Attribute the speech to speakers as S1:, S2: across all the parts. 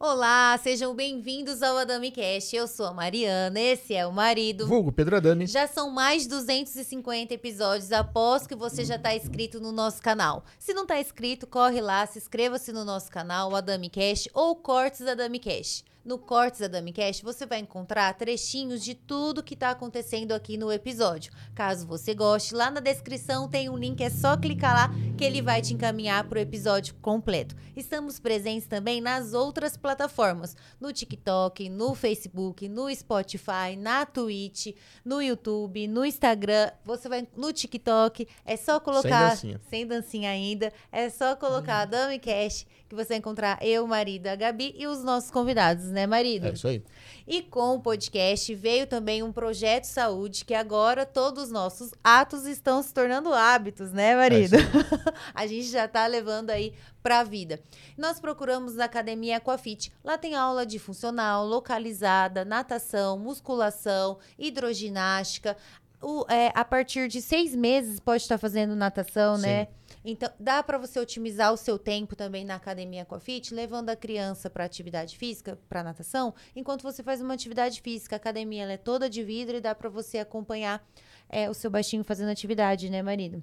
S1: Olá, sejam bem-vindos ao AdamiCast. Eu sou a Mariana, esse é o marido.
S2: Vulgo Pedro Adami.
S1: Já são mais 250 episódios após que você já está inscrito no nosso canal. Se não está inscrito, corre lá, se inscreva-se no nosso canal, o Adami Cash ou Cortes Adami Cash. No Cortes Adami Cash, você vai encontrar trechinhos de tudo que está acontecendo aqui no episódio. Caso você goste, lá na descrição tem um link, é só clicar lá que ele vai te encaminhar para o episódio completo. Estamos presentes também nas outras plataformas, no TikTok, no Facebook, no Spotify, na Twitch, no YouTube, no Instagram, você vai no TikTok, é só colocar
S2: dancinha.
S1: sem dancinha ainda, é só colocar Dami Cash que você vai encontrar eu, o marido, a Gabi e os nossos convidados, né, marido?
S2: É isso aí.
S1: E com o podcast veio também um projeto saúde que agora todos os nossos atos estão se tornando hábitos, né, marido?
S2: É
S1: a gente já tá levando aí pra vida. Nós procuramos na academia Aquafit. Lá tem aula de funcional, localizada, natação, musculação, hidroginástica. O- é, a partir de seis meses pode estar fazendo natação, né? Então, dá para você otimizar o seu tempo também na academia Aquafit, levando a criança para atividade física, para natação, enquanto você faz uma atividade física. A academia ela é toda de vidro e dá para você acompanhar é, o seu baixinho fazendo atividade, né, marido?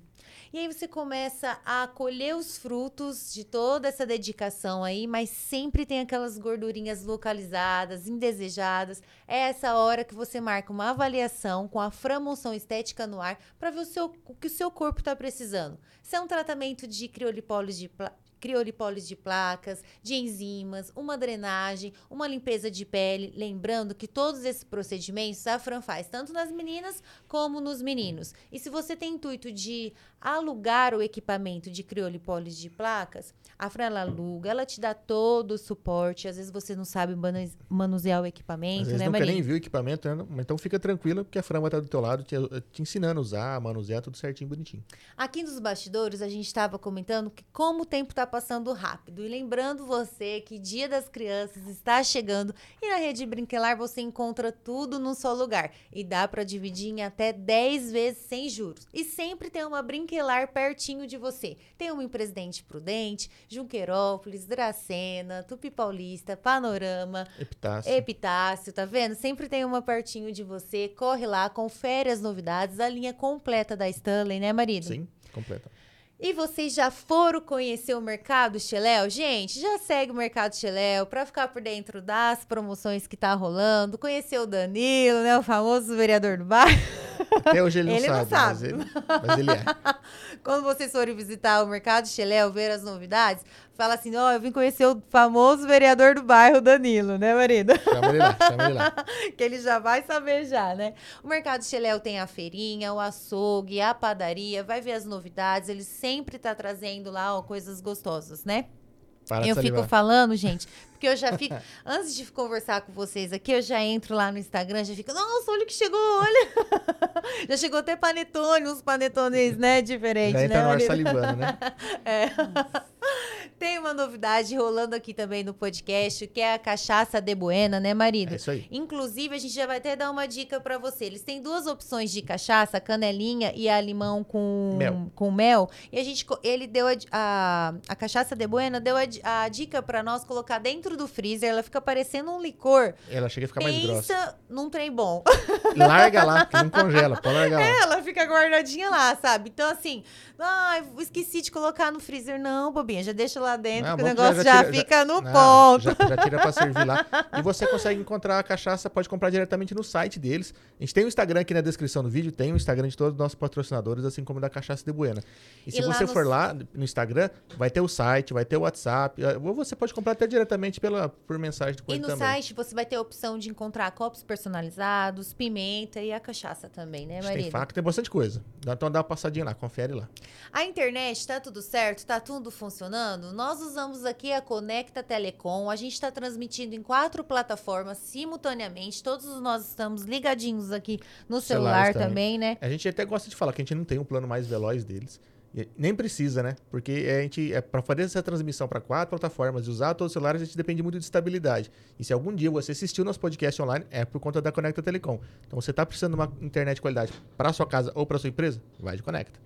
S1: E aí você começa a colher os frutos de toda essa dedicação aí, mas sempre tem aquelas gordurinhas localizadas, indesejadas. É essa hora que você marca uma avaliação com a Framonção Estética no ar para ver o, seu, o que o seu corpo está precisando. Se é um tratamento de criolipólise de pla- criolipólise de placas, de enzimas, uma drenagem, uma limpeza de pele. Lembrando que todos esses procedimentos a Fran faz, tanto nas meninas como nos meninos. E se você tem intuito de alugar o equipamento de criolipólise de placas, a Fran ela aluga, ela te dá todo o suporte. Às vezes você não sabe manu- manusear o equipamento,
S2: Às vezes
S1: né,
S2: não quer
S1: Maria?
S2: nem ver o equipamento, né? Mas então fica tranquila, porque a Fran vai estar do teu lado te, te ensinando a usar, a manusear, tudo certinho, bonitinho.
S1: Aqui nos bastidores, a gente estava comentando que como o tempo está passando rápido. E lembrando você que Dia das Crianças está chegando e na Rede Brinquelar você encontra tudo num só lugar. E dá para dividir em até 10 vezes sem juros. E sempre tem uma Brinquelar pertinho de você. Tem uma em Presidente Prudente, Junquerópolis, Dracena, Tupi Paulista, Panorama,
S2: Epitácio.
S1: Epitácio, tá vendo? Sempre tem uma pertinho de você. Corre lá, confere as novidades, a linha completa da Stanley, né, marido?
S2: Sim, completa.
S1: E vocês já foram conhecer o Mercado Xeléu? Gente, já segue o Mercado Xeléu pra ficar por dentro das promoções que tá rolando. Conhecer o Danilo, né? O famoso vereador do bairro.
S2: Até hoje ele não
S1: Ele
S2: sabe.
S1: não
S2: Mas,
S1: sabe.
S2: ele, mas ele é.
S1: Quando vocês forem visitar o Mercado Xeléu, ver as novidades, fala assim: ó, eu vim conhecer o famoso vereador do bairro, Danilo, né, marido?
S2: Chama ele lá, chama ele lá.
S1: que ele já vai saber já, né? O Mercado Xeléu tem a feirinha, o açougue, a padaria, vai ver as novidades, ele sempre tá trazendo lá ó, coisas gostosas, né?
S2: Para
S1: eu
S2: de
S1: fico
S2: salivar.
S1: falando, gente, porque eu já fico, antes de conversar com vocês aqui, eu já entro lá no Instagram, já fico, nossa, olha o que chegou, olha! já chegou até panetone, uns panetones, né, diferentes,
S2: Já entra
S1: né,
S2: no ar
S1: Marina?
S2: salivando, né?
S1: É. Tem uma novidade rolando aqui também no podcast, que é a cachaça de Buena, né, marido?
S2: É isso aí.
S1: Inclusive, a gente já vai até dar uma dica pra você. Eles têm duas opções de cachaça, canelinha e a limão com
S2: Mel.
S1: com mel. E a gente, co- ele deu a, di- a, a cachaça de Buena deu a, di- a dica pra nós colocar dentro do freezer. Ela fica parecendo um licor.
S2: Ela chega a ficar mais grossa.
S1: Pensa num trem bom.
S2: Larga lá, que não congela. Pode largar lá.
S1: Ela fica guardadinha lá, sabe? Então, assim, ah, eu esqueci de colocar no freezer. Não, bobinha, já deixa lá dentro,
S2: Não,
S1: que o
S2: bom que
S1: negócio já,
S2: tira-
S1: fica no
S2: Ah,
S1: ponto.
S2: Já, já tira pra servir lá. E você consegue encontrar a cachaça, pode comprar diretamente no site deles. A gente tem o Instagram aqui na descrição do vídeo, tem o Instagram de todos os nossos patrocinadores, assim como da Cachaça de Buena. E se
S1: E lá
S2: você
S1: no-
S2: for lá no Instagram, vai ter o site, vai ter o WhatsApp. eh, Ou você pode comprar até diretamente pela, por mensagem com
S1: E
S2: ele
S1: no
S2: também.
S1: site você vai ter a opção de encontrar copos personalizados, pimenta e a cachaça também, né,
S2: a gente tem
S1: marido?
S2: faca, tem bastante coisa. Dá- Então dá uma passadinha lá, confere lá.
S1: A internet tá tudo certo? Tá tudo funcionando? Nós usamos aqui a Conecta Telecom. A gente está transmitindo em quatro plataformas simultaneamente. Todos nós estamos ligadinhos aqui no celular
S2: Celulares também.
S1: também, né?
S2: A gente até gosta de falar que a gente não tem um plano mais veloz deles. E nem precisa, né? Porque a gente, é, para fazer essa transmissão para quatro plataformas e usar todos os celulares, a gente depende muito de estabilidade. E se algum dia você assistiu nosso podcast online, é por conta da Conecta Telecom. Então, você está precisando de uma internet de qualidade para sua casa ou para sua empresa? Vai de Conecta.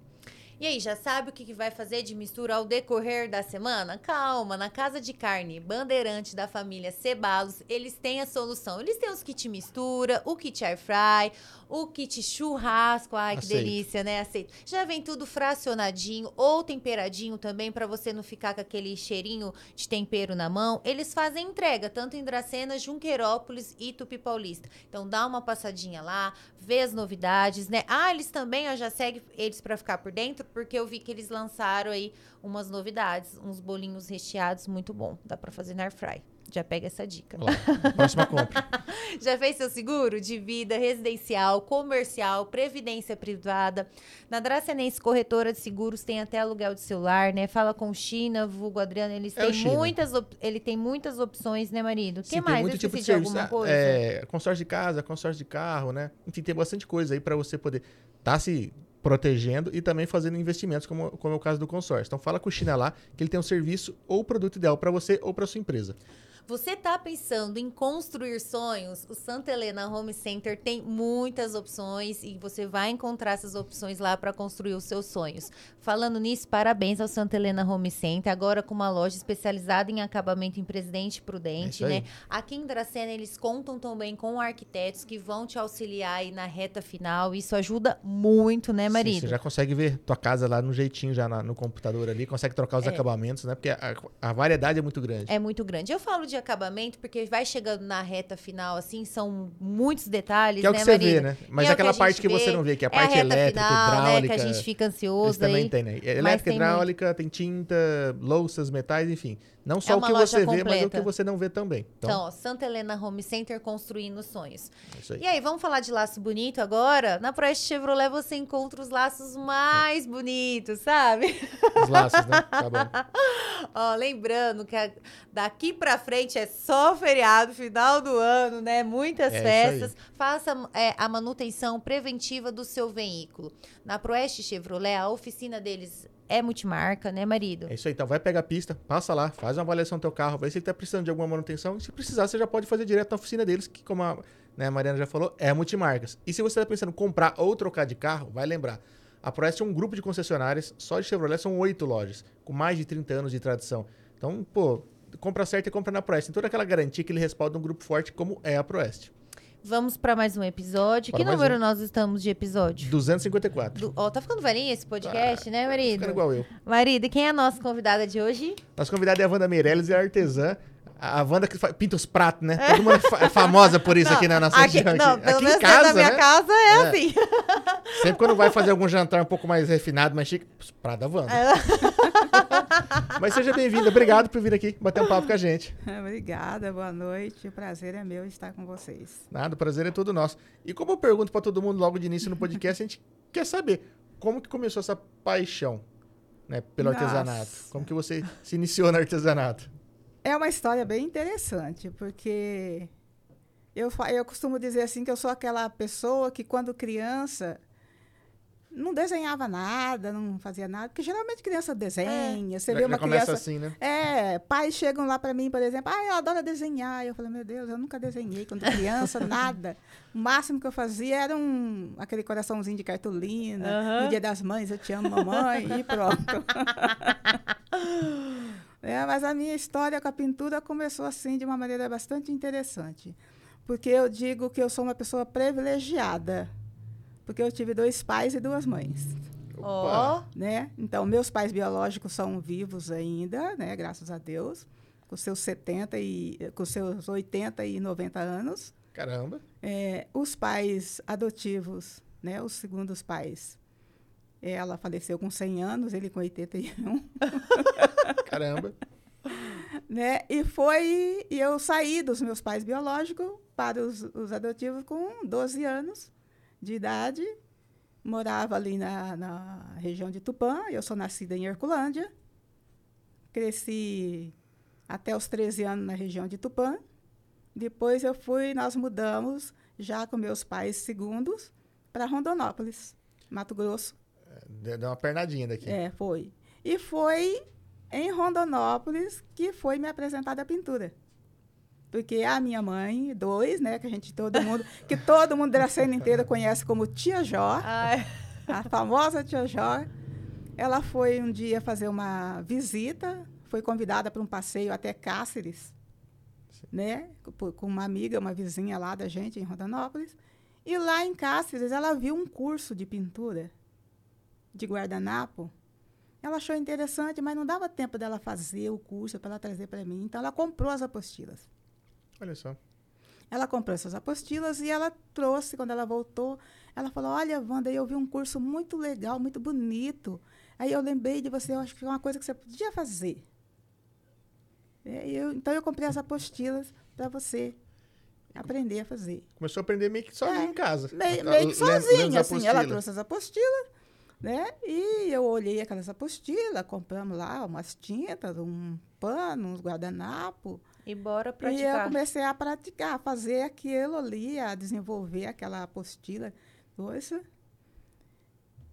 S1: E aí, já sabe o que que vai fazer de mistura ao decorrer da semana? Calma, na Casa de Carne Bandeirante da família Cebalos, eles têm a solução. Eles têm os kit mistura, o kit air fry, o kit churrasco. Ai, que
S2: Aceito.
S1: delícia, né? Aceito. Já vem tudo fracionadinho ou temperadinho também, pra você não ficar com aquele cheirinho de tempero na mão. Eles fazem entrega, tanto em Dracena, Junquerópolis e Tupi Paulista. Então dá uma passadinha lá, vê as novidades, né? Ah, eles também, ó, já segue eles pra ficar por dentro, porque eu vi que eles lançaram aí umas novidades, uns bolinhos recheados muito bom. Dá pra fazer na air fry. Já pega essa dica.
S2: Olha lá, próxima compra.
S1: Já fez seu seguro de vida residencial, comercial, previdência privada? Na Dracenense Corretora de Seguros tem até aluguel de celular, né? Fala com o China, vulgo Adriano, eles
S2: É o
S1: têm
S2: China.
S1: muitas op- ele tem muitas opções, né, marido? O que
S2: Sim,
S1: mais?
S2: Tem muito
S1: Eu
S2: tipo de
S1: esqueci
S2: serviço.
S1: alguma coisa?
S2: É, consórcio de casa, consórcio de carro, né? Enfim, tem bastante coisa aí para você poder estar se protegendo e também fazendo investimentos, como, como é o caso do consórcio. Então fala com o China lá que ele tem um serviço ou produto ideal para você ou para sua empresa.
S1: Você tá pensando em construir sonhos? O Santa Helena Home Center tem muitas opções e você vai encontrar essas opções lá para construir os seus sonhos. Falando nisso, parabéns ao Santa Helena Home Center, agora com uma loja especializada em acabamento em Presidente
S2: É
S1: Prudente,
S2: isso aí.
S1: né? Aqui em Dracena eles contam também com arquitetos que vão te auxiliar aí na reta final. Isso ajuda muito, né,
S2: Sim,
S1: marido?
S2: você já consegue ver tua casa lá no jeitinho, já na- no computador ali, consegue trocar os acabamentos, né? Porque a, a variedade é muito grande.
S1: É muito grande. Eu falo de acabamento porque vai chegando na reta final, assim, são muitos detalhes,
S2: que é o
S1: né,
S2: que você
S1: marido?
S2: vê, né? Mas
S1: é o
S2: aquela
S1: que a
S2: parte
S1: gente
S2: que você
S1: vê,
S2: não vê, que é a
S1: É
S2: parte
S1: reta
S2: elétrica,
S1: final,
S2: hidráulica.
S1: né, que a gente fica
S2: Eles
S1: ansioso
S2: também
S1: aí.
S2: têm, né? Elétrica,
S1: tem
S2: hidráulica, tem tinta, louças, metais, enfim. Não só o
S1: É uma
S2: que
S1: loja
S2: você vê, mas o
S1: completa.
S2: que você não vê também. Então,
S1: Então, ó, Santa Helena Home Center construindo sonhos.
S2: é isso aí.
S1: E aí, vamos falar de laço bonito agora? Na Proeste Chevrolet você encontra os laços mais bonitos, sabe?
S2: Os laços, né? Tá bom.
S1: Ó, lembrando que a- daqui pra frente é só feriado, final do ano, né? Muitas
S2: É isso
S1: festas. Faça é, a manutenção preventiva do seu veículo. Na Proeste Chevrolet, a oficina deles é multimarca, né, marido?
S2: É isso aí. Então, vai pegar a pista, passa lá, faz uma avaliação do teu carro, vê se ele tá precisando de alguma manutenção. E se precisar, você já pode fazer direto na oficina deles, que como a, né, a Mariana já falou, é multimarcas. E se você tá pensando em comprar ou trocar de carro, vai lembrar. A Proeste é um grupo de concessionárias, só de Chevrolet são oito lojas, com mais de 30 anos de tradição. Então, pô, compra certa e compra na Proeste. Tem toda aquela garantia que ele respalda um grupo forte como é a Proeste.
S1: Vamos pra mais um episódio.
S2: Bora
S1: que
S2: mais um.
S1: número nós estamos de episódio?
S2: 254.
S1: Do- Ó, tá ficando velhinho esse podcast, né, marido?
S2: Ah, tá Ficando igual eu.
S1: Marido, e quem é a nossa convidada de hoje?
S2: Nossa convidada é a Wanda Meirelles e a artesã. A a Wanda que fa- pinta os pratos, né? Todo mundo é fa- é famosa por isso aqui na nossa
S1: aqui,
S2: região.
S1: não,
S2: aqui.
S1: pelo
S2: Aqui
S1: menos
S2: em
S1: dentro da
S2: casa,
S1: minha
S2: né?
S1: casa é,
S2: É.
S1: assim.
S2: Sempre quando vai fazer algum jantar um pouco mais refinado, mais chique, os pratos da Wanda.
S1: É.
S2: Mas seja bem-vinda. Obrigado por vir aqui bater um papo com a gente.
S3: Obrigada, boa noite. O prazer é meu estar com vocês.
S2: Nada, o prazer é todo nosso. E como eu pergunto pra todo mundo logo de início no podcast, a gente quer saber como que começou essa paixão né, pelo
S3: Nossa.
S2: artesanato. Como que você se iniciou no artesanato?
S3: É uma história bem interessante, porque eu, fa- eu costumo dizer assim que eu sou aquela pessoa que quando criança não desenhava nada, não fazia nada, porque geralmente criança desenha, você
S2: É. Já-
S3: vê
S2: já
S3: uma
S2: começa
S3: criança
S2: assim, né?
S3: É, pais chegam lá para mim, por exemplo, ah, eu adoro desenhar. Eu falei, meu Deus, eu nunca desenhei quando criança, nada. O máximo que eu fazia era um, aquele coraçãozinho de cartolina,
S1: Aham.
S3: no dia das mães, eu te amo, mamãe, e pronto. É, mas a minha história com a pintura começou assim, de uma maneira bastante interessante. Porque eu digo que eu sou uma pessoa privilegiada, porque eu tive dois pais e duas mães
S2: Opa.
S1: Ó,
S3: né? Então, meus pais biológicos são vivos ainda, né? Graças a Deus. Com seus 70 e... Com seus 80 e 90 anos.
S2: Caramba.
S3: É, os pais adotivos, né? Os segundos pais. É, Ela faleceu com 100 anos, ele com 81,
S2: Caramba.
S3: né? E foi... E eu saí dos meus pais biológicos para os, os adotivos com 12 anos de idade. Morava ali na, na região de Tupã. Eu sou nascida em Herculândia. Cresci até os 13 anos na região de Tupã. Depois eu fui, nós mudamos já com meus pais segundos para Rondonópolis, Mato Grosso.
S2: Deu deu uma pernadinha daqui.
S3: É, foi. E foi em Rondonópolis que foi me apresentada a pintura. Porque a minha mãe, dois, né, que a gente todo mundo, que todo mundo da cena inteira conhece como Tia Jó,
S1: Ai,
S3: a famosa Tia Jó, ela foi um dia fazer uma visita, foi convidada para um passeio até Cáceres, né, por- com uma amiga, uma vizinha lá da gente em Rondonópolis. E lá em Cáceres ela viu um curso de pintura de guardanapo. Ela achou interessante, mas não dava tempo dela fazer o curso para ela trazer para mim. Então ela comprou as apostilas.
S2: Olha só.
S3: Ela comprou essas apostilas e ela trouxe, quando ela voltou, ela falou, olha, Wanda, eu vi um curso muito legal, muito bonito. Aí eu lembrei de você, eu acho que é uma coisa que você podia fazer. É, e eu- então eu comprei as apostilas para você aprender a fazer.
S2: Começou a aprender meio que sozinha
S3: É,
S2: em casa. Tá,
S3: Meio, meio
S2: lendo-
S3: que sozinha,
S2: lendo as
S3: assim. Ela
S2: apostilas.
S3: trouxe as apostilas, né? E eu olhei aquelas apostilas, compramos lá umas tintas, um pano, uns guardanapo.
S1: e bora
S3: E eu
S1: praticar.
S3: comecei a praticar, a fazer aquilo ali, a desenvolver aquela apostila, coisa.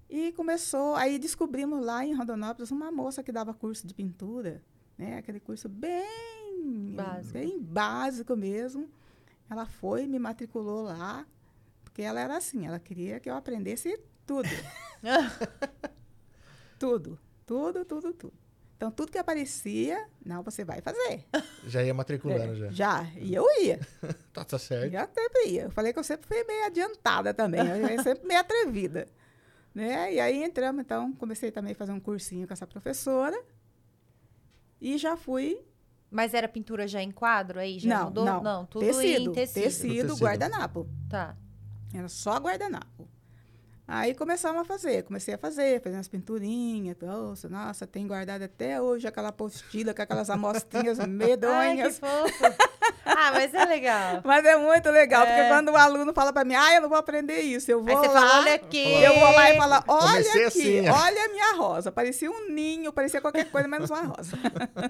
S3: E começou, aí descobrimos lá em Rondonópolis uma moça que dava curso de pintura, né? Aquele curso bem
S1: Básico.
S3: bem básico mesmo. Ela foi, me matriculou lá, porque ela era assim, ela queria que eu aprendesse tudo. tudo, tudo, tudo, tudo. Então tudo que aparecia, não, você vai fazer.
S2: Já ia matriculando, né, já.
S3: É, Já, e eu ia.
S2: Tá, tá certo.
S3: Eu sempre ia. Eu falei que eu sempre fui meio adiantada também, eu era sempre meio atrevida. Né? E aí entramos, então, comecei também a fazer um cursinho com essa professora. E já fui
S1: Mas era pintura já em quadro aí? Já
S3: Não,
S1: mudou?
S3: não.
S1: tudo em
S3: tecido,
S1: tecido.
S3: tecido,
S2: Tecido.
S3: guardanapo.
S1: Tá.
S3: Era só guardanapo. Aí começamos a fazer, comecei a fazer, fazendo as pinturinhas, trouxe, nossa, tem guardado até hoje aquela apostila com aquelas amostrinhas
S1: Ai, que
S3: medonhas.
S1: fofo. ah, mas é legal.
S3: Mas é muito legal,
S1: É.
S3: porque quando o aluno fala pra mim, ah, eu não vou aprender isso, eu vou
S1: Aí você
S3: lá,
S1: fala, olha aqui.
S3: Eu vou lá e falar, olha
S2: Comecei
S3: aqui,
S2: assim, ó.
S3: olha a minha rosa. Parecia um ninho, parecia qualquer coisa, menos uma rosa.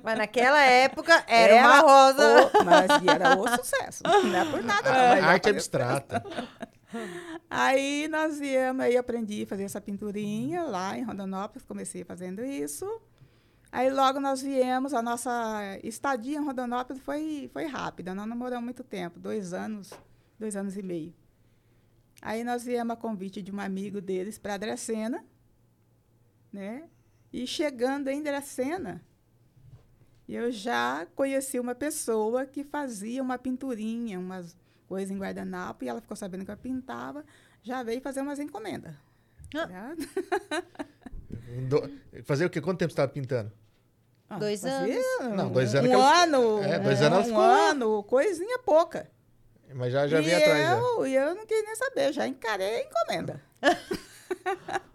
S1: Mas naquela época era, uma
S3: Era
S1: rosa.
S3: O- mas e era o sucesso. Não é por nada, não. mas
S2: Ah, A
S3: eu
S2: arte
S3: falei-
S2: abstrata.
S3: Aí nós íamos, aí aprendi a fazer essa pinturinha lá em Rondonópolis, comecei fazendo isso. Aí logo nós viemos, a nossa estadia em Rondonópolis foi, foi rápida, nós não moramos muito tempo, dois anos, dois anos e meio. Aí nós viemos a convite de um amigo deles para Dracena, né? E chegando em Dracena, eu já conheci uma pessoa que fazia uma pinturinha, umas coisas em guardanapo, e ela ficou sabendo que eu pintava, já veio fazer umas encomendas.
S1: Ah.
S3: Já-
S2: Um Do- Fazer o quê? Quanto tempo você estava pintando?
S3: Ah,
S1: Dois
S3: fazia
S2: Não, dois
S3: Um
S2: anos. que ela-
S3: ano,
S2: É, dois anos ela
S3: um
S2: ficou lá.
S3: ano, coisinha pouca.
S2: Mas já, já
S3: e
S2: vem atrás. já.
S3: eu, e eu não quis nem saber, já encarei a encomenda.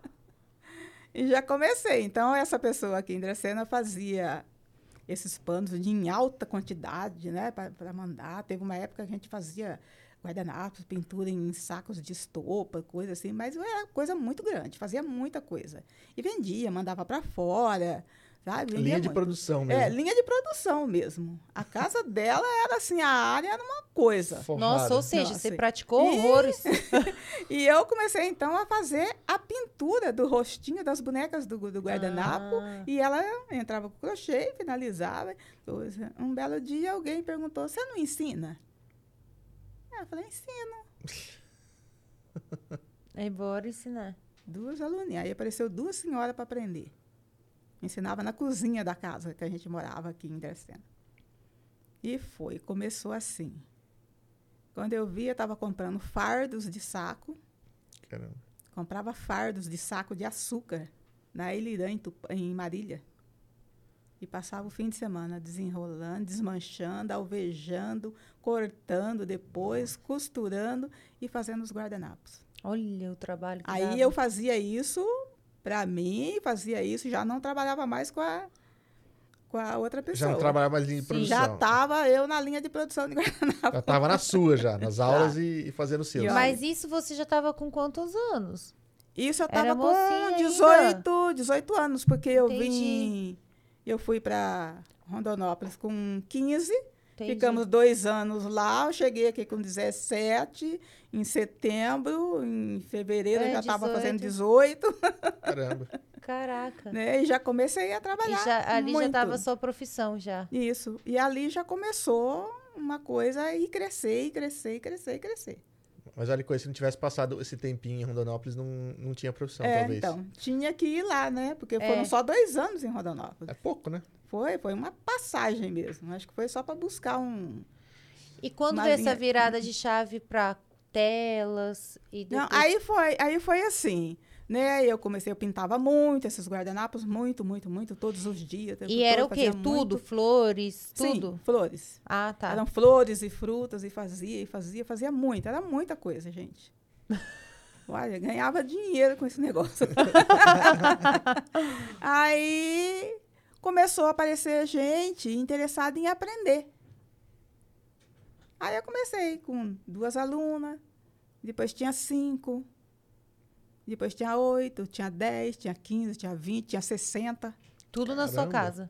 S3: e já comecei. Então, essa pessoa aqui em Dracena fazia esses panos de em alta quantidade, né, para mandar. Teve uma época que a gente fazia guardanapos, pintura em sacos de estopa, coisa assim, mas era coisa muito grande, fazia muita coisa. E vendia, mandava para fora, sabe? Vendia
S2: Linha de
S3: muito.
S2: produção
S3: É,
S2: mesmo.
S3: linha de produção mesmo. A casa dela era assim, a área era uma coisa.
S2: Forrada.
S1: Nossa, ou assim. seja,
S3: Nossa.
S1: você praticou horrores.
S3: E eu comecei então a fazer a pintura do rostinho das bonecas do, do guardanapo.
S1: Ah.
S3: E ela entrava com crochê, finalizava. coisa. Um belo dia alguém perguntou: Você não ensina? Ah, Eu falei: Ensino.
S1: Aí bora ensinar.
S3: Duas aluninhas. Aí apareceu duas senhoras para aprender. Ensinava na cozinha da casa que a gente morava aqui em Dresden. E foi, começou assim. Quando eu vi, eu estava comprando fardos de saco,
S2: Caramba.
S3: comprava fardos de saco de açúcar na Elirã, em, Tupã- em Marília. E passava o fim de semana desenrolando, desmanchando, alvejando, cortando depois, costurando e fazendo os guardanapos.
S1: Olha o trabalho que dava.
S3: Aí eu fazia isso para mim, fazia isso, já não trabalhava mais com a, com a outra pessoa.
S2: Já não trabalhava mais linha de
S1: Sim.
S2: produção.
S3: Já estava eu na linha de produção de guardanapo.
S2: Já tava na sua, já, nas aulas e, e fazendo o seu.
S3: E olha-
S1: Mas isso você já tava com quantos anos?
S3: Isso eu
S1: Era
S3: estava
S1: mocinha
S3: com
S1: ainda.
S3: 18, 18 anos, porque eu
S1: Entendi.
S3: vim Eu fui para Rondonópolis com 15,
S1: Entendi.
S3: ficamos dois anos lá. Eu cheguei aqui com 17, em setembro, em fevereiro
S1: É,
S3: eu já estava
S1: 18.
S3: fazendo 18,
S2: Caramba.
S1: Caraca.
S3: né? E já comecei a
S1: E
S3: trabalhar.
S1: já, ali já
S3: muito.
S1: estava sua profissão já.
S3: Isso. E ali já começou uma coisa a ir crescer, e crescer, e crescer, e crescer.
S2: Mas olha que coisa, se não tivesse passado esse tempinho em Rondonópolis, não, não tinha profissão,
S3: é,
S2: talvez.
S3: então, tinha que ir lá, né? Porque
S1: É.
S3: foram só dois anos em Rodonópolis.
S2: É pouco, né?
S3: Foi, foi uma passagem mesmo. Acho que foi só para buscar um.
S1: E quando
S3: Uma
S1: veio essa
S3: linha-
S1: virada de chave para telas e
S3: Não,
S1: depois...
S3: aí foi, aí foi assim, né? Eu comecei, eu pintava muito esses guardanapos, muito, muito, muito, todos os dias. tempo
S1: E era
S3: todo,
S1: o quê?
S3: fazia
S1: Tudo?
S3: muito.
S1: Flores?
S3: Sim, um.
S1: Tudo?
S3: flores.
S1: Ah, tá.
S3: Eram flores e frutas e fazia, e fazia, fazia muito. Era muita coisa, gente. Olha, ganhava dinheiro com esse negócio. Aí começou a aparecer gente interessada em aprender. Aí eu comecei com duas alunas, depois tinha cinco, depois tinha oito, tinha dez, tinha quinze, tinha vinte, tinha sessenta.
S1: Tudo na sua
S2: Caramba.
S1: casa.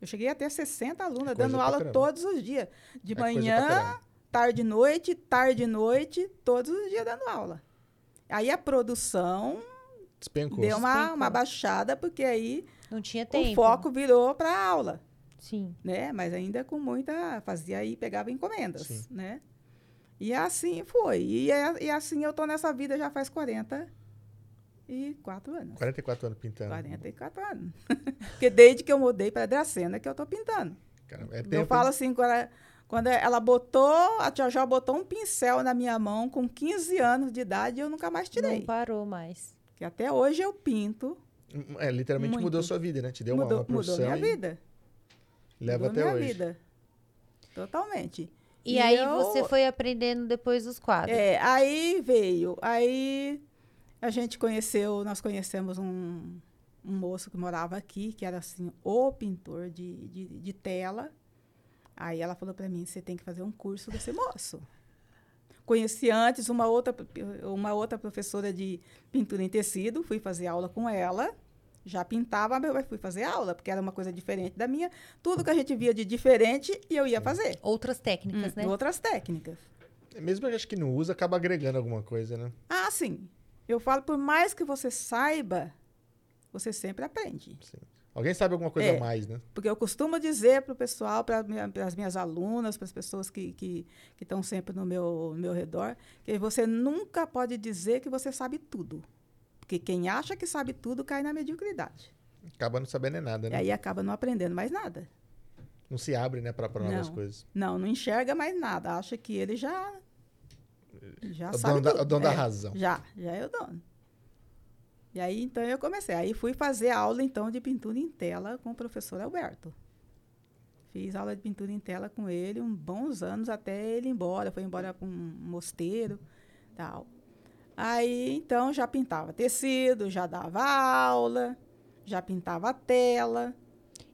S3: Eu cheguei a ter 60 alunas,
S2: É coisa
S3: dando
S2: pra
S3: aula
S2: caramba.
S3: todos os dias. De
S2: É coisa pra
S3: manhã,
S2: caramba.
S3: tarde e noite, tarde e noite, todos os dias dando aula. Aí a produção
S2: Despencou.
S3: deu uma,
S1: Despencou.
S3: uma baixada, porque aí
S1: Não tinha tempo.
S3: o foco virou para aula,
S1: Sim.
S3: né? Mas ainda com muita... Fazia aí, pegava encomendas,
S2: Sim.
S3: né? E assim foi. E, é- e assim eu tô nessa vida já faz 44 anos.
S2: 44 anos pintando.
S3: 44 anos. Porque desde que eu mudei para Dracena que eu tô pintando.
S2: Caramba, é
S3: Eu
S2: tempo.
S3: falo
S2: hein?
S3: assim, quando ela, quando ela botou, a tia Jó botou um pincel na minha mão com 15 anos de idade e eu nunca mais
S1: Não
S3: tirei.
S1: parou mais.
S3: Que até hoje eu pinto.
S2: É, literalmente
S3: Muito.
S2: mudou sua vida, né? Te deu uma-
S3: mudou,
S2: uma
S3: mudou
S2: profissão
S3: minha
S2: e
S3: vida.
S2: leva
S3: mudou
S2: até
S3: minha
S2: hoje.
S3: vida. Totalmente.
S1: E,
S3: E
S1: aí
S3: eu-
S1: você foi aprendendo depois dos quadros.
S3: É, aí veio, aí a gente conheceu, nós conhecemos um, um moço que morava aqui, que era assim, o pintor de, de, de tela. Aí ela falou para mim, você tem que fazer um curso desse moço. Conheci antes uma outra, uma outra professora de pintura em tecido, fui fazer aula com ela. Já pintava, mas fui fazer aula, porque era uma coisa diferente da minha. Tudo que a gente via de diferente, eu ia fazer.
S1: Outras técnicas,
S3: Hum,
S1: né?
S3: Outras técnicas.
S2: É, Mesmo eu acho que não usa, acaba agregando alguma coisa, né?
S3: Ah, sim. Eu falo, por mais que você saiba, você sempre aprende.
S2: Alguém sabe alguma coisa
S3: É.
S2: a mais, né?
S3: Porque eu costumo dizer para o pessoal, para as minhas alunas, para as pessoas que estão que, que estão sempre no meu, no meu redor, que você nunca pode dizer que você sabe tudo. Porque quem acha que sabe tudo cai na mediocridade.
S2: Acaba não sabendo é nada,
S3: E
S2: né?
S3: aí acaba não aprendendo mais nada.
S2: Não se abre, né, pra, pra novas
S3: Não.
S2: coisas.
S3: Não, não enxerga mais nada. Acha que ele já. Já
S2: É. o
S3: sabe.
S2: dono, da,
S3: tudo.
S2: o dono da
S3: É.
S2: razão.
S3: Já, já é o dono. E aí, então, eu comecei. Aí fui fazer aula, então, de pintura em tela com o professor Alberto. Fiz aula de pintura em tela com ele uns bons anos até ele ir embora. Foi embora para um mosteiro tal. Aí, então, já pintava tecido, já dava aula, já pintava tela.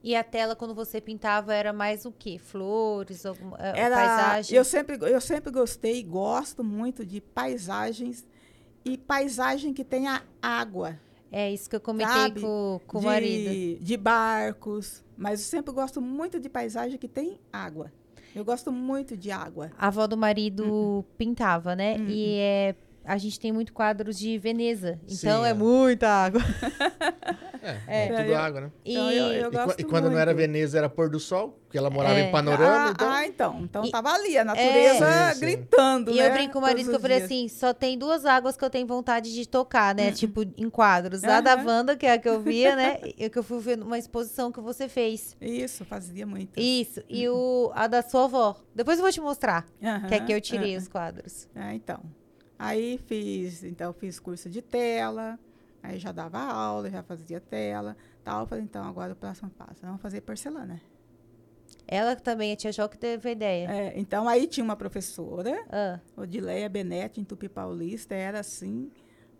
S1: E a tela, quando você pintava, era mais o quê? Flores, alguma eh,
S3: Era,
S1: paisagem?
S3: Eu sempre, eu sempre gostei e gosto muito de paisagens e paisagem que tenha água.
S1: É isso que eu comentei
S3: Sabe?
S1: com, com
S3: de,
S1: o marido.
S3: de barcos, mas eu sempre gosto muito de paisagem que tem água. Eu gosto muito de água.
S1: A avó do marido
S3: Uhum.
S1: pintava, né? E é, a gente tem muito quadros de Veneza. Então
S2: Sim,
S1: é,
S2: é.
S1: muita água.
S2: É, é.
S3: É.
S2: tudo água, né?
S3: Então, eu, eu
S2: E, qua-
S3: gosto
S2: e quando não era
S3: muito.
S2: Veneza, era pôr do sol, porque ela morava
S1: É.
S2: em panorama,
S3: ah,
S2: então...
S3: ah, então. Então
S1: E-
S3: tava ali, a natureza
S2: É. Sim, sim.
S3: gritando.
S1: E
S3: né,
S1: eu brinco com o marido
S3: todos
S1: que eu
S3: os
S1: falei
S3: dias. Uhum.
S1: assim: só tem duas águas que eu tenho vontade de tocar, né? Tipo, em quadros. A da
S3: Aham.
S1: Wanda, que é a que eu via, né? E que eu fui ver numa exposição que você fez.
S3: Isso, fazia muito.
S1: Isso. E o, a da sua avó. Depois eu vou te mostrar. Que é
S3: Aham,
S1: que eu tirei
S3: aham.
S1: os quadros.
S3: Ah, então. Aí fiz, então fiz curso de tela, aí já dava aula, já fazia tela, tal. Eu Falei, então agora o próximo passo, vamos fazer porcelana.
S1: Ela também, a tia Jó, que teve a ideia.
S3: É, então aí tinha uma professora
S1: Ah,
S3: Odileia Benete, em Tupi Paulista, era assim,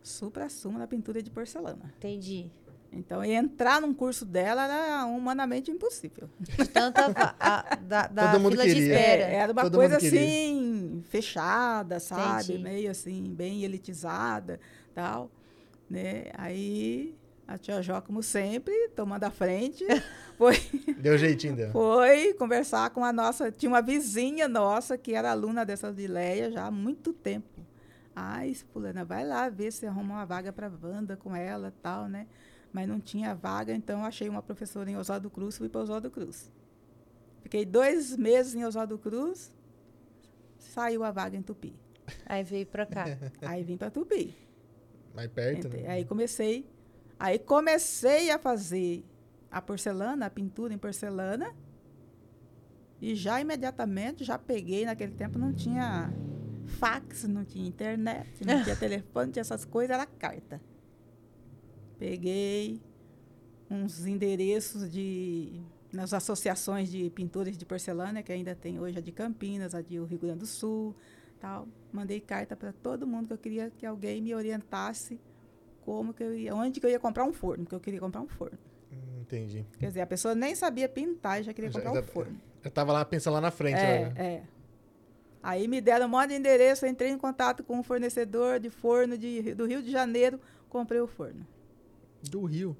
S3: supra-sumo na pintura de porcelana.
S1: entendi.
S3: Então, entrar num curso dela era humanamente impossível.
S1: De tanta. va- a- da da
S2: Todo mundo
S1: fila de
S2: queria.
S1: espera.
S3: É, era uma
S2: Todo
S3: coisa
S2: mundo queria.
S3: assim, fechada, sabe?
S1: Entendi.
S3: Meio assim, bem elitizada tal. Né? Aí A tia Jó, como sempre, tomando a frente, foi,
S2: Deu jeitinho, deu.
S3: foi conversar com a nossa. Tinha uma vizinha nossa que era aluna dessa de Leia já há muito tempo. Ai, Fulana, vai lá ver se arruma uma vaga para Wanda com ela tal, né? Mas não tinha vaga, então eu achei uma professora em Oswaldo Cruz, fui para Oswaldo Cruz. Fiquei dois meses em Oswaldo Cruz, saiu a vaga em Tupi.
S1: Aí veio pra cá.
S2: É.
S3: Aí vim para Tupi.
S2: Mais perto,
S3: Entrei.
S2: né?
S3: Aí comecei. Aí comecei a fazer a porcelana, a pintura em porcelana. E já imediatamente, já peguei. Naquele tempo não tinha fax, não tinha internet, não tinha telefone, não tinha essas coisas, era carta. Peguei uns endereços de nas associações de pintores de porcelana que ainda tem hoje a de Campinas, a de Rio Grande do Sul, tal. Mandei carta para todo mundo que eu queria que alguém me orientasse como que eu ia, onde que eu ia comprar um forno, que eu queria comprar um forno.
S2: Hum, Entendi.
S3: Quer dizer, a pessoa nem sabia pintar e já queria
S2: Já-
S3: comprar um
S2: já-
S3: forno.
S2: Eu tava lá pensando lá na frente.
S3: É,
S2: né?
S3: é. Aí me deram um monte de endereço, eu entrei em contato com um fornecedor de forno de, do Rio de Janeiro, comprei o forno.
S2: Do Rio.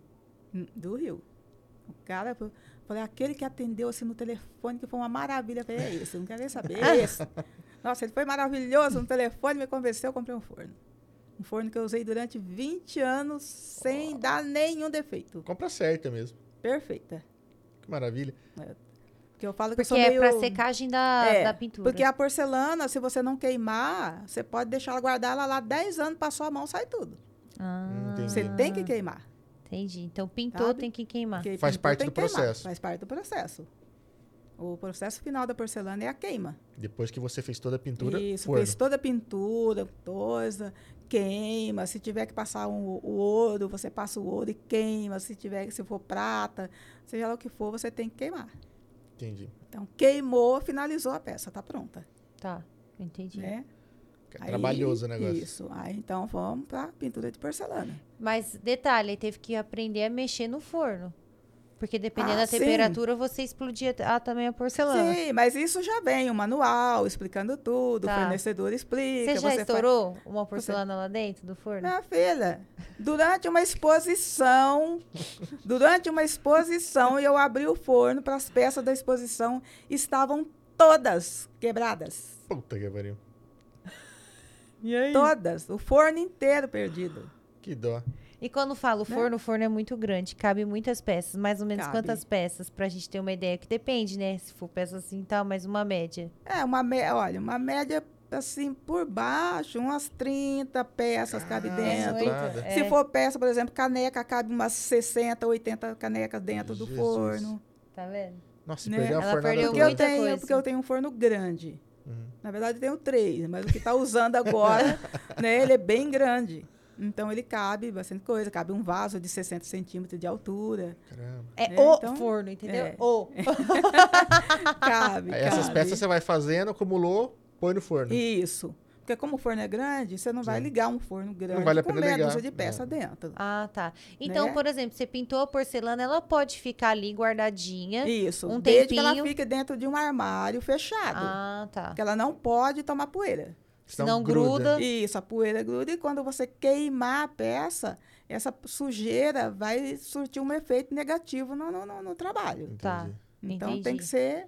S3: Hum, Do Rio. O cara foi. Falei, aquele que atendeu assim no telefone, que foi uma maravilha. Eu Falei, é isso, não quero nem saber. É isso. Nossa, ele foi maravilhoso no telefone, me convenceu, eu comprei um forno. Um forno que eu usei durante 20 anos sem dar nenhum defeito.
S2: Compra certa mesmo.
S3: Perfeita.
S2: Que maravilha.
S3: Porque eu falo que
S1: Porque
S3: eu sou
S1: é
S3: meio...
S1: pra secagem da,
S3: É,
S1: da pintura.
S3: Porque a porcelana, se você não queimar, você pode deixar ela guardar ela lá 10 anos, passou a mão, sai tudo.
S1: Ah,
S2: Hum, Entendi.
S3: Você tem que queimar.
S1: entendi. Então pintou,
S3: Sabe?
S1: tem que queimar.
S3: Porque
S2: Faz
S3: pintura
S2: parte
S3: tem
S2: do
S3: que queimar,
S2: processo.
S3: Faz parte do processo. O processo final da porcelana é a queima.
S2: Depois que você fez toda a pintura,
S3: Isso,
S2: forno.
S3: fez toda a pintura, coisa, queima. Se tiver que passar um- o ouro, você passa o ouro e queima. Se tiver, se for prata, seja lá o que for, você tem que queimar.
S2: Entendi.
S3: Então, queimou, finalizou a peça, tá pronta,
S1: Tá, entendi.
S3: né?
S2: É
S3: Aí,
S2: trabalhoso o negócio.
S3: Isso. Aí, então, vamos pra pintura de porcelana.
S1: Mas detalhe, ele teve que aprender a mexer no forno. Porque dependendo
S3: Ah,
S1: da
S3: sim.
S1: temperatura, você explodia a, também a porcelana.
S3: Sim, mas isso já vem, o manual explicando tudo,
S1: Tá.
S3: o fornecedor explica.
S1: Você já
S3: faz-
S1: estourou uma porcelana lá dentro do forno?
S3: Minha filha, durante uma exposição, durante uma exposição, eu abri o forno para as peças da exposição, estavam todas quebradas.
S2: Puta que pariu.
S1: E aí?
S3: Todas. O forno inteiro perdido.
S2: Que dó.
S1: E quando falo forno, o forno é muito grande, cabe muitas peças. Mais ou menos
S3: Né? Cabe.
S1: quantas peças? Pra gente ter uma ideia, que depende, né? Se for peça assim e tal, mas uma média.
S3: É, uma média, olha, uma média assim por baixo, umas 30 peças
S2: Ah,
S3: cabe dentro.
S2: Nada.
S1: É.
S3: Se for peça, por exemplo, caneca, cabe umas 60, 80 canecas dentro do
S2: Jesus.
S3: forno.
S1: Tá vendo?
S2: Nossa, se
S3: Né?
S2: perdeu a
S1: Ela
S2: fornada
S1: perdeu
S3: Porque
S2: toda.
S3: eu,
S1: muita
S3: tenho,
S1: coisa.
S3: porque eu tenho um forno grande.
S2: Uhum.
S3: Na verdade, eu tenho três, mas o que está usando agora, né, ele é bem grande. Então, ele cabe bastante coisa. Cabe um vaso de 60 centímetros de altura.
S2: Caramba.
S1: É,
S3: É,
S1: o
S3: então-
S1: forno, entendeu?
S3: É.
S1: O.
S3: Cabe,
S2: Aí essas
S3: cabe.
S2: peças você vai fazendo, acumulou, põe no forno.
S3: Isso. Porque como o forno é grande, você não vai
S2: Sim.
S3: ligar um forno grande
S2: vale a
S3: com
S2: pena
S3: meia
S2: ligar.
S3: dúzia de peça dentro.
S1: Ah, tá. Então,
S3: Né?
S1: por exemplo, você pintou a porcelana, ela pode ficar ali guardadinha.
S3: Isso.
S1: Um
S3: Desde que ela
S1: tempinho.
S3: fique dentro de um armário fechado.
S1: Ah, tá.
S3: Porque ela não pode tomar poeira.
S1: não gruda.
S3: Isso, a poeira gruda. E quando você queimar a peça, essa sujeira vai surtir um efeito negativo no- no- no, no trabalho.
S2: Entendi.
S1: Tá.
S3: Então tem
S1: Entendi.
S3: que ser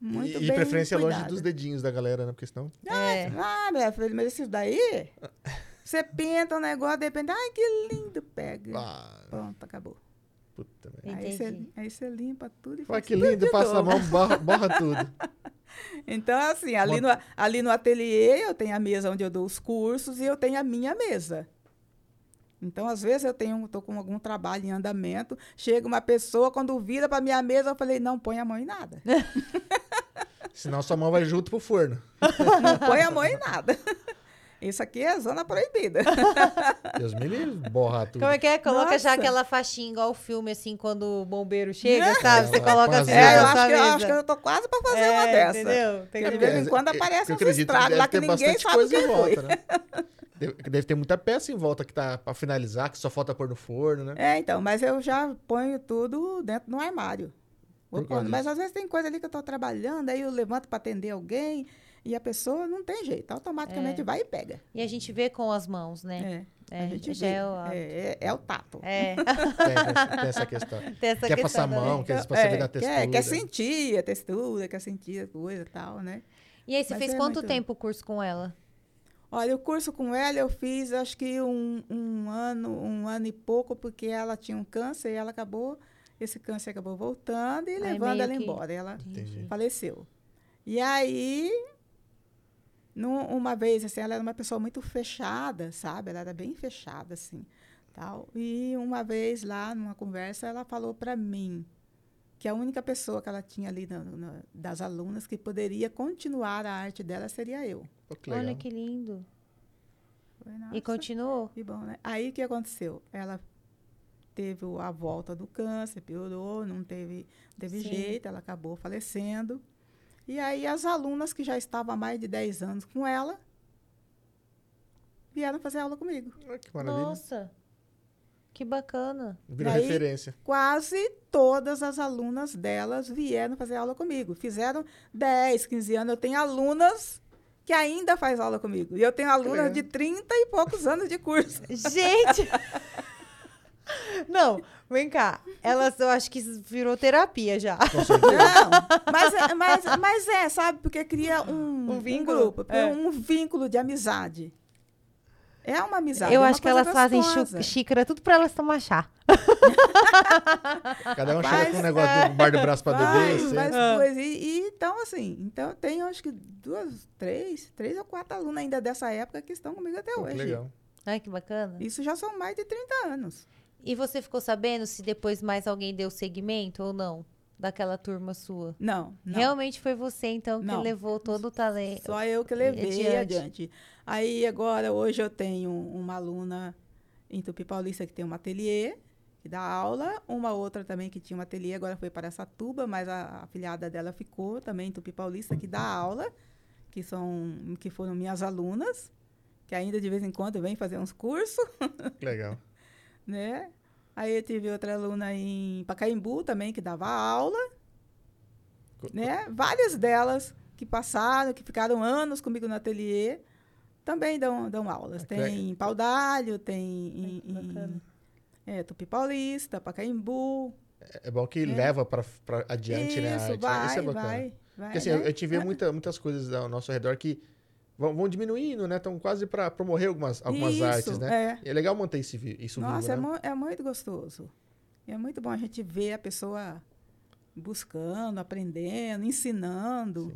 S3: muito
S2: e
S3: bem
S2: de preferência longe
S3: cuidado.
S2: dos dedinhos da galera, né? Porque senão.
S1: É.
S3: Ah, minha filha, mas isso daí, você pinta um negócio, depende, ai que lindo, pega.
S2: Ah,
S3: Pronto, acabou.
S2: puta merda.
S3: é. Aí você,
S1: Entendi.
S3: aí você limpa tudo e
S2: Olha
S3: faz
S2: que
S3: tudo
S2: lindo,
S3: de
S2: passa a
S3: novo.
S2: mão, borra, borra tudo.
S3: Então, assim, ali no, ali no ateliê eu tenho a mesa onde eu dou os cursos e eu tenho a minha mesa. Então, às vezes, eu tenho, estou com algum trabalho em andamento, chega uma pessoa, quando vira para minha mesa, eu falei, não põe a mão em nada.
S2: Senão sua mão vai junto pro forno.
S3: Não põe a mão em nada. Isso aqui é zona proibida.
S2: Deus me livre, borra tudo.
S1: Como é que é? Coloca já
S3: Nossa.
S1: aquela faixinha igual o filme, assim, quando o bombeiro chega,
S2: É,
S1: sabe? Você
S2: uma
S1: coloca assim
S2: coisa-
S3: É, eu
S1: na
S3: acho
S1: sua
S3: que, eu
S1: mesa.
S3: acho que eu tô quase para fazer uma
S1: É,
S3: dessa.
S1: Entendeu? Tem
S3: Porque
S1: que
S3: de vez
S1: ver.
S3: em quando aparece
S2: É, eu
S3: uns
S2: acredito que
S3: estragos lá
S2: deve
S3: que
S2: ter
S3: ninguém
S2: bastante
S3: sabe
S2: coisa
S3: quem
S2: em
S3: foi.
S2: volta, né? Deve, deve ter muita peça em volta que tá pra finalizar, que só falta pôr no forno, né?
S3: É, então, mas eu já ponho tudo dentro no armário. Vou
S2: Por causa
S3: pondo. Mas às vezes tem coisa ali que eu estou trabalhando, aí eu levanto para atender alguém, E a pessoa não tem jeito, automaticamente vai e pega.
S1: E a gente vê com as mãos, né?
S3: É.
S1: É,
S3: a gente
S1: já
S3: vê.
S1: é o-
S3: É, é- é o tato.
S1: É.
S2: Tem, tem essa questão.
S1: Tem essa
S2: quer
S1: questão
S2: passar a
S1: também.
S2: mão, quer
S3: Então,
S2: saber
S3: é,
S2: da textura.
S3: quer, quer sentir a textura, quer sentir a coisa e tal, né?
S1: E aí, você
S3: Mas
S1: fez
S3: é
S1: quanto
S3: muito-
S1: tempo o curso com ela?
S3: Olha, o curso com ela eu fiz acho que um, um ano, um ano e pouco, porque ela tinha um câncer e ela acabou, esse câncer acabou voltando e levando
S1: meio
S3: ela
S1: que-
S3: embora. Ela
S2: Entendi.
S3: faleceu. E aí, num- uma vez, assim, ela era uma pessoa muito fechada, sabe? Ela era bem fechada, assim, tal. E uma vez lá, numa conversa, ela falou para mim que a única pessoa que ela tinha ali na- na- das alunas que poderia continuar a arte dela seria eu.
S2: Pô, que legal.
S1: Olha que lindo.
S3: Falei,
S1: E
S3: "Nossa,
S1: continuou?
S3: que bom, né? Aí o que aconteceu? Ela teve o- a volta do câncer, piorou, não teve, não teve
S1: Sim.
S3: jeito, ela acabou falecendo. E aí as alunas que já estavam há mais de 10 anos com ela vieram fazer aula comigo.
S2: Olha que maravilha.
S1: Nossa, que bacana.
S2: Virou
S3: Daí-
S2: referência.
S3: Quase todas as alunas delas vieram fazer aula comigo. Fizeram 10, 15 anos. Eu tenho alunas que ainda faz aula comigo. E eu tenho alunas
S2: legal.
S3: de 30 e poucos anos de curso.
S1: Gente! Não, vem cá. Elas, eu acho que isso virou terapia já.
S2: Com certeza.
S3: Não, mas, é- mas, mas é, sabe? Porque cria um,
S1: Um
S3: um
S1: vínculo,
S3: grupo, cria
S1: é.
S3: um vínculo de amizade. É uma amizade.
S1: eu
S3: é uma
S1: acho que
S3: coisa
S1: elas fazem
S3: gostosa.
S1: chu- xícara tudo pra elas tomar chá.
S2: Cada um chega
S3: Faz-
S2: com um negócio do bar do braço pra beber.
S3: Faz,
S2: assim.
S3: faz
S1: Ah.
S3: coisa. E, e então, assim, então eu tenho acho que duas, três, três ou quatro alunas ainda dessa época que estão comigo até
S2: Pô, que
S3: hoje.
S2: legal.
S1: Ai, que bacana.
S3: Isso já são mais de 30 anos.
S1: E você ficou sabendo se depois mais alguém deu segmento ou não? Daquela turma sua?
S3: Não, não.
S1: Realmente foi você, então, que
S3: Não.
S1: levou todo o talento.
S3: Só eu que levei
S1: Adiante.
S3: adiante. Aí agora, hoje eu tenho uma aluna em Tupi Paulista que tem um ateliê, que dá aula, uma outra também que tinha um ateliê, agora foi para Satuba, mas a, a filhada dela ficou também em Tupi Paulista, que dá aula, que, são, que foram minhas alunas, que ainda de vez em quando vem fazer uns cursos,
S2: Que legal.
S3: né? Aí eu tive outra aluna em Pacaembu também, que dava aula
S2: Co-
S3: né? Várias delas que passaram, que ficaram anos comigo no ateliê, também dão, dão aulas.
S2: Ah, que legal.
S3: Tem em Paudalho, tem em,
S1: que bacana.
S3: em é, Tupi Paulista, Pacaembu.
S2: É bom que leva pra, pra adiante, né? a
S3: Isso,
S2: arte, né?
S3: vai,
S2: Isso é bacana.
S3: vai, vai.
S2: Porque assim,
S3: né?
S2: eu, eu te vejo muita, muitas coisas ao nosso redor que vão, vão diminuindo, né? Estão quase pra promover algumas, algumas
S3: Isso,
S2: artes, né?
S3: é.
S2: E é legal manter esse, vi- isso
S3: Nossa, é,
S2: vivo, né?
S3: mu- é muito gostoso. E É muito bom a gente ver a pessoa buscando, aprendendo, ensinando.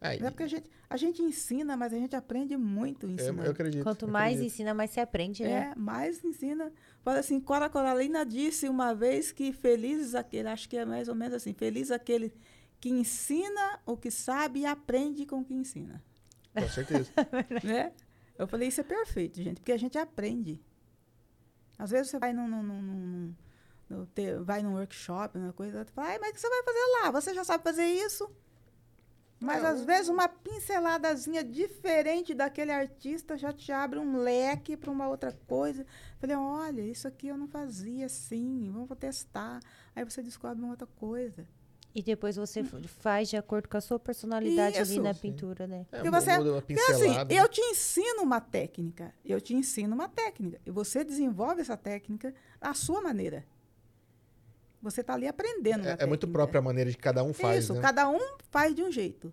S2: É,
S3: Não é porque a gente, a gente ensina, mas a gente aprende muito
S2: eu,
S3: ensinando.
S2: eu acredito.
S1: Quanto
S2: eu
S1: mais
S2: acredito.
S1: ensina, mais se aprende, né?
S3: É, mais ensina. Fala assim, Cora Coralina disse uma vez que feliz aquele, acho que é mais ou menos assim, feliz aquele que ensina o que sabe e aprende com o que ensina,
S2: Com certeza.
S3: né? Eu falei, isso é perfeito, gente, porque a gente aprende. Às vezes você vai num, num, num, num- num- no te- vai num workshop, uma coisa, tu fala, "Ai, mas o que você vai fazer lá? Você já sabe fazer isso? Mas
S2: Não.
S3: às vezes uma pinceladazinha diferente daquele artista já te abre um leque para uma outra coisa. Falei, olha, isso aqui eu não fazia assim, vamos testar. Aí você descobre uma outra coisa.
S1: E depois você f- faz de acordo com a sua personalidade ali
S3: Isso.
S1: na
S2: Sim.
S1: pintura, né?
S2: É,
S3: Porque você-
S2: muda uma
S3: Porque assim,
S2: pincelada. né?
S3: eu te ensino uma técnica, eu te ensino uma técnica, e você desenvolve essa técnica à sua maneira. Você está ali aprendendo. uma
S2: É, é muito
S3: técnica.
S2: própria a maneira de cada um faz,
S3: Isso,
S2: né?
S3: cada um faz de um jeito.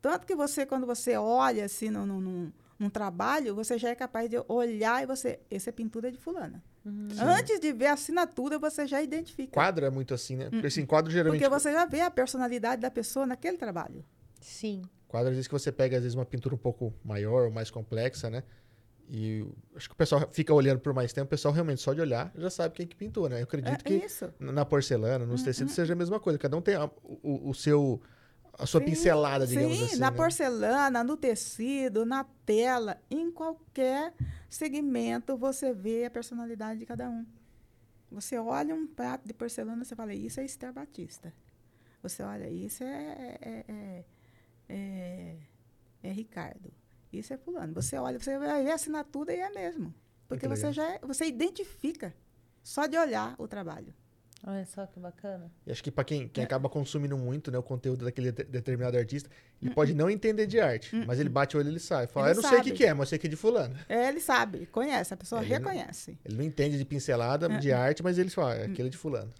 S3: Tanto que você, quando você olha assim num, num- num- num trabalho, você já é capaz de olhar e você. Essa é pintura de fulana.
S1: Uhum.
S3: Antes de ver a assinatura, você já identifica.
S2: Quadro é muito assim, né? Porque assim, quadro geralmente...
S3: Hum, Porque você já vê a personalidade da pessoa naquele trabalho.
S1: Sim.
S2: Quadro, às vezes, que você pega, às vezes, uma pintura um pouco maior ou mais complexa, né? E acho que o pessoal fica olhando por mais tempo. O pessoal realmente, só de olhar, já sabe quem que pintou, né? Eu
S3: É, Hum,
S2: acredito
S3: é
S2: que
S3: isso.
S2: na porcelana, nos tecidos, seja a mesma coisa. Cada um tem a- o, o seu... A sua
S3: Sim,
S2: pincelada, digamos
S3: Sim,
S2: assim.
S3: na
S2: né?
S3: porcelana, no tecido, na tela, em qualquer segmento você vê a personalidade de cada um. Você olha um prato de porcelana você fala, isso é Esther Batista. Você olha, isso é, é, é- é- é Ricardo. Isso é fulano. Você olha, você vai ver a assinatura e é mesmo. Porque
S2: Muito
S3: você já é- você identifica só de olhar o trabalho.
S1: Olha só que bacana.
S2: E acho que pra quem,
S3: É.
S2: quem acaba consumindo muito né, o conteúdo daquele de- determinado artista,
S3: Hum,
S2: ele pode não entender de arte, mas ele bate o olho e ele sai. Fala,
S3: Ele
S2: eu não sei o que,
S3: sabe.
S2: que é, mas eu sei que é de fulano.
S3: É, ele sabe, conhece, a pessoa
S2: É, Ele não-
S3: reconhece.
S2: Ele não entende de pincelada, de
S3: hum.
S2: arte, mas ele fala, é aquele de fulano.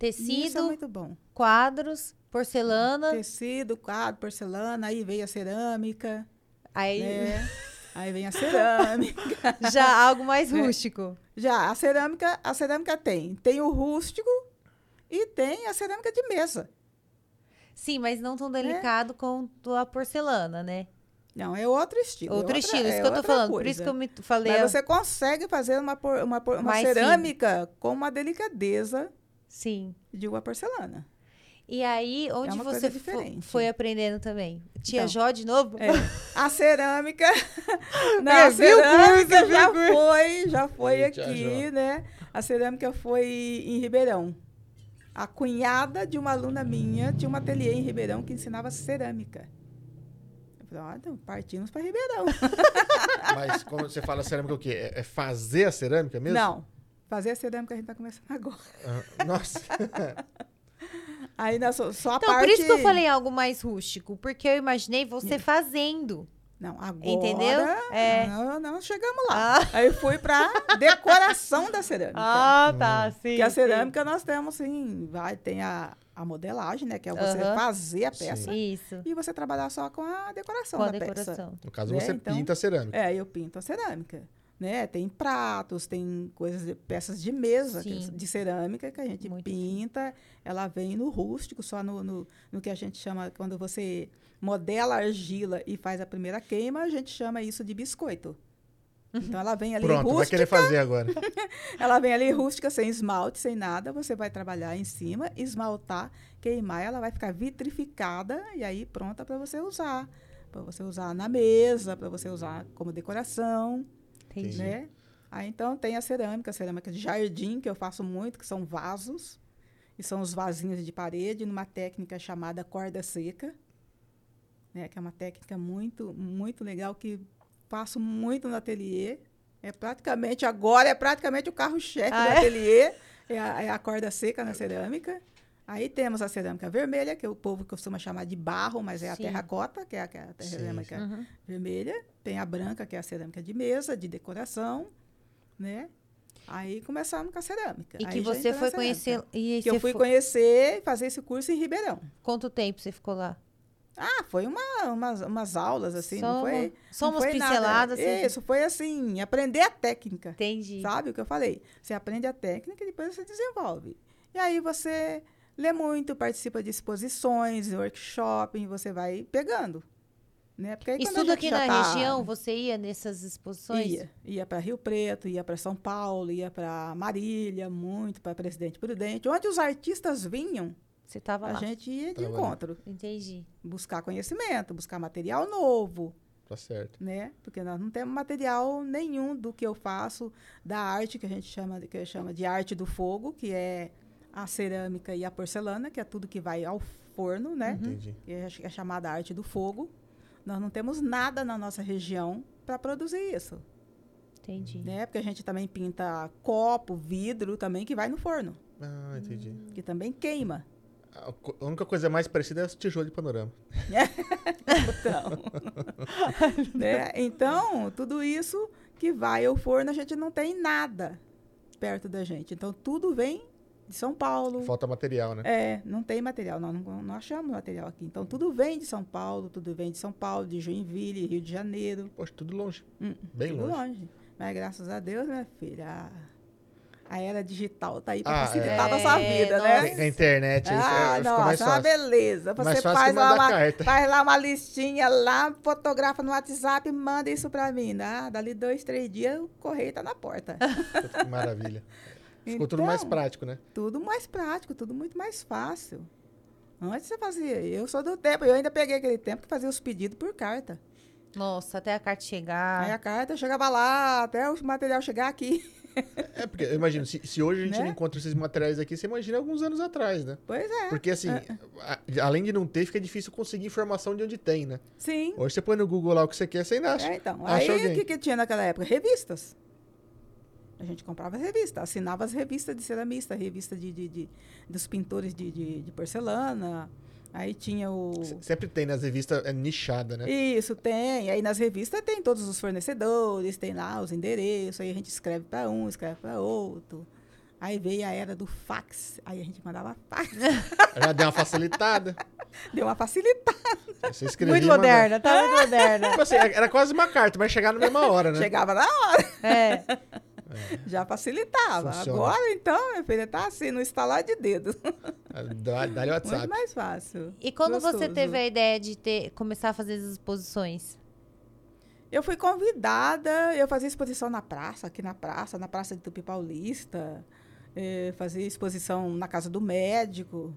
S3: E Isso é
S1: Tecido,
S3: muito bom.
S1: quadros, porcelana.
S3: Tecido, quadro, porcelana, aí veio a cerâmica,
S1: Aí
S3: né? Aí vem a cerâmica.
S1: já algo mais
S3: É.
S1: rústico.
S3: Já, a cerâmica, a cerâmica tem. Tem o rústico e tem a cerâmica de mesa.
S1: Sim, mas não tão
S3: É.
S1: delicado quanto a porcelana, né?
S3: Não, é outro estilo. é
S1: Outro
S3: outra-
S1: estilo, isso
S3: é
S1: que eu tô
S3: outra
S1: falando. Por
S3: coisa.
S1: isso que eu me t- falei. a-
S3: Mas você consegue fazer uma, por- uma, por- uma
S1: Mais fino.
S3: cerâmica com uma delicadeza
S1: Sim.
S3: de uma porcelana.
S1: E aí, onde
S3: É uma
S1: você
S3: coisa
S1: fo-
S3: diferente.
S1: foi aprendendo também? Tia
S3: Então.
S1: Jó de novo?
S3: É. A cerâmica. Não,
S1: É,
S3: a
S1: viu,
S3: cerâmica
S1: Curta,
S3: já
S1: viu, Curta?
S3: foi, já foi
S2: Eita,
S3: aqui,
S2: Jó.
S3: né? A cerâmica foi em Ribeirão. A cunhada de uma aluna minha tinha um ateliê em Ribeirão que ensinava cerâmica. Eu falei, "Olha, partimos para Ribeirão.
S2: Mas quando você fala cerâmica, o quê? É é fazer a cerâmica mesmo?
S3: Não, fazer a cerâmica a gente está começando agora.
S2: Ah, Nossa.
S3: Aí nós só, só a
S1: Então,
S3: parte... É.
S1: por isso que eu falei algo mais rústico, porque eu imaginei você fazendo.
S3: Não, agora...
S1: Entendeu?
S3: Ah,
S1: É.
S3: Não, não chegamos lá.
S1: Ah,
S3: Aí fui para decoração da cerâmica.
S1: ah, tá, sim.
S3: Porque Hum. é a
S1: sim.
S3: cerâmica nós temos, sim, vai, tem a, a modelagem, né? Que é você
S1: Aham.
S3: fazer a peça.
S1: Isso.
S3: E você trabalhar só com a decoração
S1: Com a
S3: da peça.
S1: decoração.
S2: No caso,
S3: Né,
S2: você
S3: então?
S2: pinta a cerâmica.
S3: É, eu pinto a cerâmica. Né? Tem pratos, tem coisas, de- peças de mesa que-
S1: Sim.
S3: de cerâmica que a gente
S1: Muito
S3: pinta. Ela vem no rústico, só no, no, no que a gente chama, quando você modela a argila e faz a primeira queima, a gente chama isso de biscoito. Então ela vem ali
S2: Pronto, vai
S3: rústica,
S2: querer fazer agora.
S3: ela vem ali rústica, sem esmalte, sem nada. Você vai trabalhar em cima, esmaltar, queimar, ela vai ficar vitrificada e aí pronta para você usar. Para você usar na mesa, para você usar como decoração,
S1: Entendi.
S2: Entendi.
S3: né? Aí então tem a cerâmica, a cerâmica de jardim, que eu faço muito, que são vasos. E são os vasinhos de parede, numa técnica chamada corda seca. Né? Que é uma técnica muito, muito legal, que faço muito no ateliê. É praticamente, agora é praticamente o carro-chefe
S1: Ah,
S3: do
S1: é?
S3: ateliê. É a, é a corda seca na cerâmica. Aí temos a cerâmica vermelha, que é o povo costuma chamar de barro, mas é a
S1: Sim.
S3: terracota, que é a, que é a
S2: Sim,
S3: cerâmica
S1: Uhum.
S3: vermelha, tem a branca, que é a cerâmica de mesa, de decoração, né? Aí começamos com a cerâmica.
S1: E
S3: Aí
S1: que
S3: já
S1: você
S3: entrou
S1: foi
S3: na cerâmica.
S1: conhecer. E aí
S3: Que eu
S1: você
S3: fui
S1: fo-
S3: conhecer e fazer esse curso em Ribeirão.
S1: Quanto tempo você ficou lá?
S3: Ah, foi uma, umas, umas aulas, assim,
S1: só
S3: não foi?
S1: uma- só
S3: não
S1: umas
S3: foi nada.
S1: pinceladas. assim.
S3: Isso, foi assim, aprender a técnica.
S1: Entendi.
S3: Sabe o que eu falei? Você aprende a técnica e depois você desenvolve. E aí você lê muito, participa de exposições, workshopping, você vai pegando. Né? Porque aí quando a
S1: Estudo
S3: gente
S1: aqui
S3: já
S1: na
S3: tá-
S1: região, você ia nessas exposições?
S3: Ia, ia para Rio Preto, ia para São Paulo, ia para Marília, muito para Presidente Prudente. Onde os artistas vinham,
S1: Você tava
S3: a
S1: lá.
S3: gente ia de
S2: Tava lá.
S3: encontro,
S1: Entendi.
S3: buscar conhecimento, buscar material novo,
S2: Tá certo.
S3: né? Porque nós não temos material nenhum do que eu faço da arte que a gente chama, que eu chamo de arte do fogo, que é a cerâmica e a porcelana, que é tudo que vai ao forno, né?
S1: Uhum.
S2: Entendi.
S3: que é ch- é chamada arte do fogo. Nós não temos nada na nossa região para produzir isso.
S1: Entendi.
S3: né? Porque a gente também pinta copo, vidro também que vai no forno,
S2: Ah, entendi.
S3: que também queima.
S2: A co- a única coisa mais parecida é o tijolo de panorama.
S3: Então, né? então tudo isso que vai ao forno a gente não tem nada perto da gente. Então tudo vem de São Paulo.
S2: Falta material, né?
S3: É, não tem material, nós não, não achamos material aqui. Então tudo vem de São Paulo, tudo vem de São Paulo, de Joinville, Rio de Janeiro,
S2: Poxa, tudo longe.
S3: Hum,
S2: Bem
S3: tudo
S2: longe.
S3: longe. Mas graças a Deus, minha filha, a, a era digital tá aí
S2: Ah,
S3: para
S2: é.
S3: facilitar a nossa
S1: É,
S3: vida,
S1: nossa.
S3: né?
S2: Tem- Na internet, aí
S3: Ah,
S2: fica mais
S3: nossa, uma
S2: fácil.
S3: beleza. Você
S2: mais fácil que
S3: faz, lá
S2: mandar
S3: uma,
S2: carta.
S3: faz lá uma listinha lá, fotografa no WhatsApp e manda isso pra mim. Ah, dali dois, três dias o correio tá na porta.
S2: Que maravilha. Ficou tudo
S3: Então,
S2: mais prático, né?
S3: Tudo mais prático, tudo muito mais fácil. Antes você fazia, eu sou do tempo, eu ainda peguei aquele tempo que fazia os pedidos por carta.
S1: Nossa, até a carta
S2: Ah.
S3: Aí
S1: chegar.
S3: a carta chegava lá, até o material chegar aqui.
S2: É porque, eu imagino, se, se hoje a gente
S3: Né?
S2: não encontra esses materiais aqui, você imagina alguns anos atrás, né?
S3: Pois é,
S2: Porque, assim, a- além de não ter, fica difícil conseguir informação de onde tem, né?
S3: sim.
S2: Hoje você põe no Google lá o que você quer, você ainda acha.
S3: É, então,
S2: acha
S3: aí o
S2: alguém.
S3: que, que tinha naquela época? Revistas. A gente comprava as revistas, assinava as revistas de ceramista, revista de, de- de- dos pintores de, de- de porcelana. Aí tinha o.
S2: Se- Sempre tem nas revistas é nichada, né?
S3: Isso, tem. Aí nas revistas tem todos os fornecedores, tem lá os endereços, aí a gente escreve para um, escreve para outro. Aí veio a era do fax, aí a gente mandava fax,
S2: Já deu uma facilitada.
S3: deu uma facilitada.
S2: Você escrevia.
S1: muito
S2: e mandava.
S1: moderna, tá muito moderna.
S2: Tipo assim, era quase uma carta, vai chegar na mesma hora, né?
S3: Chegava na
S1: É.
S3: hora, já facilitava.
S2: Funciona.
S3: Agora, então, minha filha, tá assim, no instalar de dedo.
S2: Ah, Dá- Dá-lhe o
S3: Muito
S2: WhatsApp.
S3: mais fácil.
S1: E quando você
S3: Gostoso.
S1: teve a ideia de ter, começar a fazer as exposições?
S3: Eu fui convidada, eu fazia exposição na praça, aqui na praça, na praça de Tupi Paulista, eh, fazia exposição na casa do médico,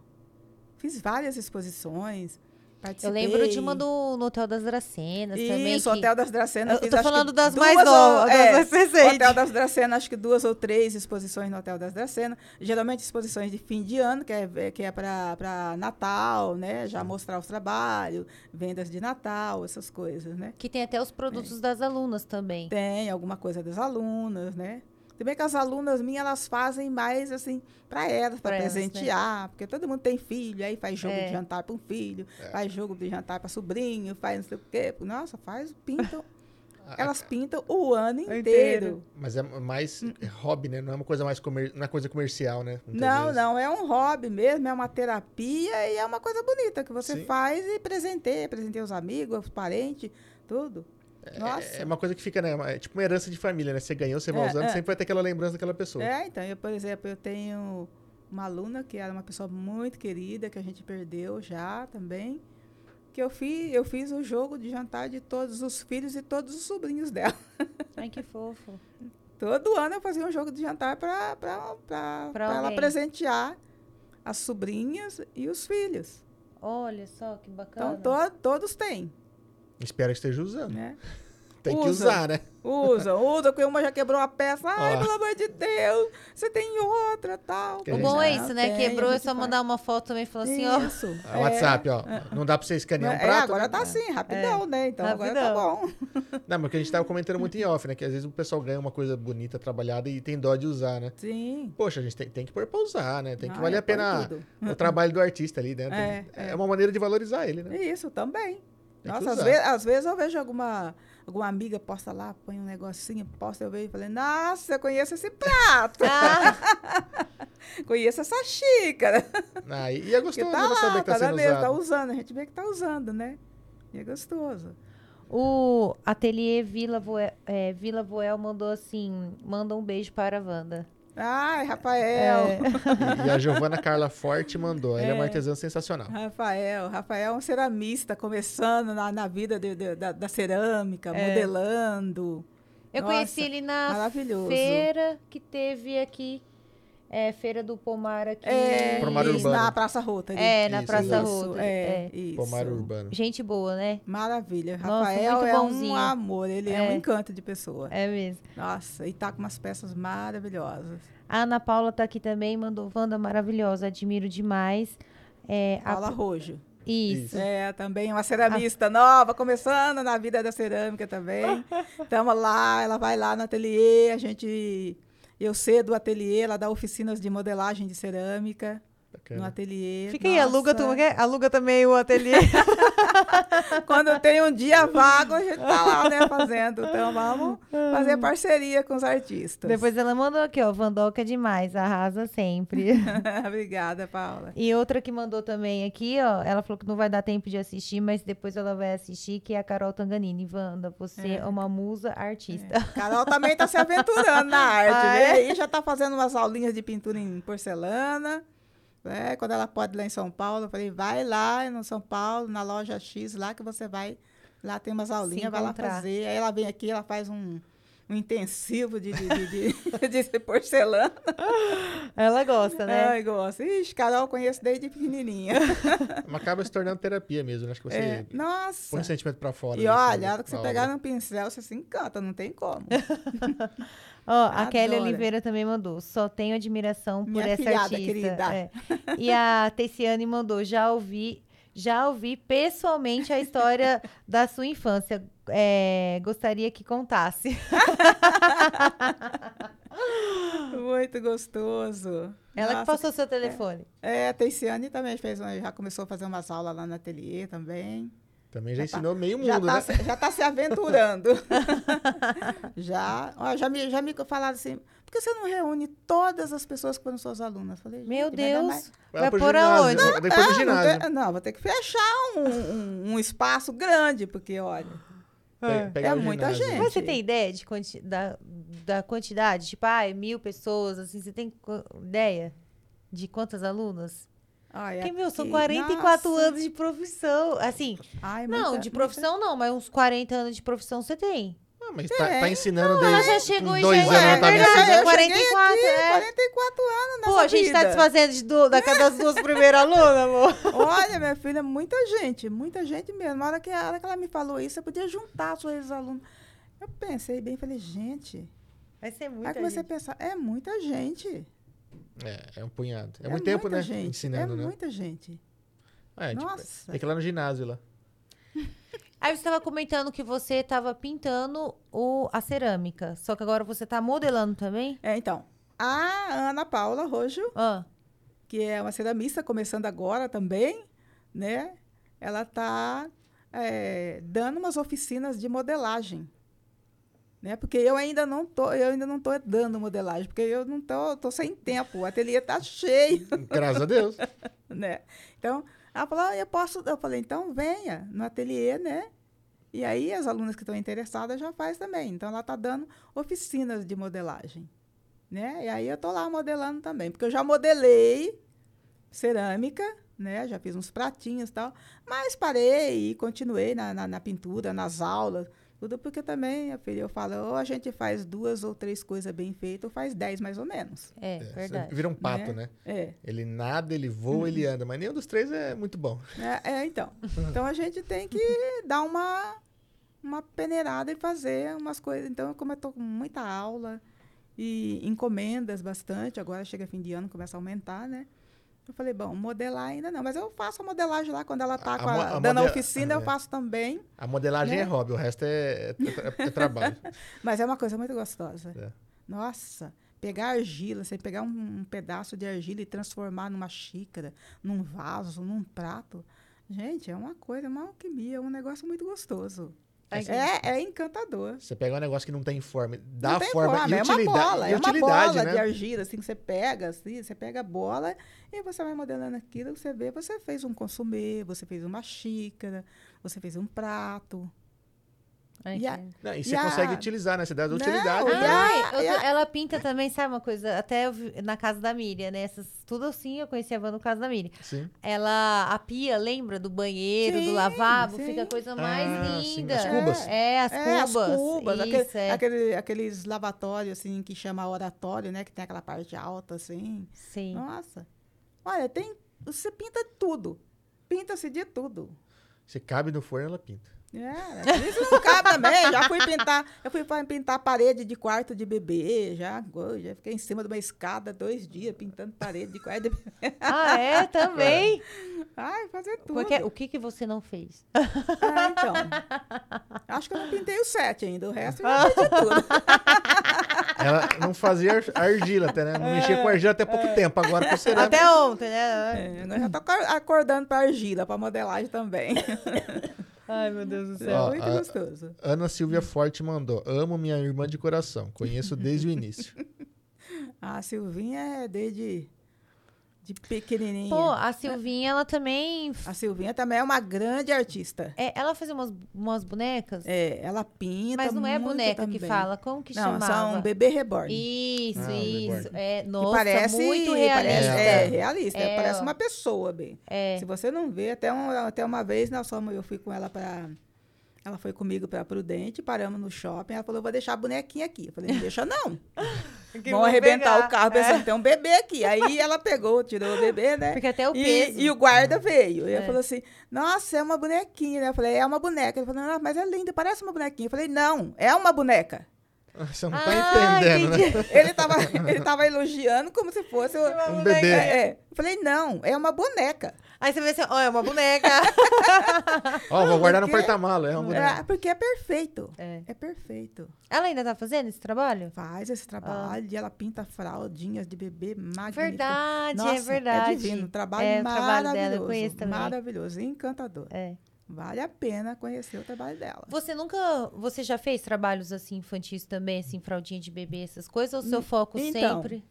S3: fiz várias exposições,
S1: Eu
S3: participei.
S1: lembro de uma do, no Hotel das Dracenas também.
S3: Isso,
S1: que-
S3: Hotel das Dracenas.
S1: Eu
S3: fiz
S1: tô
S3: acho que
S1: falando das
S3: duas
S1: mais novas,
S3: ou-
S1: das
S3: é,
S1: mais recentes.
S3: Hotel das Dracenas, acho que duas ou três exposições no Hotel das Dracenas. Geralmente exposições de fim de ano, que é, que é para Natal, né? Já mostrar os trabalhos, vendas de Natal, essas coisas, né?
S1: Que tem até os produtos das alunas também.
S3: Tem alguma coisa das alunas, né? Se bem que as alunas minhas, elas fazem mais, assim, para elas, para
S1: Pra elas, né?
S3: presentear. Porque todo mundo tem filho, aí faz jogo
S1: É.
S3: de jantar para um filho,
S2: É.
S3: faz jogo de jantar para sobrinho, faz não sei o quê. Nossa, faz, pintam.
S2: A-
S3: elas pintam o ano
S1: Inteiro.
S3: inteiro.
S2: Ah, Mas é mais
S3: Hum.
S2: hobby, né? Não é uma coisa mais comer... não é coisa comercial, né? Muitas
S3: Não,
S2: vezes.
S3: não, é um hobby mesmo, é uma terapia e é uma coisa bonita que você
S2: Sim.
S3: faz e presenteia, presenteia os amigos, os parentes, tudo. Nossa.
S2: É uma coisa que fica, né? É tipo uma herança de família, né? Você ganhou, você vai
S3: É,
S2: usando,
S3: é.
S2: sempre vai ter aquela lembrança daquela pessoa.
S3: É, então, eu, por exemplo, eu tenho uma aluna que era uma pessoa muito querida, que a gente perdeu já também, que eu, fi, eu fiz o jogo de jantar de todos os filhos e todos os sobrinhos dela.
S1: Ai, que fofo.
S3: Todo ano eu fazia um jogo de jantar para ela
S1: alguém.
S3: presentear as sobrinhas e os filhos.
S1: Olha só, que bacana.
S3: Então, to, todos têm,
S2: Espero que esteja usando.
S3: né?
S2: Tem que
S3: Usa.
S2: usar, né?
S3: Usam, usam, porque uma já quebrou a peça. Ai,
S2: Ó.
S3: pelo amor de Deus, você tem outra, tal.
S2: Ah. Que a
S1: O
S2: gente-
S1: bom é
S3: Não,
S1: isso, né?
S3: tem,
S1: Quebrou,
S3: a
S1: é
S3: gente
S1: só
S3: faz.
S1: mandar uma foto também e falar assim, ó.
S3: Isso.
S2: Ah, WhatsApp, ó. Não dá pra você
S3: É,
S2: escanear um
S3: é,
S2: prato.
S3: agora
S2: né?
S3: tá assim, rapidão, né? Então agora tá bom.
S2: Não, mas o que a gente tava comentando muito em off, né? Que às vezes o pessoal ganha uma coisa bonita, trabalhada e tem dó de usar, né?
S3: Sim.
S2: Poxa, a gente tem, tem que pôr pra usar, né? Tem que
S3: Ah,
S2: valer
S3: eu
S2: a pena
S3: ponho tudo.
S2: o trabalho do artista ali, né? Tem- é, uma maneira de valorizar ele, né?
S3: É Isso, também.
S2: que
S3: Nossa, às
S2: usar.
S3: vezes, às vezes eu vejo alguma, alguma amiga posta lá, põe um negocinho, posta, eu vejo e falei, nossa, eu conheço esse prato,
S1: Ah,
S3: conheço essa xícara.
S2: Ah, e e é
S3: Porque
S2: gostoso
S3: tá
S2: né, saber
S3: lá,
S2: que tá
S3: tá na
S2: sendo
S3: mesa, tá
S2: usado.
S3: usando, a gente vê que tá usando, né? E é gostoso.
S1: o ateliê Vila Voel, é, Vila Voel mandou assim, manda um beijo para a Wanda.
S3: Ai, Rafael.
S2: E, e a Giovana Carla Forte mandou. Ele é, uma artesã sensacional.
S3: Rafael, Rafael é um ceramista começando na, na vida de- de- da, da cerâmica,
S1: É.
S3: modelando.
S1: Eu
S3: Nossa,
S1: conheci ele na
S3: Maravilhoso.
S1: feira que teve aqui, é, Feira do Pomar aqui.
S3: É,
S2: Pomar
S3: isso,
S2: Urbano.
S3: na Praça Rota. ali.
S1: É, na
S2: Isso,
S1: Praça
S3: Isso,
S1: Rota.
S3: É, isso.
S2: Pomar urbano.
S1: Gente boa, né?
S3: Maravilha.
S1: Nossa,
S3: Rafael
S1: muito
S3: é
S1: bonzinho.
S3: um amor, ele é. um
S1: É.
S3: encanto de pessoa.
S1: É mesmo.
S3: Nossa, e tá com umas peças maravilhosas.
S1: A Ana Paula tá aqui também, mandou Wanda maravilhosa, admiro demais. É, a-
S3: Paula Rojo.
S1: Isso.
S3: É, também uma ceramista nova, começando na vida da cerâmica também. Tamo lá, ela vai lá no ateliê, a gente. Eu cedo o ateliê, ela dá oficinas de modelagem de cerâmica
S2: Bacana.
S3: no ateliê.
S1: É, Fica aí, aluga, tu,
S3: Nossa.
S1: quer? aluga também o ateliê.
S3: Quando tem um dia vago, a gente tá lá, né, fazendo. Então vamos fazer parceria com os artistas.
S1: Depois ela mandou aqui, ó, Vandoca demais, arrasa sempre.
S3: Obrigada, Paula.
S1: e outra que mandou também aqui, ó, ela falou que não vai dar tempo de assistir, mas depois ela vai assistir, que é a Carol Tanganini. Wanda, você é, uma musa artista.
S3: Carol também tá se aventurando na arte,
S1: Ah,
S3: né? Aí já tá fazendo umas aulinhas de pintura em porcelana. Né? Quando ela pode lá em São Paulo, eu falei, vai lá no São Paulo, na loja X, lá que você vai. Lá tem umas aulinhas, vai lá
S1: encontrar.
S3: fazer. Aí ela vem aqui, ela faz um, um intensivo de, de, de, de- de porcelana.
S1: Ela gosta, né?
S3: É. Ai, gosto. Ixi, Carol eu conheço desde pequenininha.
S2: Mas acaba se tornando terapia mesmo, né? Acho que você
S3: É,
S2: põe
S3: Nossa.
S2: o sentimento pra fora.
S3: E
S2: né,
S3: olha,
S2: sabe?
S3: a hora que você
S2: Da
S3: pegar
S2: obra.
S3: no pincel, você se encanta, não tem como.
S1: Ó, a Kelly
S3: Adora.
S1: Oliveira também mandou. Só tenho admiração por
S3: Minha
S1: essa
S3: filhada
S1: artista.
S3: querida.
S1: É. E a Tessiane mandou. Já ouvi, já ouvi pessoalmente a história da sua infância. É, gostaria que contasse.
S3: muito gostoso.
S1: Ela que
S3: Nossa.
S1: passou seu telefone.
S3: É, a Teiciane também fez, uma- já começou a fazer umas aulas lá no ateliê também.
S2: Também já
S3: Já tá-
S2: ensinou meio
S3: já
S2: mundo,
S3: está
S2: né?
S3: se, já tá se aventurando. já, ó, já me, já me falaram assim, por que você não reúne todas as pessoas que foram suas alunas? Eu Falei,
S1: Meu
S3: "Gente, É. vai dar mais-
S1: Deus.
S2: Vai
S1: Vai
S2: pro
S1: por
S2: ginásio,
S1: aonde?
S2: vai- Depois do
S3: Ah, não,
S2: ginásio.
S3: tem- não, vou ter que fechar um, um- um espaço grande, porque, olha,
S2: Pe- pegar
S3: É
S2: o
S3: muita
S2: ginásio.
S3: gente.
S1: Mas você tem ideia de quanti da, da quantidade? Tipo, ai, mil pessoas, assim, você tem co- ideia de quantas alunas?
S3: olha
S1: Porque, meu, são
S3: aqui,
S1: 44
S3: É nossa.
S1: anos de profissão. Assim,
S3: Ai,
S1: não,
S3: muita-
S1: de profissão não, mas uns 40 anos de profissão você tem.
S2: Ah, mas tá, tá
S3: Tem.
S2: ensinando
S1: Ela
S2: desde
S1: já chegou
S2: com
S1: e
S2: dois
S1: já
S2: anos
S1: é,
S2: ela tá me
S1: verdade,
S2: ensinando.
S1: é
S3: Eu cheguei
S1: 44,
S3: aqui,
S1: é.
S3: 44 anos nessa
S1: Pô, a gente tá
S3: vida.
S1: desfazendo de do, da, das duas primeiras alunas, amor.
S3: Olha, minha filha, muita gente, muita gente mesmo. Na hora que, a hora que ela me falou isso, eu podia juntar suas ex-alunas. Eu pensei bem, falei, gente.
S1: Vai ser muito.
S3: aí comecei a pensar, é muita gente.
S2: É, é um punhado. É, muito tempo,
S3: muita
S2: né?
S3: Gente,
S2: Ensinando,
S3: é
S2: né?
S3: muita gente.
S2: É, tipo,
S3: Nossa.
S2: é que lá no ginásio lá.
S1: Aí você estava comentando que você estava pintando o, a cerâmica, só que agora você está modelando também?
S3: É, então, a Ana Paula Rojo,
S1: Ah,
S3: que é uma ceramista começando agora também, né? Ela está dando umas oficinas de modelagem, né? Porque eu ainda não tô, eu ainda não tô dando modelagem, porque eu não tô, tô sem tempo, o ateliê tá cheio,
S2: Graças a Deus. É,
S3: né? Então, ela falou, "Ah, eu posso, eu falei, então venha no ateliê, né? E aí as alunas que estão interessadas já faz também. Então ela está dando oficinas de modelagem, né? E aí eu tô lá modelando também, porque eu já modelei cerâmica, né? Já fiz uns pratinhos e tal, mas parei e continuei na, na, na pintura, nas aulas, tudo porque também, minha filha, eu falo, ou a gente faz duas ou três coisas bem feitas, ou faz dez mais ou menos.
S1: é,
S2: É,
S1: verdade.
S2: Vira um pato, né?
S3: É.
S2: Ele nada, ele voa, ele anda. Mas nenhum dos três é muito bom.
S3: É, é, então. Então a gente tem que dar uma, uma peneirada e fazer umas coisas. Então, como eu estou com muita aula e encomendas bastante, agora chega fim de ano, começa a aumentar, né? Eu falei, bom, modelar ainda não, mas eu faço a modelagem lá quando ela
S2: A-
S3: está
S2: a mo- a
S3: dando a
S2: modela-
S3: oficina,
S2: Ah,
S3: eu
S2: é.
S3: faço também.
S2: A modelagem
S3: Né?
S2: é hobby, o resto é, é- é- é trabalho.
S3: Mas é uma coisa muito gostosa.
S2: É.
S3: Nossa, pegar argila, você pegar um, um pedaço de argila e transformar numa xícara, num vaso, num prato. Gente, é uma coisa, é uma alquimia, é um negócio muito gostoso.
S1: Ai,
S3: É, é encantador.
S2: Você pega um negócio que não tem forma, dá
S3: Não tem
S2: forma, e
S3: é uma
S2: utilidade,
S3: bola,
S2: e
S3: é uma
S2: utilidade,
S3: bola
S2: né?
S3: de argila, assim, que você pega, assim, você pega a bola e você vai modelando aquilo, você vê, você fez um consumê, você fez uma xícara, você fez um prato.
S1: Ai,
S3: e a-
S1: que-
S2: Não, e
S3: E
S2: você
S3: a-
S2: consegue utilizar, né? Você dá
S3: Ah. Não, ah.
S2: utilidade.
S3: e
S2: né?
S3: a-
S1: Ai, Ah, eu-
S3: e a-
S1: ela pinta também, sabe uma coisa? Até eu vi na casa da Miriam, né? Essas, tudo assim, eu conheci a Van no casa da Miriam.
S2: né? Sim.
S1: Ela, a pia, lembra do banheiro, do
S3: Sim,
S1: lavabo?
S3: sim.
S1: Fica a coisa mais
S2: Ah, sim,
S1: linda.
S2: as cubas.
S1: É, as
S3: É,
S1: cubas.
S3: as cubas,
S1: Isso,
S3: aquele-
S1: é.
S3: aquele- aqueles lavatórios, assim, que chama oratório, né? Que tem aquela parte alta, assim.
S1: Sim.
S3: Nossa. Olha, tem... Você pinta tudo. Pinta-se de tudo.
S2: Você cabe no forno, ela pinta.
S3: É, isso não cabe também. Já fui pintar, eu fui pa- pintar parede de quarto de bebê, já, go- já fiquei em cima de uma escada dois dias pintando parede de quarto de bebê.
S1: Ah, é? Também?
S3: Ai, fazer tudo.
S1: Qualquer- é, o que, que você não fez?
S3: Ah, então. Acho que eu não pintei o sete ainda, o resto eu já pintei tudo.
S2: Ela não fazia ar- argila até, né? Não mexia com argila até pouco tempo. Agora com cerâmica.
S1: Até ontem, né?
S3: É, agora já tô acor- acordando pra argila, pra modelagem também.
S1: Ai, meu Deus do
S3: É
S2: Ó,
S3: muito
S2: a-
S3: gostoso.
S2: Ana Silvia Forte mandou. Amo minha irmã de coração. Conheço desde o início.
S3: A Silvinha é desde de pequenininha.
S1: Pô, a Silvinha, ela também.
S3: A Silvinha também é uma grande artista.
S1: é, ela fazia umas, umas bonecas,
S3: É, ela pinta
S1: mas não é
S3: muito
S1: boneca que
S3: também.
S1: fala. Como que
S3: Não,
S1: chamava?
S3: são bebê reborn.
S1: Isso,
S2: Ah,
S1: isso.
S2: reborn.
S1: É,
S3: Que
S1: nossa,
S3: parece
S1: muito
S3: Parece, é,
S1: realista.
S3: realista.
S1: É,
S3: parece
S1: ó.
S3: uma pessoa, bem.
S1: É.
S3: Se você não vê, até, um- até uma vez nós fomos, eu fui com ela para ela foi comigo para Prudente, paramos no shopping, ela falou: "Vou deixar a bonequinha aqui". Eu falei: "Não deixa não. Vão arrebentar o carro
S1: É.
S3: pensando que tem um bebê aqui". Aí ela pegou, tirou o bebê, né?
S1: Porque até É o peso.
S3: E, e o guarda veio. E ele
S1: É.
S3: falou assim: Nossa, é uma bonequinha. né? Eu falei: É uma boneca. Ele falou: Não, mas é linda, parece uma bonequinha. Eu falei: Não, é uma boneca.
S2: Você não tá
S1: Ah,
S2: entendendo, né?
S3: Ele estava ele tava elogiando como se fosse. o-
S1: Uma
S2: Um
S1: boneca.
S2: bebê.
S3: É, é. Falei, não, é uma boneca.
S1: Aí você vê assim, ó, é uma boneca.
S2: Ó, vou guardar no
S3: porque-
S2: porta-malo. É um boneco.
S3: É, porque é perfeito.
S1: É.
S3: É perfeito.
S1: Ela ainda tá fazendo esse trabalho?
S3: Faz
S1: Ah.
S3: esse trabalho, ela pinta fraldinhas de bebê magnífico.
S1: Verdade,
S3: Nossa,
S1: é verdade.
S3: É divino, trabalho
S1: É, o trabalho
S3: maravilhoso.
S1: dela, eu conheço também.
S3: Maravilhoso, encantador.
S1: É.
S3: Vale a pena conhecer o trabalho dela.
S1: Você nunca. Você já fez trabalhos assim infantis também, assim, fraldinha de bebê, essas coisas? Ou seu foco
S3: então.
S1: sempre?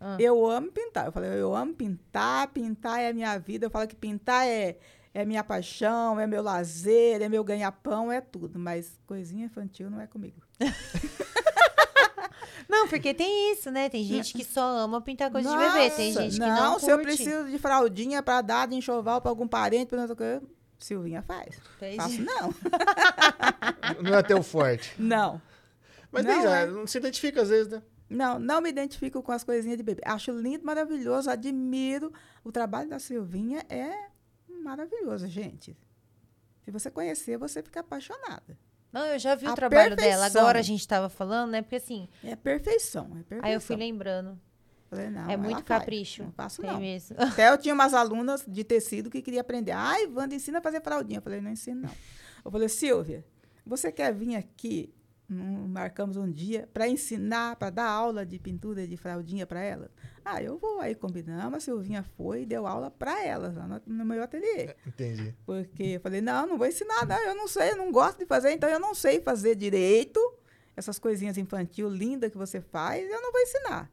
S1: Ah.
S3: Eu amo pintar. Eu falei, eu amo pintar, pintar é a minha vida. Eu falo que pintar é, é minha paixão, é meu lazer, é meu ganha-pão, é tudo. Mas coisinha infantil não é comigo.
S1: Não, porque tem isso, né? Tem gente que só ama pintar É coisa de bebê. Tem
S3: Nossa,
S1: gente que não.
S3: se eu
S1: curte.
S3: preciso de fraldinha para dar de enxoval para algum parente, pra não sei o quê, Silvinha faz.
S1: Entendi.
S3: Faço não.
S2: Não é teu forte.
S3: Não.
S2: Mas
S3: Não
S2: tem, já,
S3: é.
S2: não se identifica às vezes, né?
S3: Não, não me identifico com as coisinhas de bebê. Acho lindo, maravilhoso, admiro. O trabalho da Silvinha é maravilhoso, gente. Se você conhecer, você fica apaixonada.
S1: Não, eu já vi o
S3: A
S1: trabalho dela.
S3: perfeição.
S1: Agora a gente tava falando, né? Porque assim,
S3: É perfeição, é perfeição.
S1: aí eu fui lembrando.
S3: Falei, não,
S1: é
S3: ela
S1: muito
S3: faz.
S1: capricho.
S3: Não faço,
S1: tem
S3: não.
S1: mesmo.
S3: Até eu tinha umas alunas de tecido que queria aprender. Ai, Wanda, ensina a fazer fraldinha. Eu falei, não ensino, não. Eu falei, Silvia, você quer vir aqui? Hum, Marcamos um dia para ensinar, para dar aula de pintura de fraldinha para elas. Ah, eu vou. Aí combinamos, a Silvinha foi e deu aula para elas lá no, no meu ateliê.
S2: Entendi.
S3: Porque eu falei, não, não vou ensinar, não. Eu não sei, eu não gosto de fazer, então eu não sei fazer direito. Essas coisinhas infantil linda que você faz, eu não vou ensinar.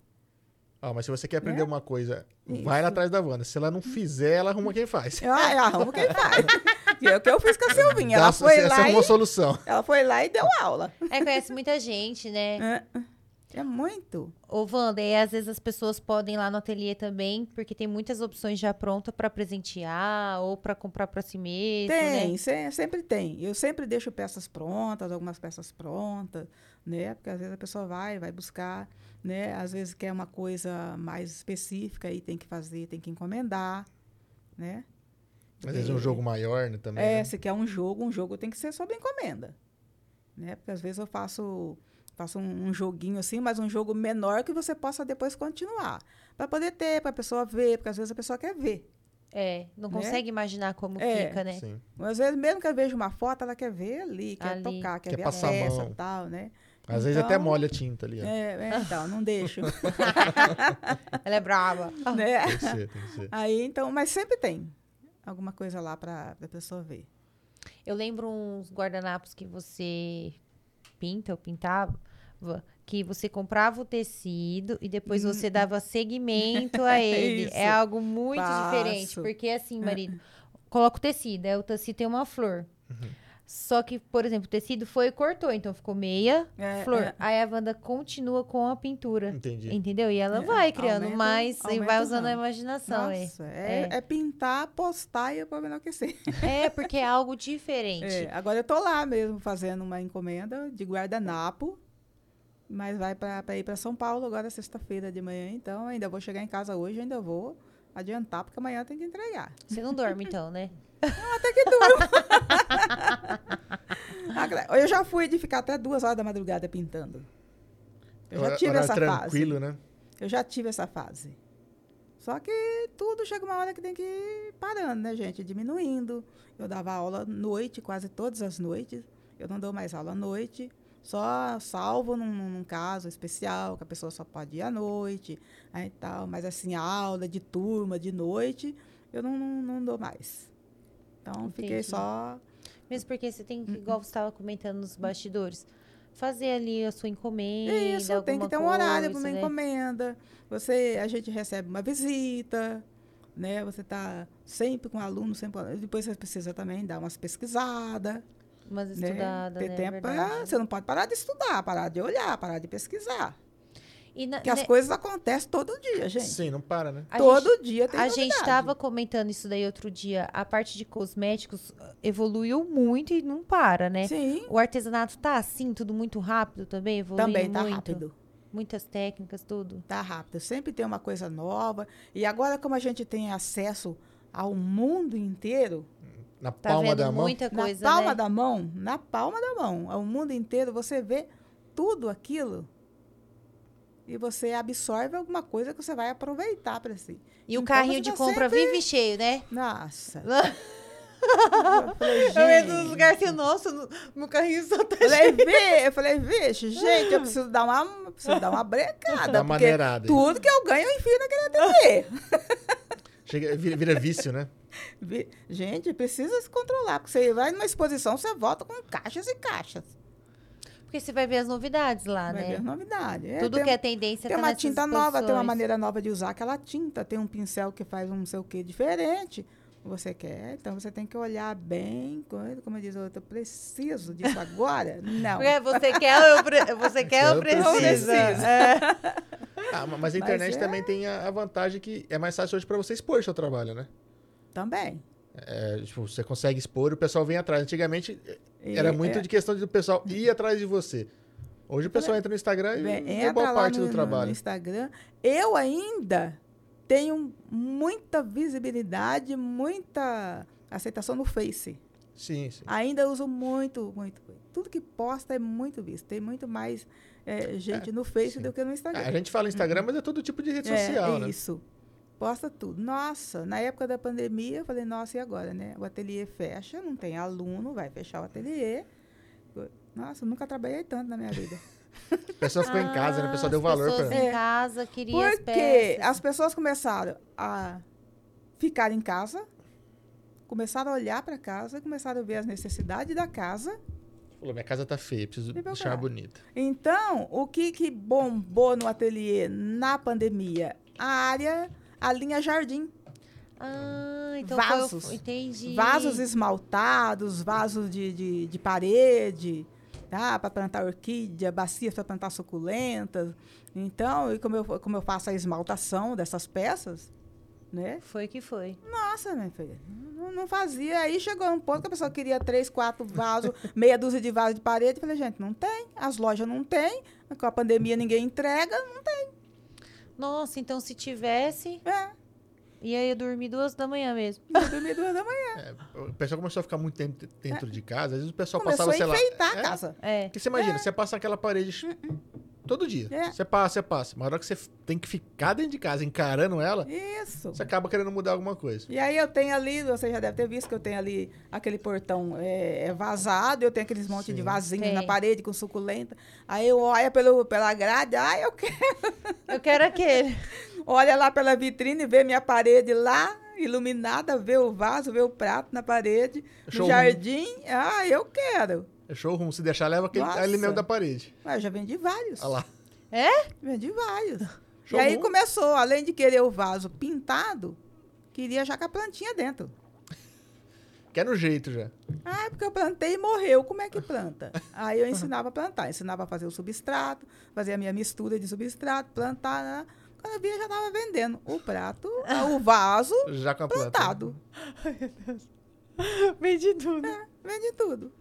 S2: Ó, mas se você quer aprender
S3: Né?
S2: uma coisa,
S3: Isso.
S2: vai lá atrás da Wanda. Se ela não fizer, ela arruma quem faz.
S3: Eu, ah, eu arrumo quem faz. Que é o que eu fiz com a Silvinha.
S2: Dá-
S3: Ela
S2: você-
S3: foi,
S2: você
S3: lá
S2: arrumou
S3: e,
S2: solução.
S3: ela foi lá e deu aula.
S1: É, conhece muita gente, né?
S3: É, é muito.
S1: Ô, Wanda, e às vezes as pessoas podem ir lá no ateliê também, porque tem muitas opções já prontas pra presentear ou pra comprar pra si mesmo,
S3: tem,
S1: né?
S3: se- sempre tem. Eu sempre deixo peças prontas, algumas peças prontas, né? Porque às vezes a pessoa vai, vai buscar, né? Às vezes quer uma coisa mais específica e tem que fazer, tem que encomendar, né?
S2: Às vezes é um jogo maior, né, também.
S3: É,
S2: né?
S3: se quer um jogo, um jogo tem que ser sobre encomenda. Né? Porque às vezes eu faço, faço um, um joguinho assim, mas um jogo menor que você possa depois continuar. Para poder ter, para a pessoa ver, porque às vezes a pessoa quer ver.
S1: É, não
S3: Né?
S1: consegue imaginar como
S3: É.
S1: fica, né?
S2: Sim.
S3: Às vezes, mesmo que eu veja uma foto, ela quer ver ali, quer
S1: Ali.
S3: tocar, quer,
S2: Quer
S3: ver a
S2: passar a
S3: peça
S2: mão.
S3: e tal, né?
S2: Às vezes
S3: Então-
S2: até molha a tinta ali, ó.
S3: É, é, então, não deixo.
S1: Ela é brava.
S3: né?
S2: Tem que ser, tem que ser.
S3: Aí, então, mas sempre tem alguma coisa lá para a pessoa ver.
S1: Eu lembro uns guardanapos que você pinta ou pintava, que você comprava o tecido e depois você dava seguimento a ele. é
S3: Uhum. Isso.
S1: algo muito diferente,
S3: Faço.
S1: porque assim, marido, coloca o tecido, aí o tecido tem uma flor.
S3: Uhum.
S1: Só que, por exemplo, o tecido foi e cortou, então ficou meia
S3: É,
S1: flor.
S3: é.
S1: Aí a Wanda continua com a pintura.
S2: Entendi.
S1: Entendeu? E ela
S3: É,
S1: vai criando
S3: aumenta-
S1: mais e vai
S3: aumenta
S1: usando a
S3: não.
S1: imaginação. é.
S3: Nossa, é,
S1: é.
S3: é pintar, postar e eu vou enlouquecer.
S1: É, porque é algo diferente.
S3: É, agora eu tô lá mesmo fazendo uma encomenda de guardanapo, mas vai para ir para São Paulo agora sexta-feira de manhã, então ainda vou chegar em casa hoje, ainda vou adiantar porque amanhã tem que entregar.
S1: Você não dorme então, né?
S3: Agora, Ah, Eu já fui de ficar até duas horas da madrugada pintando. Eu já
S2: Hora-
S3: tive
S2: horário
S3: essa fase.
S2: tranquilo, né?
S3: Eu já tive essa fase. Só que tudo chega uma hora que tem que ir parando, né, gente? Diminuindo. Eu dava aula à noite, quase todas as noites. Eu não dou mais aula à noite. Só salvo num, num caso especial, que a pessoa só pode ir à noite, aí e tal. Mas assim, a aula de turma, de noite, eu não, não, não dou mais. Então, fiquei
S1: Entendi.
S3: só.
S1: Mesmo porque você
S3: Uhum.
S1: tem que, igual você estava comentando nos bastidores, fazer ali a sua encomenda.
S3: Isso, tem que
S1: alguma
S3: ter um horário para
S1: coisa,
S3: uma
S1: né?
S3: encomenda. Você, a gente recebe uma visita, né? Você está sempre com aluno, sempre com aluno. Depois você precisa também dar umas pesquisadas.
S1: Umas
S3: né?
S1: estudadas,
S3: Ter
S1: né?
S3: tempo pra-
S1: Verdade.
S3: Você não pode parar de estudar, parar de olhar, parar de pesquisar.
S1: E na-
S3: Porque as
S1: né,
S3: coisas acontecem todo dia, gente.
S2: Sim, não para, né?
S1: a
S3: todo
S1: gente-
S3: dia tem
S1: A gente
S3: novidade.
S1: estava comentando isso daí outro dia. A parte de cosméticos ah, evoluiu muito e não para, né?
S3: Sim,
S1: O artesanato tá assim, tudo muito rápido também, evoluindo
S3: também está
S1: muito.
S3: rápido.
S1: Muitas técnicas, tudo.
S3: Tá rápido, sempre tem uma coisa nova. E agora, como a gente tem acesso ao mundo inteiro,
S2: Na
S1: Tá
S2: palma
S1: vendo
S2: da mão.
S1: muita coisa,
S3: na palma é
S1: né?
S3: da mão, na palma da mão, ao mundo inteiro você vê tudo aquilo e você absorve alguma coisa que você vai aproveitar para si.
S1: E o
S3: Então,
S1: carrinho
S3: você
S1: de
S3: tá
S1: compra
S3: sempre-
S1: vive cheio, né?
S3: Nossa. Eu
S1: Eu
S3: falei,
S1: entro nos
S3: gente.
S1: lugares assim, nossa, no- meu carrinho só tá
S3: Eu falei, "Vi-" eu falei, vixe, gente, eu preciso dar uma, preciso dar uma brecada.
S2: Dá uma
S3: porque
S2: maneirada.
S3: tudo que eu ganho, eu enfio naquele TV.
S2: Chega, vira, vira vício, né?
S3: Vi- Gente, precisa se controlar, porque você vai numa exposição, você volta com caixas e caixas.
S1: Porque você vai ver as novidades lá,
S3: vai
S1: né?
S3: ver as novidades. É,
S1: Tudo
S3: tem,
S1: que é tendência
S3: tem
S1: tá
S3: uma
S1: nessas
S3: tinta nova, tem uma
S1: exposições.
S3: maneira nova de usar aquela tinta, tem um pincel que faz um não sei o que diferente. Você quer, então você tem que olhar bem, coisa, como diz o outro, eu preciso disso agora? Não.
S1: É, você quer, eu pre- você quer, eu
S2: Eu
S1: preciso.
S2: preciso.
S1: É.
S2: Ah, ma- mas a
S3: Mas
S2: internet
S3: é.
S2: também tem a, a vantagem que é mais fácil hoje pra você expor seu trabalho, né?
S3: Também.
S2: É, tipo, você consegue expor e o pessoal vem atrás. Antigamente era
S3: E-
S2: muito
S3: é,
S2: de questão de o pessoal ir atrás de você. Hoje o pessoal entra no Instagram e
S3: Bem,
S2: vê
S3: é, entra
S2: boa
S3: lá
S2: parte
S3: no,
S2: do
S3: no- no
S2: trabalho.
S3: Instagram. Eu ainda tenho muita visibilidade, muita aceitação no Face.
S2: Sim, sim.
S3: Ainda uso muito, muito. Tudo que posta é muito visto. Tem muito mais eh, gente no Face
S2: sim.
S3: do que no
S2: Ah,
S3: Instagram.
S2: A gente fala Instagram, mas é todo tipo de rede social,
S3: é,
S2: né?
S3: isso. Posta tudo. Nossa, na época da pandemia, eu falei, nossa, e agora, né? O ateliê fecha, não tem aluno, vai fechar o ateliê. Eu- Nossa, eu nunca trabalhei tanto na minha vida.
S2: O pessoal ficou em casa, né? O pessoal deu
S1: as
S2: valor
S1: pessoas
S2: pra.
S1: em
S3: É.
S1: casa, queria as
S3: Porque
S1: peças.
S3: as pessoas começaram a ficar em casa, começaram a olhar para casa, começaram a ver as necessidades da casa.
S2: Falou, minha casa tá feia, preciso
S3: Me
S2: deixar
S3: procurar.
S2: bonita.
S3: Então, o que, que bombou no ateliê na pandemia? A área, a linha jardim.
S1: Ah, então
S3: Vasos.
S1: Foi, o- entendi.
S3: Vasos esmaltados, vasos de, de, de parede, tá? para plantar orquídea, bacias para plantar suculentas. Então, e como eu, como eu faço a esmaltação dessas peças, né?
S1: Foi que foi.
S3: Nossa, minha filha, não, não fazia. Aí chegou um ponto que a pessoa queria três, quatro vasos, meia dúzia de vasos de parede. Eu Falei, gente, não tem. As lojas não tem. Com a pandemia ninguém entrega.
S1: Nossa, então se tivesse.
S3: É.
S1: E aí eu dormi duas da manhã mesmo.
S3: Eu dormi duas da manhã.
S2: É, o pessoal começou a ficar muito tempo dentro de casa. Às vezes o pessoal
S3: É. Começou
S2: Então, passava, sei
S3: a
S2: lá.
S3: enfeitar
S2: é,
S3: a casa.
S1: É.
S2: Porque você imagina, você passa aquela parede todo dia.
S3: Uhum. É.
S2: Você passa, você passa. Mas na hora que você f- tem que ficar dentro de casa encarando ela,
S3: Isso.
S2: você acaba querendo mudar alguma coisa.
S3: E aí eu tenho ali, você já deve ter visto que eu tenho ali aquele portão é, é vazado, eu tenho aqueles monte de
S2: Sim.
S3: vasinhos
S1: Tem.
S3: na parede com suculenta. Aí eu olho pelo, pela grade, ai, eu quero.
S1: Eu quero aquele.
S3: Olha lá pela vitrine, vê minha parede lá, iluminada, vê o vaso, vê o prato na parede,
S2: Showroom.
S3: no jardim. Ah, eu quero.
S2: É showroom. Se deixar, leva aquele
S3: Nossa.
S2: ali mesmo da parede.
S3: Ah, eu já vendi vários.
S2: Olha lá.
S3: Vendi vários. E
S2: Showroom.
S3: aí começou, além de querer o vaso pintado, queria já com a plantinha dentro.
S2: Quer é no jeito já.
S3: Ah, é porque eu plantei e morreu. Como é que planta? Aí eu ensinava a plantar, ensinava a fazer o substrato, fazer a minha mistura de substrato, plantar. né? Quando eu via, já estava vendendo o prato, o vaso
S2: Já com a Ah. planta. né?
S3: plantado.
S1: Vendi tudo.
S3: Vende tudo.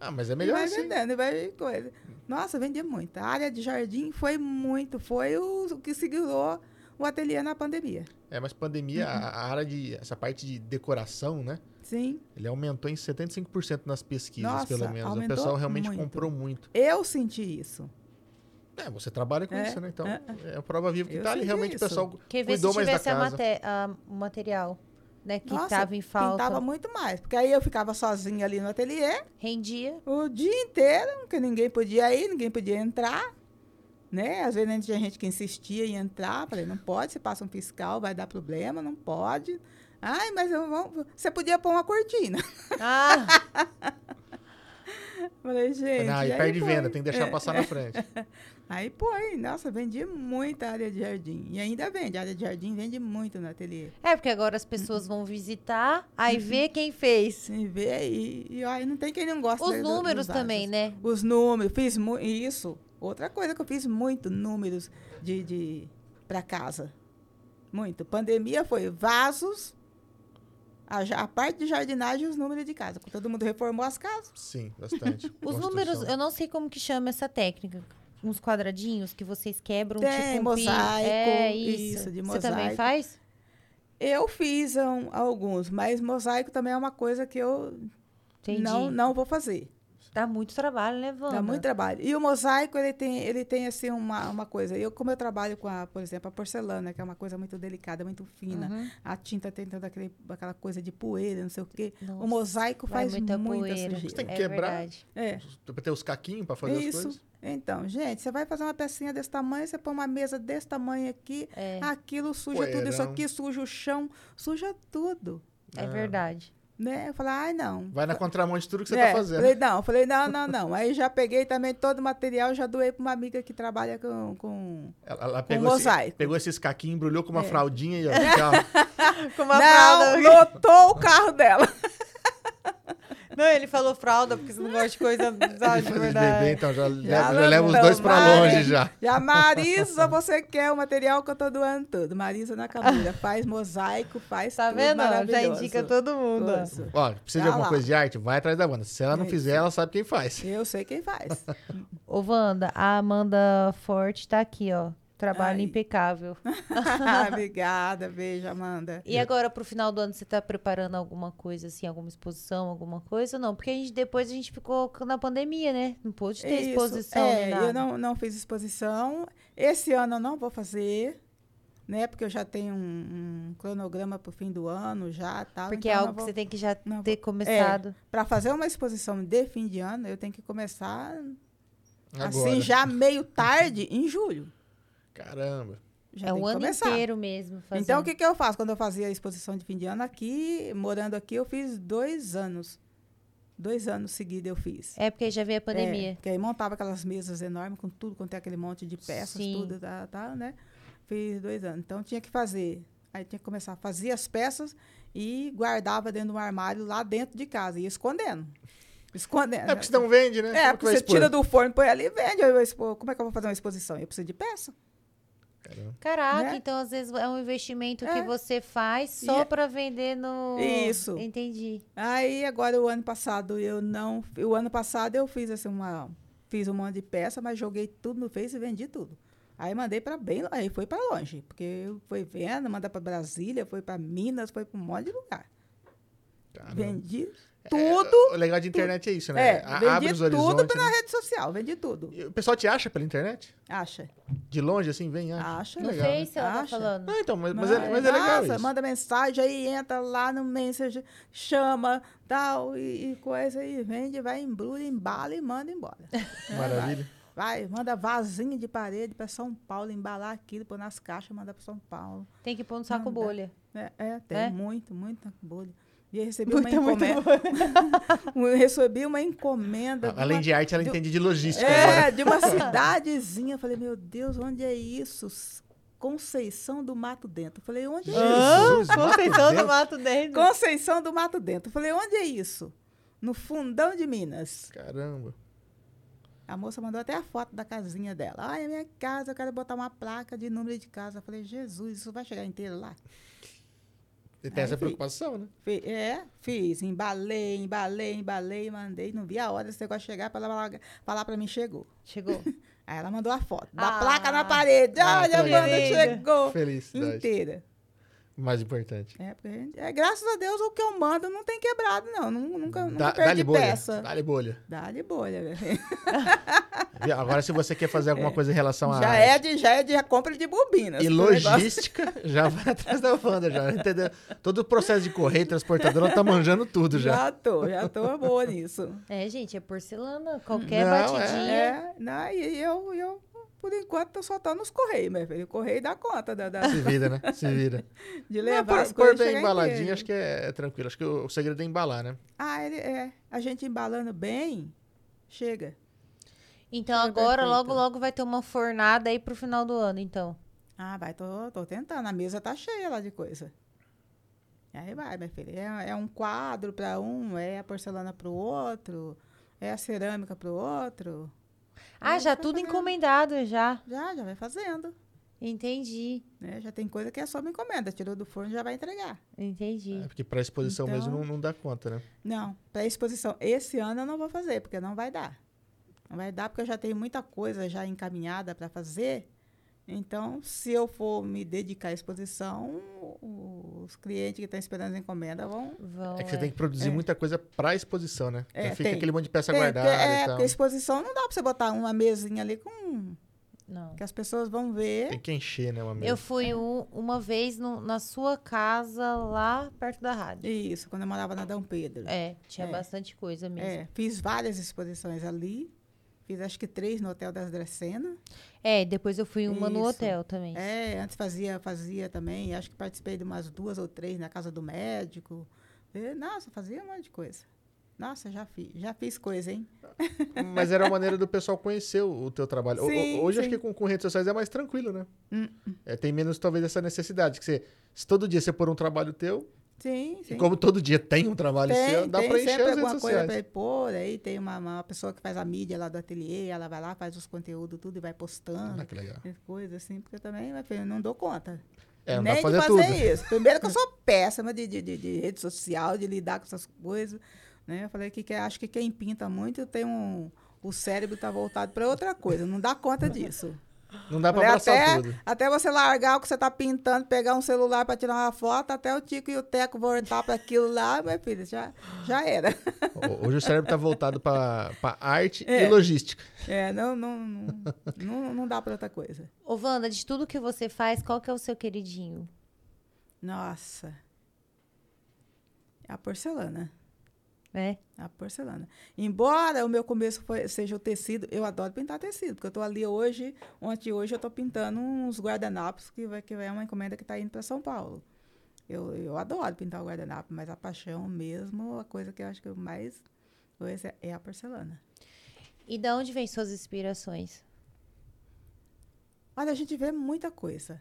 S2: Ah, mas é
S3: E
S2: melhor
S3: vai
S2: assim.
S3: vendendo, e vai coisa. Nossa, vendia muito. A área de jardim foi muito, foi o o que segurou o ateliê na pandemia.
S2: É, mas pandemia, a- a área de. Essa parte de decoração, né?
S3: Sim.
S2: Ele aumentou em 75% nas pesquisas,
S3: Nossa,
S2: pelo menos. O
S3: aumentou
S2: pessoal realmente
S3: muito.
S2: comprou muito.
S3: Eu senti isso.
S2: É, você trabalha com
S3: É,
S2: isso, né? Então,
S3: é,
S2: é a prova viva que
S3: Eu
S2: tá ali.
S3: senti
S2: Realmente
S3: isso.
S2: o pessoal
S1: Quer ver
S2: cuidou
S1: se
S2: mais da
S1: tivesse a
S2: casa.
S1: mate- a- o material, né? Que
S3: Nossa,
S1: tava em falta.
S3: Pintava muito mais. Porque aí eu ficava sozinha ali no ateliê,
S1: Rendia.
S3: o dia inteiro, porque ninguém podia ir, ninguém podia entrar. Né? Às vezes né, tinha gente que insistia em entrar, falei, não pode, você passa um fiscal, vai dar problema, não pode. Ai, mas eu vou... você podia pôr uma cortina.
S1: Ah,
S3: Falei, gente.
S2: Ah,
S3: e
S2: e
S3: aí
S2: perde
S3: põe.
S2: venda, tem que deixar
S3: É,
S2: passar na frente.
S3: Aí põe, nossa, vendia muita área de jardim. E ainda vende, a área de jardim vende muito no ateliê.
S1: é porque agora as pessoas vão visitar, aí
S3: Uhum.
S1: vê quem fez.
S3: Sim, vê e, e aí não tem quem não gosta
S1: Os
S3: é do- do-
S1: números
S3: dos vasos.
S1: também, né?
S3: Os números, fiz mu- isso. Outra coisa que eu fiz muito números de, de para casa. Muito. Pandemia foi vasos, a, ja- a parte de jardinagem e os números de casa. Quando Todo mundo reformou as casas.
S2: Sim, bastante.
S1: Os
S2: Construção.
S1: números, eu não sei como que chama essa técnica. Uns quadradinhos que vocês quebram,
S3: Tem,
S1: tipo um pin.
S3: mosaico,
S1: É, isso.
S3: isso, de
S1: Você também
S3: mosaico.
S1: faz?
S3: Eu fiz um- alguns, mas mosaico também é uma coisa que eu
S1: Entendi.
S3: não, não vou fazer.
S1: Dá muito trabalho, né, Wanda?
S3: Dá muito trabalho. E o mosaico, ele tem, ele tem assim, uma, uma coisa. Eu, como eu trabalho com, a, por exemplo, a porcelana, que é uma coisa muito delicada, muito fina.
S1: Uhum.
S3: A tinta tem toda aquele, aquela coisa de poeira, não sei o quê.
S1: Nossa,
S3: o mosaico
S1: vai
S3: faz muita,
S1: poeira.
S3: sujeira.
S2: Você tem que
S1: é
S2: quebrar.
S1: verdade.
S3: É.
S2: Pra ter os caquinhos pra fazer as
S3: Isso.
S2: coisas.
S3: Então, gente, você vai fazer uma pecinha desse tamanho, você põe uma mesa desse tamanho aqui,
S1: É,
S3: aquilo suja tudo, isso
S2: Poeirão.
S3: aqui suja o chão, suja tudo.
S2: Ah.
S1: é verdade.
S3: Né? Eu falei, ai, não.
S2: Vai na contramão de tudo que você
S3: É,
S2: tá fazendo.
S3: Falei, não, falei, não, não, não. Aí já peguei também todo o material, já doei para uma amiga que trabalha com. com...
S2: Ela, ela pegou, esse,
S3: mosaico. É.
S2: pegou esses caquinhos, embrulhou com uma fraldinha e ó, tchau.
S1: Com uma
S3: não,
S1: fralda.
S3: lotou o carro dela.
S1: Não, ele falou fralda, porque você não gosta de coisa sabe, de
S2: Fazer de bebê,
S1: verdade.
S2: então já, leva, já
S3: não
S2: leva os
S3: dão
S2: dois pra
S3: mais.
S2: longe já.
S3: Já, Marisa, você quer o material que eu tô doando tudo. Marisa Nakamura faz mosaico, faz
S1: Tá
S3: tudo
S1: vendo? Já
S3: maravilhoso.
S1: indica todo mundo. ó.
S3: Isso.
S2: Ó, precisa de
S3: Tá
S2: alguma
S3: lá.
S2: coisa de arte? Vai atrás da Wanda. Se ela não
S3: É
S2: fizer, ela sabe quem faz.
S3: Eu sei quem faz.
S1: Ô, Wanda, a Amanda Forte tá aqui, ó. Trabalho
S3: Ai.
S1: impecável.
S3: Obrigada, beijo, Amanda.
S1: E agora, pro final do ano, você tá preparando alguma coisa, assim, alguma exposição, alguma coisa ou não? Porque a gente, depois a gente ficou na pandemia, né? Não pôde ter
S3: Isso,
S1: exposição,
S3: é,
S1: nem nada.
S3: eu não, não fiz exposição. Esse ano eu não vou fazer, né? Porque eu já tenho um, um cronograma para o fim do ano já, tal.
S1: Porque
S3: então
S1: é
S3: eu
S1: algo
S3: não
S1: que
S3: vou- É,
S1: você tem que já
S3: não
S1: ter começado.
S3: Para fazer uma exposição de fim de ano, eu tenho que começar
S2: Agora.
S3: assim já meio tarde em julho.
S2: Caramba.
S3: Já
S1: É,
S3: tem
S1: o
S3: que
S1: ano
S3: começar.
S1: inteiro mesmo. Fazendo.
S3: Então o que que eu faço quando eu fazia a exposição de fim de ano aqui, morando aqui, eu fiz dois anos, dois anos seguidos eu fiz.
S1: É porque já veio a
S3: É,
S1: pandemia.
S3: porque aí montava aquelas mesas enormes com tudo, quanto é aquele monte de peças,
S1: Sim.
S3: tudo, tá, tá, né? Fiz dois anos. Então tinha que fazer. Aí tinha que começar. Fazia as peças e guardava dentro de um armário lá dentro de casa. Ia escondendo. Escondendo.
S2: É porque você não vende, né?
S3: É,
S2: Como que
S3: porque
S2: vai
S3: você
S2: expor?
S3: tira do forno, põe ali e vende. Aí eu expo- Como é que eu vou fazer uma exposição? Eu preciso de peça.
S2: Caramba.
S1: Caraca,
S3: né?
S1: então às vezes é um investimento que
S3: É.
S1: você faz só
S3: E é-
S1: pra vender no.
S3: Isso.
S1: Entendi.
S3: Aí agora o ano passado eu não. O ano passado eu fiz assim uma. Fiz um monte de peça, mas joguei tudo no Face e vendi tudo. Aí mandei para bem, lo- aí foi para longe, porque eu fui vendo, mandar para Brasília, foi para Minas, foi para um monte de lugar.
S2: Caramba.
S3: Vendi
S2: Ah, É,
S3: tudo,
S2: o legal de internet é isso, né?
S3: é,
S2: A- Abre
S3: vendi
S2: os
S3: tudo
S2: horizontes.
S3: pela
S2: né?
S3: rede social, vendi tudo.
S2: E O pessoal te acha pela internet?
S3: Acha,
S2: De longe, assim, vem, acha.
S3: acha.
S1: No
S2: Legal, né?
S1: Face ela tá
S3: Acha?
S1: falando.
S2: Não, então, mas, mas é, mas é legal
S3: nossa,
S2: isso.
S3: manda mensagem, aí entra lá no Messenger, chama, tal, e, e coisa, e vende, vai, embrulha, embala e manda embora.
S2: Maravilha.
S3: Vai, manda vasinho de parede para São Paulo, embalar aquilo, pôr nas caixas, mandar para São Paulo.
S1: Tem que pôr no saco
S3: Não dá.
S1: bolha.
S3: É, é, tem
S1: É?
S3: muito, muita bolha. E eu recebi
S1: Muita,
S3: uma
S1: muita
S3: encomenda. Eu recebi uma encomenda. de
S2: Ah, Além
S3: uma-
S2: de arte, ela
S3: de-
S2: entende de logística agora.
S3: É, de uma cidadezinha. Eu falei, meu Deus, onde é isso? S- Conceição do Mato Dentro. Eu falei, onde é
S1: Ah.
S2: Jesus, Mato
S1: Conceição do
S2: Dentro.
S1: Mato Dentro.
S3: Conceição do Mato Dentro. Eu falei, onde é isso? No fundão de Minas.
S2: Caramba.
S3: A moça mandou até a foto da casinha dela. Ai, é minha casa, eu quero botar uma placa de número de casa. Eu falei, Jesus, isso vai chegar inteiro lá?
S2: Você tem
S3: Aí
S2: essa
S3: fui.
S2: preocupação, né?
S3: Fe- é, fiz. Embalei, embalei, embalei, mandei. Não vi a hora desse negócio chegar para ela falar- falar para mim, chegou.
S1: Chegou.
S3: Aí ela mandou a foto da
S1: Ah.
S3: placa na parede.
S2: Ah,
S3: Olha,
S2: que legal.
S3: mano, chegou.
S2: Felicidade.
S3: Inteira.
S2: O Mais importante.
S3: É, porque a gente- é, graças a Deus o que eu mando não tem quebrado, não. Nu- Nunca, nunca
S2: Dá-
S3: perdi
S2: Dá-lhe bolha.
S3: peça.
S2: Dá-lhe bolha.
S3: Dá-lhe bolha.
S2: E Agora, se você quer fazer alguma coisa em relação a
S3: Já é, de, já é de compra de bobinas.
S2: Então, e
S3: porque o negócio-
S2: logística, já vai atrás da Wanda, já, entendeu? Todo o processo de correio, transportadora, ela tá manjando tudo já.
S3: Já tô, já tô boa nisso.
S1: É, gente, é porcelana. Qualquer
S2: Não, é.
S1: batidinha.
S3: É, né? E eu, eu, por enquanto, tô soltando os correios, meu filho. O correio dá conta da, da-
S2: Se vira, né? Se vira.
S3: de
S2: Mas
S3: levar as
S2: por, por
S3: coisas.
S2: bem
S3: chegar
S2: embaladinho,
S3: inteiro.
S2: acho que é, é tranquilo. Acho que o, o segredo é embalar, né?
S3: Ah, ele, é. A gente embalando bem, chega.
S1: Então
S3: Foi
S1: agora,
S3: perfeita.
S1: logo, logo vai ter uma fornada aí pro final do ano, então.
S3: Ah, vai, tô, tô tentando. A mesa tá cheia lá de coisa. E Aí vai, minha filha. É, é um quadro para um, é a porcelana para o outro, é a cerâmica para o outro.
S1: Ah,
S3: Aí
S1: já
S3: vai
S1: tudo
S3: fazendo.
S1: encomendado já.
S3: Já, já vai fazendo.
S1: Entendi.
S3: né? Já tem coisa que é só uma encomenda. Tirou do forno, já vai entregar.
S1: Entendi.
S2: É porque pra exposição
S3: Então-
S2: mesmo não, não dá conta, né?
S3: Não, para exposição. Esse ano eu não vou fazer, porque não vai dar. Não vai dar, porque eu já tenho muita coisa já encaminhada para fazer. Então, se eu for me dedicar à exposição, os clientes que estão esperando as encomendas vão.
S1: Vão,
S2: É que você
S1: é.
S2: tem que produzir muita coisa pra exposição, né?
S3: É,
S2: então fica
S3: tem.
S2: aquele monte de peça
S3: Tem,
S2: guardada
S3: porque- é,
S2: e tal.
S3: porque a exposição não dá para você botar uma mesinha ali com.
S1: Não.
S3: que as pessoas vão ver.
S2: Tem que encher, né, uma mesa.
S1: Eu fui um- uma vez no- na sua casa lá perto da rádio.
S3: Isso, quando eu morava na Dom Pedro.
S1: É, tinha
S3: É.
S1: bastante coisa mesmo.
S3: É, fiz várias exposições ali. Fiz acho que três no Hotel das Dracena.
S1: É, e depois eu fui uma no
S3: Isso.
S1: hotel também.
S3: É, antes fazia, fazia também. Acho que participei de umas duas ou três na casa do médico. E, nossa, fazia um monte de coisa. Nossa, já fiz, já fiz coisa, hein?
S2: Mas era a maneira do pessoal conhecer o, o teu trabalho. O- o-
S3: Sim,
S2: hoje acho
S3: sim. Hum.
S2: que com, com redes sociais é mais tranquilo, né? É, tem menos talvez essa necessidade. Que você, se todo dia você pôr um trabalho teu,
S3: Sim, sim.
S2: e como todo dia tem um trabalho seu,
S3: tem,
S2: dá
S3: tem
S2: pra encher
S3: sempre
S2: as redes
S3: alguma coisa
S2: sociais.
S3: para pôr. Aí tem uma, uma pessoa que faz a mídia lá do ateliê, ela vai lá, faz os conteúdos, tudo e vai postando.
S2: Ah, que legal.
S3: Coisa assim, porque eu também mas eu não dou conta.
S2: É, não
S3: Nem
S2: dá pra fazer,
S3: de
S2: tudo.
S3: fazer isso. Primeiro que eu sou péssima de, de, de- de rede social, de lidar com essas coisas. Né? Eu falei que, que acho que quem pinta muito tem um. O cérebro está voltado para outra coisa, não dá conta disso.
S2: Não dá pra
S3: Falei,
S2: abraçar
S3: Né, até,
S2: tudo.
S3: até você largar o que você está pintando, pegar um celular para tirar uma foto, até o Tico e o Teco voltar para aquilo lá, meu filho, já, já era.
S2: Ho- Hoje o cérebro tá voltado pra, pra arte e
S3: É.
S2: logística.
S3: É, não, não, não, não, não dá para outra coisa.
S1: Ô, Wanda, de tudo que você faz, qual que é o seu queridinho?
S3: Nossa. A porcelana.
S1: É?
S3: A porcelana. Embora o meu começo foi- seja o tecido, eu adoro pintar tecido, porque eu estou ali hoje, ontem e hoje eu estou pintando uns guardanapos, que, vai, que é uma encomenda que está indo para São Paulo. Eu, eu adoro pintar o guardanapo, mas a paixão mesmo, a coisa que eu acho que eu mais coisa é a porcelana.
S1: E da onde vem suas inspirações?
S3: Olha, a gente vê muita coisa.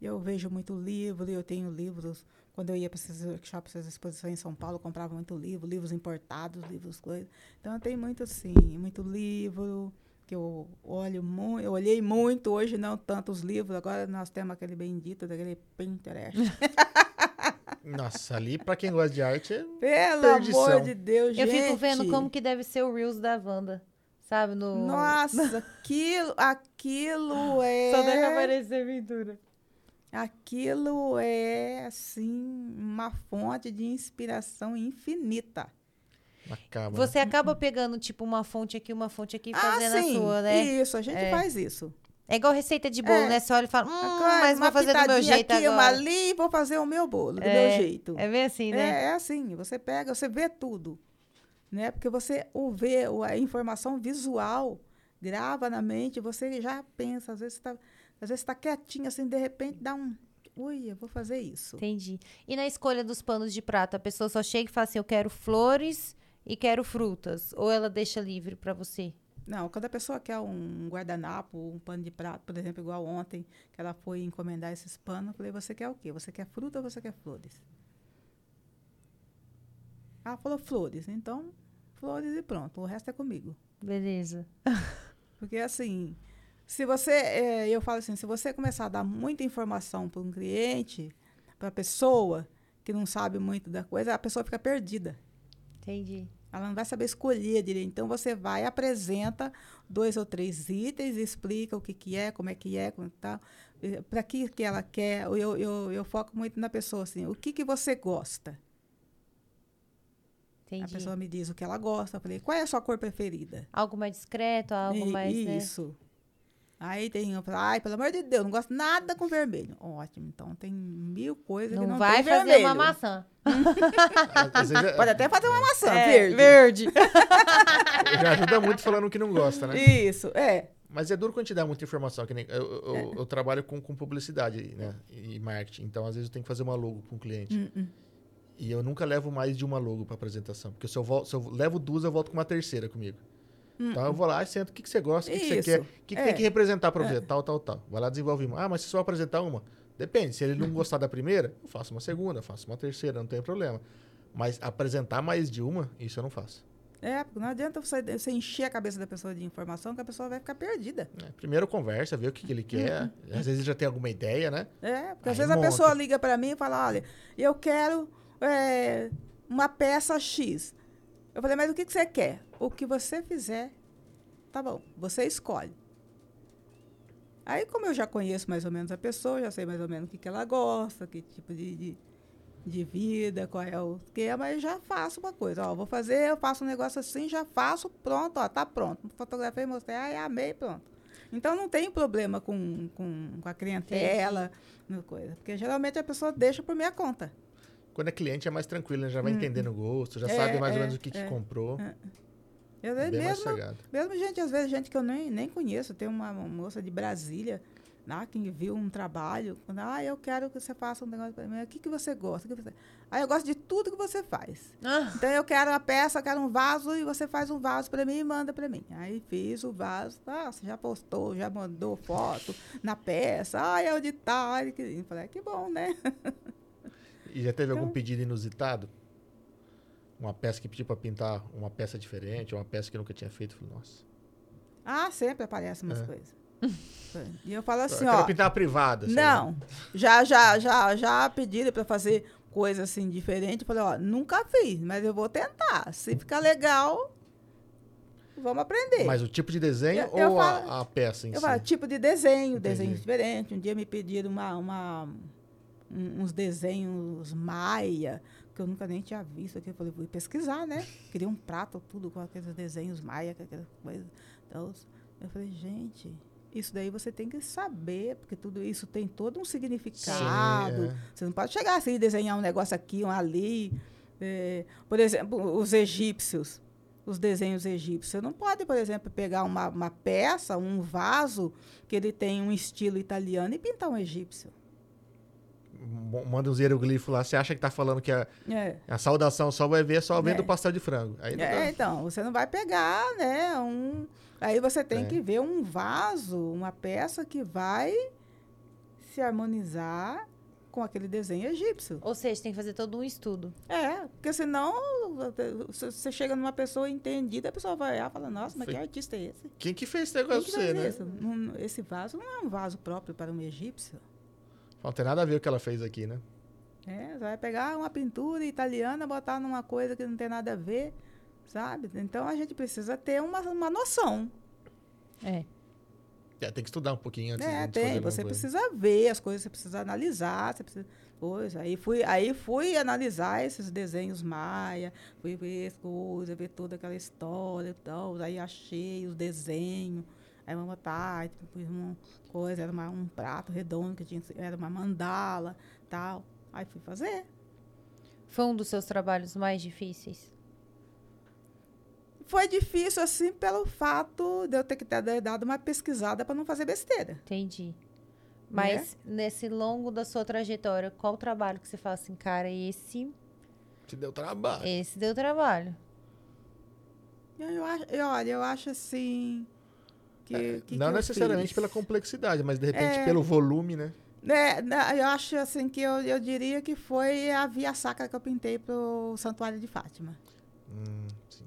S3: Eu vejo muito livro, eu tenho livros. Quando eu ia para esses workshops, essas exposições em São Paulo, eu comprava muito livro, livros importados, livros coisas. Então, eu tenho muito, sim, muito livro, que eu olho muito. Eu olhei muito hoje, não tantos livros. Agora nós temos aquele bendito daquele Pinterest.
S2: Nossa, ali pra quem gosta de arte, é-
S3: Pelo
S2: Perdição.
S3: amor de Deus,
S1: Eu
S3: gente.
S1: fico vendo como que deve ser o Reels da Wanda. Sabe? No...
S3: Nossa, aquilo, aquilo é...
S1: Só deve aparecer pintura.
S3: Aquilo é, assim, uma fonte de inspiração infinita.
S2: acaba. né?
S1: Você acaba pegando, tipo, uma fonte aqui, uma fonte aqui,
S3: Ah,
S1: fazendo a sua, né?
S3: Isso, a gente faz isso.
S1: É igual receita de bolo,
S3: É.
S1: né? Você olha e fala, hum,
S3: Agora,
S1: mas vou
S3: uma
S1: fazer do meu
S3: pitadinha
S1: jeito
S3: aqui, uma
S1: agora.
S3: ali, vou fazer o meu bolo, do
S1: É,
S3: meu jeito.
S1: É bem assim, né?
S3: É, é assim, você pega, você vê tudo, né? Porque você o vê, o- a informação visual grava na mente, você já pensa, às vezes está às vezes tá quietinho assim, de repente dá um, ui, eu vou fazer isso.
S1: Entendi. E na escolha dos panos de prato, a pessoa só chega e fala assim, eu quero flores e quero frutas. Ou ela deixa livre pra você?
S3: Não, quando a pessoa quer um guardanapo, um pano de prato, por exemplo, igual ontem, que ela foi encomendar esses panos, eu falei, você quer o quê? Você quer fruta ou você quer flores? Ela falou flores, então flores e pronto, o resto é comigo.
S1: Beleza.
S3: Porque assim, se você, eh, eu falo assim, se você começar a dar muita informação para um cliente, para a pessoa que não sabe muito da coisa, a pessoa fica perdida.
S1: Entendi.
S3: Ela não vai saber escolher direito. Então você vai, apresenta dois ou três itens, explica o que, que é, como é que é, como tal, para que, que ela quer. Eu, eu, eu foco muito na pessoa assim, o que, que você gosta?
S1: Entendi.
S3: A pessoa me diz o que ela gosta. Eu falei, qual é a sua cor preferida?
S1: Algo mais discreto, algo
S3: E-
S1: mais, né?
S3: Isso. Aí tem, um, eu falo, ai, pelo amor de Deus, não gosto nada com vermelho. Ótimo, então tem mil coisas
S1: Não,
S3: que não
S1: vai
S3: tem
S1: fazer
S3: vermelho.
S1: uma maçã.
S2: Às vezes é-
S3: Pode até fazer uma maçã verde.
S1: verde.
S2: já ajuda muito falando que não gosta, né?
S3: Isso, é.
S2: Mas é duro quando te dá muita informação. Que nem, eu, eu- eu- eu trabalho com, com publicidade né? e marketing. Então, às vezes, eu tenho que fazer uma logo com um cliente.
S3: Hum,
S2: E eu nunca levo mais de uma logo para apresentação. Porque se eu, vol- se eu levo duas, eu volto com uma terceira comigo. Então, eu vou lá e sento o que, que você gosta, o que, que você
S3: Hum, Isso.
S2: quer, o que, que
S3: É.
S2: tem que representar para você, tal, tal, tal. Vai lá desenvolve uma. Ah, mas se só apresentar uma? Depende. Se ele não gostar da primeira, eu faço uma segunda, eu faço uma terceira, não tem problema. Mas apresentar mais de uma, isso eu não faço.
S3: É, porque não adianta você, você encher a cabeça da pessoa de informação que a pessoa vai ficar perdida.
S2: né? Primeiro conversa, vê o que, que
S3: Hum,
S2: ele quer. Às vezes já tem alguma ideia, né?
S3: É, porque às
S2: Aí
S3: vezes
S2: monta.
S3: a pessoa liga para mim e fala, olha, eu quero é, uma peça X. Eu falei, mas o que, que você quer? O que você fizer, tá bom, você escolhe. Aí, como eu já conheço mais ou menos a pessoa, já sei mais ou menos o que, que ela gosta, que tipo de, de, de vida, qual é o esquema, eu já faço uma coisa. Ó, vou fazer, eu faço um negócio assim, já faço, pronto, ó, tá pronto. Fotografei, mostrei, ai, amei, pronto. Então, não tem problema com, com, com a clientela, no coisa. Porque geralmente a pessoa deixa por minha conta.
S2: Quando é cliente é mais tranquilo, né? já vai entendendo o gosto, já
S3: Hum. É,
S2: sabe mais ou
S3: é,
S2: menos o que, que comprou.
S3: Eu,
S2: É Bem mais
S3: mesmo,
S2: sossegado.
S3: Mesmo gente, às vezes, gente que eu nem, nem conheço. Tem uma moça de Brasília lá que viu um trabalho. quando, Ah, eu quero que você faça um negócio para mim. O que, que você gosta? O que você... Ah, eu gosto de tudo que você faz.
S1: Ah,
S3: Então, eu quero uma peça, eu quero um vaso, e você faz um vaso para mim e manda para mim. Aí, fiz o vaso. Ah, você já postou, já mandou foto na peça. Ah, é onde tá. olha que lindo. Eu Falei, "Ah, que bom, né?
S2: E já teve algum
S3: Então
S2: pedido inusitado? Uma peça que pediu pra pintar uma peça diferente, uma peça que nunca tinha feito. Falei, nossa.
S3: Ah, sempre aparecem umas
S2: É.
S3: coisas. E eu falo assim,
S2: eu quero
S3: ó...
S2: pintar uma privada. sei lá.
S3: Não. Já, já, já, já pediram para fazer coisa assim diferente. Falei, ó, nunca fiz, mas eu vou tentar. Se ficar legal, vamos aprender.
S2: Mas o tipo de desenho
S3: Eu-
S2: ou
S3: eu
S2: a-
S3: falo-
S2: a, peça em
S3: eu
S2: si?
S3: falo, tipo de desenho,
S2: Entendi.
S3: desenho diferente. Um dia me pediram uma, uma- um- uns desenhos maia, que eu nunca nem tinha visto aqui. Eu falei, vou pesquisar, né? Queria um prato, tudo com aqueles desenhos maia, com aquelas coisas. Então, eu falei, gente, isso daí você tem que saber, porque tudo isso tem todo um significado.
S2: Sim, é.
S3: Você não pode chegar assim e desenhar um negócio aqui, um ali. É, por exemplo, os egípcios, os desenhos egípcios. Você não pode, por exemplo, pegar uma, uma peça, um vaso, que ele tem um estilo italiano e pintar um egípcio.
S2: é. M- Manda uns hieroglifos lá. Você acha que tá falando que a,
S3: É.
S2: a saudação só vai ver, só vendo
S3: É.
S2: o pastel de frango. Aí não
S3: É,
S2: dá.
S3: então, você não vai pegar, né? Um... Aí você tem
S2: É.
S3: que ver um vaso, uma peça que vai se harmonizar com aquele desenho egípcio.
S1: Ou seja, tem que fazer todo um estudo.
S3: É, porque senão se você chega numa pessoa entendida, a pessoa vai olhar e fala, nossa, mas
S2: Foi-
S3: que artista é esse?
S2: Quem que fez esse
S3: Quem
S2: negócio
S3: que
S2: pra você,
S3: faz
S2: né?
S3: isso? Não- Esse vaso não é um vaso próprio para um egípcio.
S2: Não tem nada a ver o que ela fez aqui, né?
S3: É, você vai pegar uma pintura italiana, botar numa coisa que não tem nada a ver, sabe? Então a gente precisa ter uma, uma noção.
S1: É.
S2: É, tem que estudar um pouquinho antes
S3: né?
S2: de
S3: Tem,
S2: fazer
S3: você
S2: alguma coisa.
S3: precisa ver as coisas, você precisa analisar, você precisa. Pois, aí fui, aí fui analisar esses desenhos maia, fui ver as coisas, ver toda aquela história e tal. Aí achei os desenhos. Aí uma tarde, pus uma coisa, era uma- um prato redondo que tinha, era uma mandala tal. Aí fui fazer.
S1: Foi um dos seus trabalhos mais difíceis?
S3: Foi difícil, assim, pelo fato de eu ter que ter dado uma pesquisada para não fazer besteira.
S1: Entendi. Mas
S3: Né?
S1: nesse longo da sua trajetória, qual o trabalho que você fala assim, cara, esse,
S2: Te deu trabalho.
S1: esse deu trabalho?
S3: Eu, eu, acho- eu- olha, eu acho assim. Que, que que
S2: É, não
S3: eu
S2: necessariamente
S3: fiz?
S2: pela complexidade, mas de repente pelo volume, né?
S3: É, na- eu acho assim que eu, eu diria que foi a via sacra que eu pintei pro Santuário de Fátima.
S2: Hum, sim.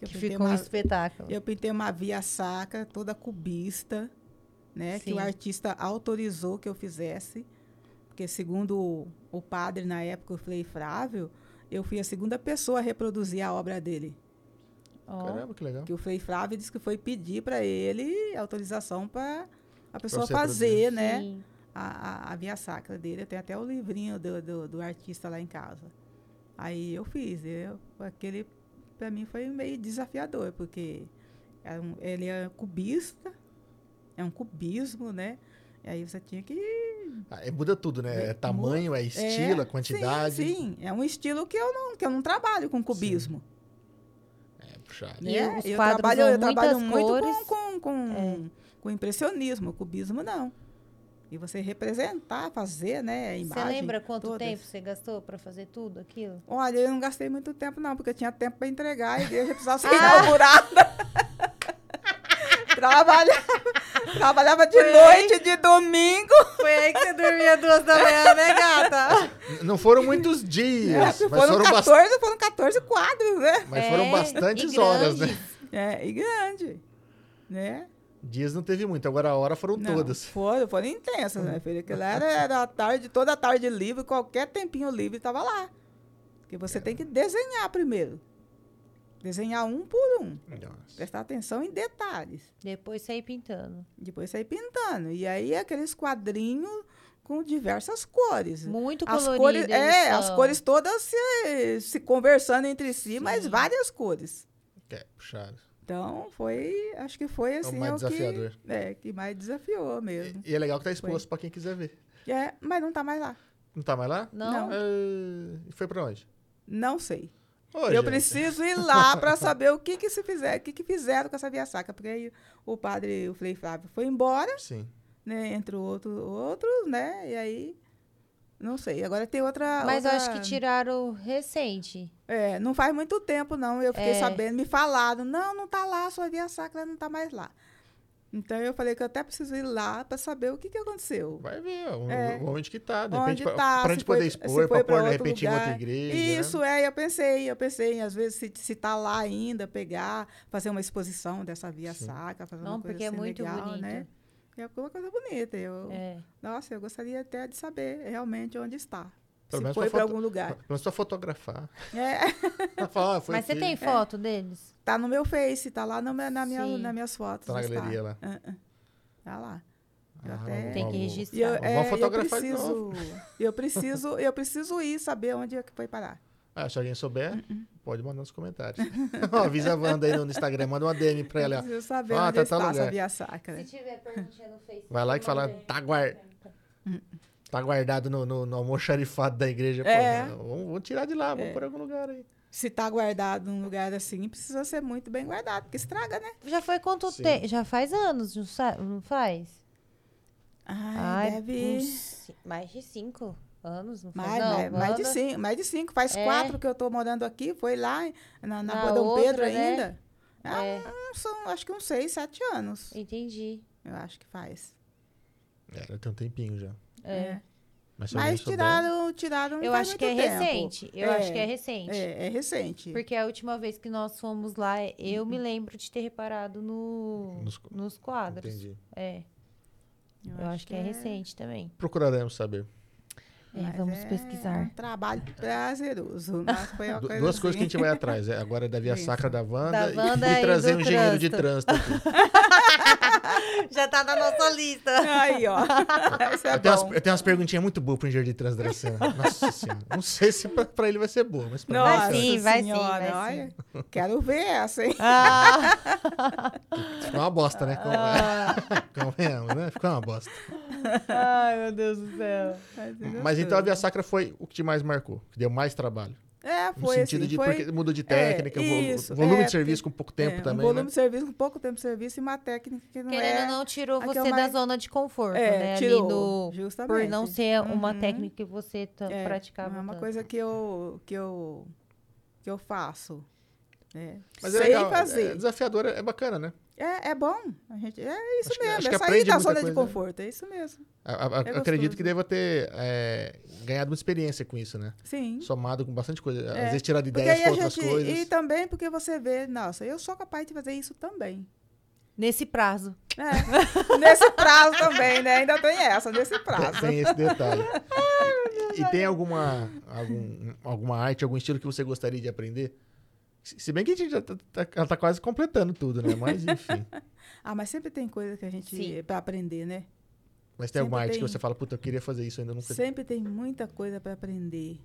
S3: Eu
S1: Que
S3: pintei
S1: ficou um
S3: uma-
S1: espetáculo.
S3: Eu pintei uma via sacra toda cubista, né? Que
S1: Sim.
S3: o artista autorizou que eu fizesse. Porque segundo o, o padre na época, o Frei Frávio, eu fui a segunda pessoa a reproduzir a obra dele.
S1: Ó,
S2: Caramba, que legal.
S3: Que o Frei Frávio disse que foi pedir para ele autorização para a pessoa
S2: você
S3: fazer, né?
S1: sim.
S3: a, a- a via sacra dele. Tem até o livrinho do, do, do artista lá em casa. Aí eu fiz. Eu, aquele, para mim, foi meio desafiador, porque era um- ele é cubista, é um cubismo, né? E aí você tinha que.
S2: Ah, é, muda tudo, né? É
S3: É,
S2: tamanho, é estilo, é,
S3: É,
S2: quantidade.
S3: Sim, é um estilo que eu não, que eu não trabalho com cubismo.
S2: É puxado.
S1: E
S3: né?
S1: os
S3: eu
S1: quadros
S3: trabalho,
S1: vão
S3: eu trabalho
S1: muitas
S3: muito
S1: cores. É.
S3: com, com, com, com impressionismo, cubismo não. E você representar, fazer, né? A
S1: Você
S3: imagem,
S1: lembra quanto
S3: todas.
S1: tempo você gastou pra fazer tudo aquilo?
S3: Olha, eu não gastei muito tempo, não, porque eu tinha tempo para entregar, a igreja precisava ser
S1: Ah.
S3: inaugurada. trabalhava, trabalhava de noite, de domingo.
S1: Foi aí que você dormia duas da manhã, né, gata?
S2: N- Não foram muitos dias, mas
S3: É, foram,
S2: foram, bas-
S3: 14, foram 14 quadros, né?
S2: mas
S1: É,
S2: foram bastantes horas, né?
S3: É, e grande. Né?
S2: Dias não teve muito, agora a hora foram
S3: Não,
S2: todas.
S3: Foram, foram intensas, né, filha? Aquilo era, era a tarde, toda a tarde livre, qualquer tempinho livre estava lá. Porque você tem que desenhar primeiro. Desenhar um por um.
S2: Nossa.
S3: Prestar atenção em detalhes.
S1: Depois sair pintando.
S3: Depois sair pintando. E aí aqueles quadrinhos com diversas cores.
S1: Muito
S3: As
S1: colorido.
S3: cores,
S1: eles
S3: é, as
S1: são.
S3: cores todas se, se conversando entre si, mas
S1: Sim.
S3: várias cores.
S2: É, puxado.
S3: Então, foi, acho que foi assim,
S2: mais
S3: é o
S2: desafiador.
S3: que, é, que mais desafiou mesmo.
S2: E, e é legal que tá exposto pra quem quiser ver.
S3: É, mas não tá mais lá.
S2: Não tá mais lá?
S1: Não.
S3: Não.
S2: Ah, E foi pra onde?
S3: Não sei.
S2: Ô,
S3: Eu
S2: gente,
S3: preciso ir lá para saber o que que se fizer, o que que fizeram com essa via sacra, porque aí o padre, o Frei Flávio foi embora,
S2: Sim.
S3: né, entre outro, outros, né? E aí não sei. Agora tem outra
S1: Mas eu
S3: outra-
S1: acho que tiraram recente.
S3: É, não faz muito tempo, não. Eu fiquei
S1: É.
S3: sabendo, me falaram, não, não tá lá, sua via sacra não tá mais lá. Então eu falei que eu até preciso ir lá para saber o que, que aconteceu.
S2: Vai ver, ó, o-
S3: É.
S2: onde que tá. De
S3: Onde
S2: repente, pra,
S3: tá,
S2: pra
S3: se
S2: gente
S3: foi-
S2: poder
S3: se
S2: expor, pra pôr
S3: foi pra
S2: de
S3: outro
S2: repente em outra
S3: lugar.
S2: igreja. né?
S3: Isso, é, eu pensei, eu pensei, em, às vezes, se, se tá lá ainda, pegar, fazer uma exposição dessa via
S2: Sim.
S3: sacra, fazer
S1: Não,
S3: uma coisa
S1: porque é
S3: assim
S1: muito
S3: legal,
S1: bonito.
S3: né? É uma coisa bonita. Eu,
S1: É.
S3: Nossa, eu gostaria até de saber realmente onde está.
S2: Pelo
S3: se
S2: menos pra
S3: foi para
S2: foto-
S3: algum lugar.
S2: Pelo menos pra fotografar.
S3: É,
S2: Falar, ah, foi
S1: Mas você
S2: aqui.
S1: tem foto deles?
S3: tá no meu Face, tá lá no meu- na minha,
S1: Sim.
S3: nas minhas fotos.
S2: Tá na
S3: está.
S2: galeria lá.
S3: Ah, ah. Tá lá. Eu
S2: Ah,
S3: até-
S1: Tem
S2: vamos-
S1: que
S3: E eu,
S1: registrar.
S2: Vamos
S3: é, eu
S2: fotografar de
S3: preciso, eu preciso, eu preciso ir saber onde é que foi parar.
S2: Ah, se alguém souber,
S3: Uh,
S2: pode mandar nos comentários. Ó, Avisa a Wanda aí no Instagram, manda uma DM pra
S3: Eu
S2: ela. ó.
S3: preciso saber né?
S2: Ah, tá,
S3: onde
S2: tá
S3: está essa
S2: lugar.
S3: via sacra.
S1: tiver perguntinha no Facebook.
S2: Vai lá que fala, tá, guar...
S3: Uh,
S2: tá guardado no, no, no almoxarifado da igreja. Pô,
S3: É.
S2: não, vamos, vamos tirar de lá, vamos
S3: É.
S2: por algum lugar aí.
S3: Se tá guardado num lugar assim, precisa ser muito bem guardado, porque estraga, né?
S1: Já foi quanto
S2: Sim.
S1: tempo? Já faz anos, não, sa- não faz?
S3: Ai,
S1: Ai,
S3: deve.
S1: uns mais de cinco anos, não faz
S3: Mais,
S1: não? um
S3: mais, mais de
S1: Wanda?
S3: cinco, mais de cinco. Faz
S1: É.
S3: quatro que eu tô morando aqui, foi lá na, na,
S1: Na
S3: Rua Dom
S1: outra,
S3: Pedro
S1: né?
S3: ainda. Ah,
S1: É,
S3: não, são, acho que uns seis, sete anos.
S1: entendi.
S3: Eu acho que faz.
S2: É, já tem um tempinho já.
S1: É.
S2: Mas, se alguém
S3: Mas
S2: souber,
S3: tiraram, tiraram. não
S1: Eu
S3: faz
S1: acho que é
S3: muito tempo.
S1: recente. Eu
S3: É,
S1: acho que é recente.
S3: É, é recente.
S1: Porque a última vez que nós fomos lá, eu me lembro de ter reparado no,
S2: Nos
S1: nos,
S2: qu-
S1: quadros.
S2: Entendi.
S1: É, eu acho que é recente também.
S2: Procuraremos saber.
S1: É,
S3: Mas
S1: vamos
S3: é
S1: pesquisar.
S3: Um trabalho prazeroso. Nossa, foi uma
S2: Du-
S3: coisa
S2: duas coisas que a
S3: assim.
S2: gente vai atrás. É, agora é da Via
S3: Isso.
S2: Sacra da Wanda,
S1: Da
S2: e-
S1: Wanda
S2: e,
S1: e
S2: trazer
S1: do
S2: um engenheiro de trânsito aqui.
S1: Já tá na nossa lista.
S3: Aí, ó. Isso assim. é
S2: eu, tenho
S3: bom.
S2: umas, eu tenho umas perguntinhas muito boas pro engenheiro de trânsito da Dracena. Nossa senhora. Não sei se pra, pra ele vai ser boa, mas pra
S1: Vai
S3: Nossa
S2: mim
S1: sim, vai sim,
S3: senhora,
S1: vai sim.
S3: olha, Quero ver essa, hein?
S1: Ah,
S2: Ficou uma bosta, né?
S3: Ah.
S2: Convenhamos, né? Ficou uma bosta.
S1: ai, meu Deus do céu.
S2: Mas então a Via Sacra foi o que te mais marcou, que deu mais trabalho.
S3: É,
S2: No
S3: foi
S2: sentido
S3: assim,
S2: de
S3: foi
S2: porque mudou de técnica,
S3: é,
S2: o volu-
S3: isso,
S2: volume
S3: é,
S2: de serviço com pouco tempo
S3: é,
S2: também,
S3: um volume
S2: né?
S3: de serviço, com pouco tempo de serviço e uma técnica que não
S1: Querendo
S3: é...
S1: ou não, tirou
S3: a que eu
S1: você da
S3: mais-
S1: zona de conforto,
S3: é,
S1: né?
S3: tirou,
S1: Ali do... Por
S3: justamente.
S1: não ser uma
S3: Uhum.
S1: técnica que você ta-
S3: É,
S1: praticava.
S3: não é uma
S1: tanto.
S3: coisa que eu, que eu, que eu faço. né?
S2: Mas
S3: Sei
S2: é legal, é
S3: fazer.
S2: desafiador, é bacana, né?
S3: É, é bom. A gente, é isso
S2: Acho que- acho
S3: mesmo.
S2: que
S3: é sair
S2: aprende
S3: da
S2: muita
S3: zona de
S2: coisa, né?
S3: conforto. É isso mesmo.
S2: A- a- a-
S3: É
S2: acredito
S3: gostoso.
S2: que deva ter é, ganhado uma experiência com isso, né?
S3: Sim.
S2: Somado com bastante coisa. Às
S3: É.
S2: vezes tirado
S3: Porque
S2: ideias
S3: aí
S2: para
S3: a
S2: outras
S3: gente.
S2: coisas.
S3: E também porque você vê, nossa, eu sou capaz de fazer isso também.
S1: Nesse prazo.
S3: É. nesse prazo também, né? Ainda tem essa, nesse
S2: Tem,
S3: prazo.
S2: tem esse detalhe. e tem alguma, algum- alguma arte, algum estilo que você gostaria de aprender? Se se bem que a gente já tá, tá- ela tá quase completando tudo, né? Mas enfim.
S3: Ah, mas sempre tem coisa que a gente.
S1: Sim.
S3: para aprender, né?
S2: Mas tem alguma
S3: Sempre
S2: arte que
S3: tem.
S2: você fala, puta, eu queria fazer isso, eu ainda nunca.
S3: Sempre tem muita coisa para aprender.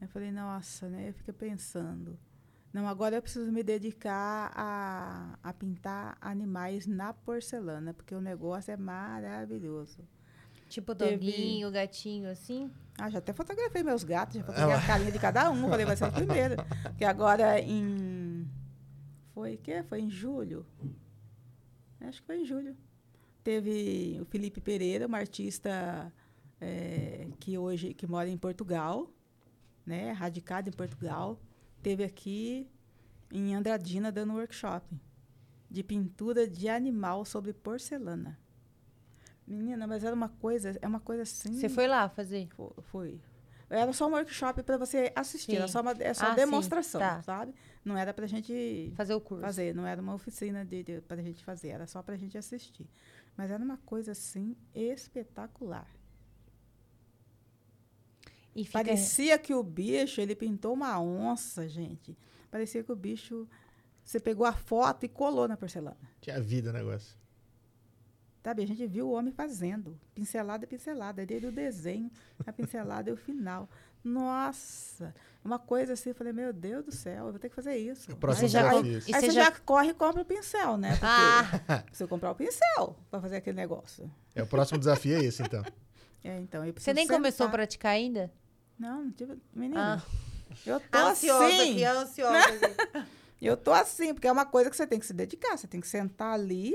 S3: Eu falei, nossa, né? Eu fiquei pensando. Não, agora eu preciso me dedicar a, a pintar animais na porcelana, porque o negócio é maravilhoso.
S1: Tipo
S3: Teve-
S1: doguinho, gatinho, assim.
S3: Ah, já até fotografei meus gatos, já fotografei a carinha de cada um, falei, vai ser o primeiro. Que agora em. Foi o quê? Foi em julho? Acho que foi em julho. Teve o Felipe Pereira, uma artista eh, que hoje que mora em Portugal, né? Radicado em Portugal. Teve aqui em Andradina dando um workshop de pintura de animal sobre porcelana. Menina, mas era uma coisa, é uma coisa assim.
S1: Você foi lá fazer?
S3: Fo- Foi. Era só um workshop para você assistir,
S1: Sim.
S3: era só uma é só
S1: Ah, sim,
S3: demonstração,
S1: tá.
S3: sabe? Não era para gente
S1: Fazer o curso.
S3: fazer, não era uma oficina de, de, para gente fazer, era só para gente assistir. Mas era uma coisa assim espetacular.
S1: E fica...
S3: Parecia que o bicho ele pintou uma onça, gente. Parecia que o bicho. Você pegou a foto e colou na porcelana.
S2: Tinha vida o negócio.
S3: Sabe? Tá A gente viu o homem fazendo, pincelada a pincelada, desde o desenho, a pincelada e o final. Nossa! Uma coisa assim, eu falei, meu Deus do céu, eu vou ter que fazer isso.
S2: O próximo
S3: Aí já-
S2: desafio.
S3: aí-
S2: E
S3: Aí
S1: você
S3: você
S1: já-
S3: já... corre e compra o pincel, né? Porque
S1: Ah,
S3: precisa comprar o pincel para fazer aquele negócio.
S2: É, o próximo desafio é esse, então.
S3: É, então, eu
S1: você
S3: preciso
S1: nem começou a
S3: sentar.
S1: praticar ainda?
S3: Não, não tive...
S1: Ah.
S3: menina. Eu tô assim.
S1: ansiosa
S3: Eu tô assim, porque é uma coisa que você tem que se dedicar. Você tem que sentar ali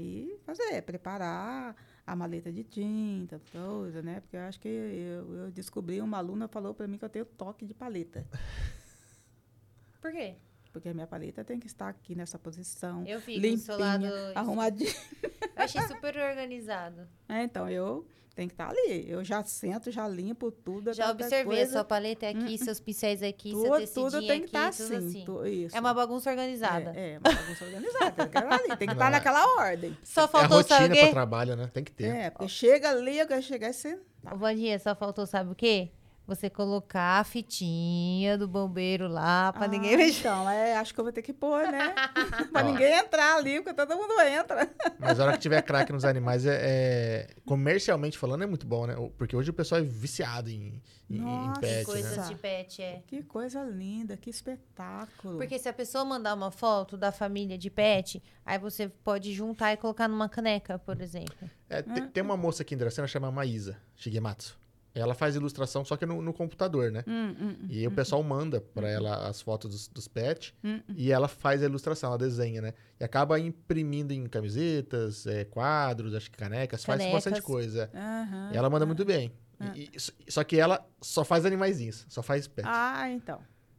S3: e fazer, preparar a maleta de tinta, coisa, né? Porque eu acho que eu, eu descobri, uma aluna falou para mim que eu tenho toque de paleta.
S1: Por quê?
S3: Porque a minha paleta tem que estar aqui nessa posição.
S1: Eu fico do
S3: limpinha,
S1: seu lado.
S3: arrumadinha.
S1: Eu achei super organizado.
S3: É, então, eu tenho que estar ali. Eu já sento, já limpo tudo.
S1: Já
S3: tanta
S1: observei,
S3: coisa,
S1: sua paleta é aqui, seus pincéis aqui, seu
S3: Hum. tudo,
S1: tecidinho
S3: tudo tem
S1: aqui,
S3: que estar
S1: tudo
S3: assim.
S1: assim.
S3: tu- isso.
S1: É uma bagunça organizada.
S3: É, é uma bagunça organizada. eu quero ali, Tem que estar
S2: Não, é-
S3: naquela ordem.
S1: Só
S2: é a
S1: faltou,
S2: rotina
S1: sabe o
S2: para
S1: quê?
S2: trabalho, né? Tem que ter.
S3: É, porque chega ali, eu quero chegar e você.
S1: Ô, Vandinha, só faltou, sabe o quê? Você colocar a fitinha do bombeiro lá pra
S3: Ah,
S1: ninguém mexer.
S3: Então, é, acho que eu vou ter que pôr, né? pra
S2: Ó.
S3: ninguém entrar ali, porque todo mundo entra.
S2: Mas a hora que tiver crack nos animais, é, é- comercialmente falando, é muito bom, né? O- Porque hoje o pessoal é viciado em, em- em
S3: Nossa,
S2: pet,
S1: Coisas
S2: né?
S3: Nossa.
S1: de pet, é.
S3: Que coisa linda, que espetáculo.
S1: Porque se a pessoa mandar uma foto da família de pet, aí você pode juntar e colocar numa caneca, por exemplo.
S2: É, te- tem uma moça aqui em Dracena chamada Maísa Shigematsu. Ela faz ilustração, só que no, no computador, né?
S3: Hum, hum, hum.
S2: E aí o pessoal manda pra ela as fotos dos, dos pets
S3: Hum.
S2: e ela faz a ilustração, ela desenha, né? E acaba imprimindo em camisetas, é, quadros, acho que canecas, faz
S1: Canecas.
S2: bastante coisa.
S3: Aham.
S2: E ela manda muito bem. E- e- só- só que ela só faz animaizinhos, só faz pet.
S3: Ah, então.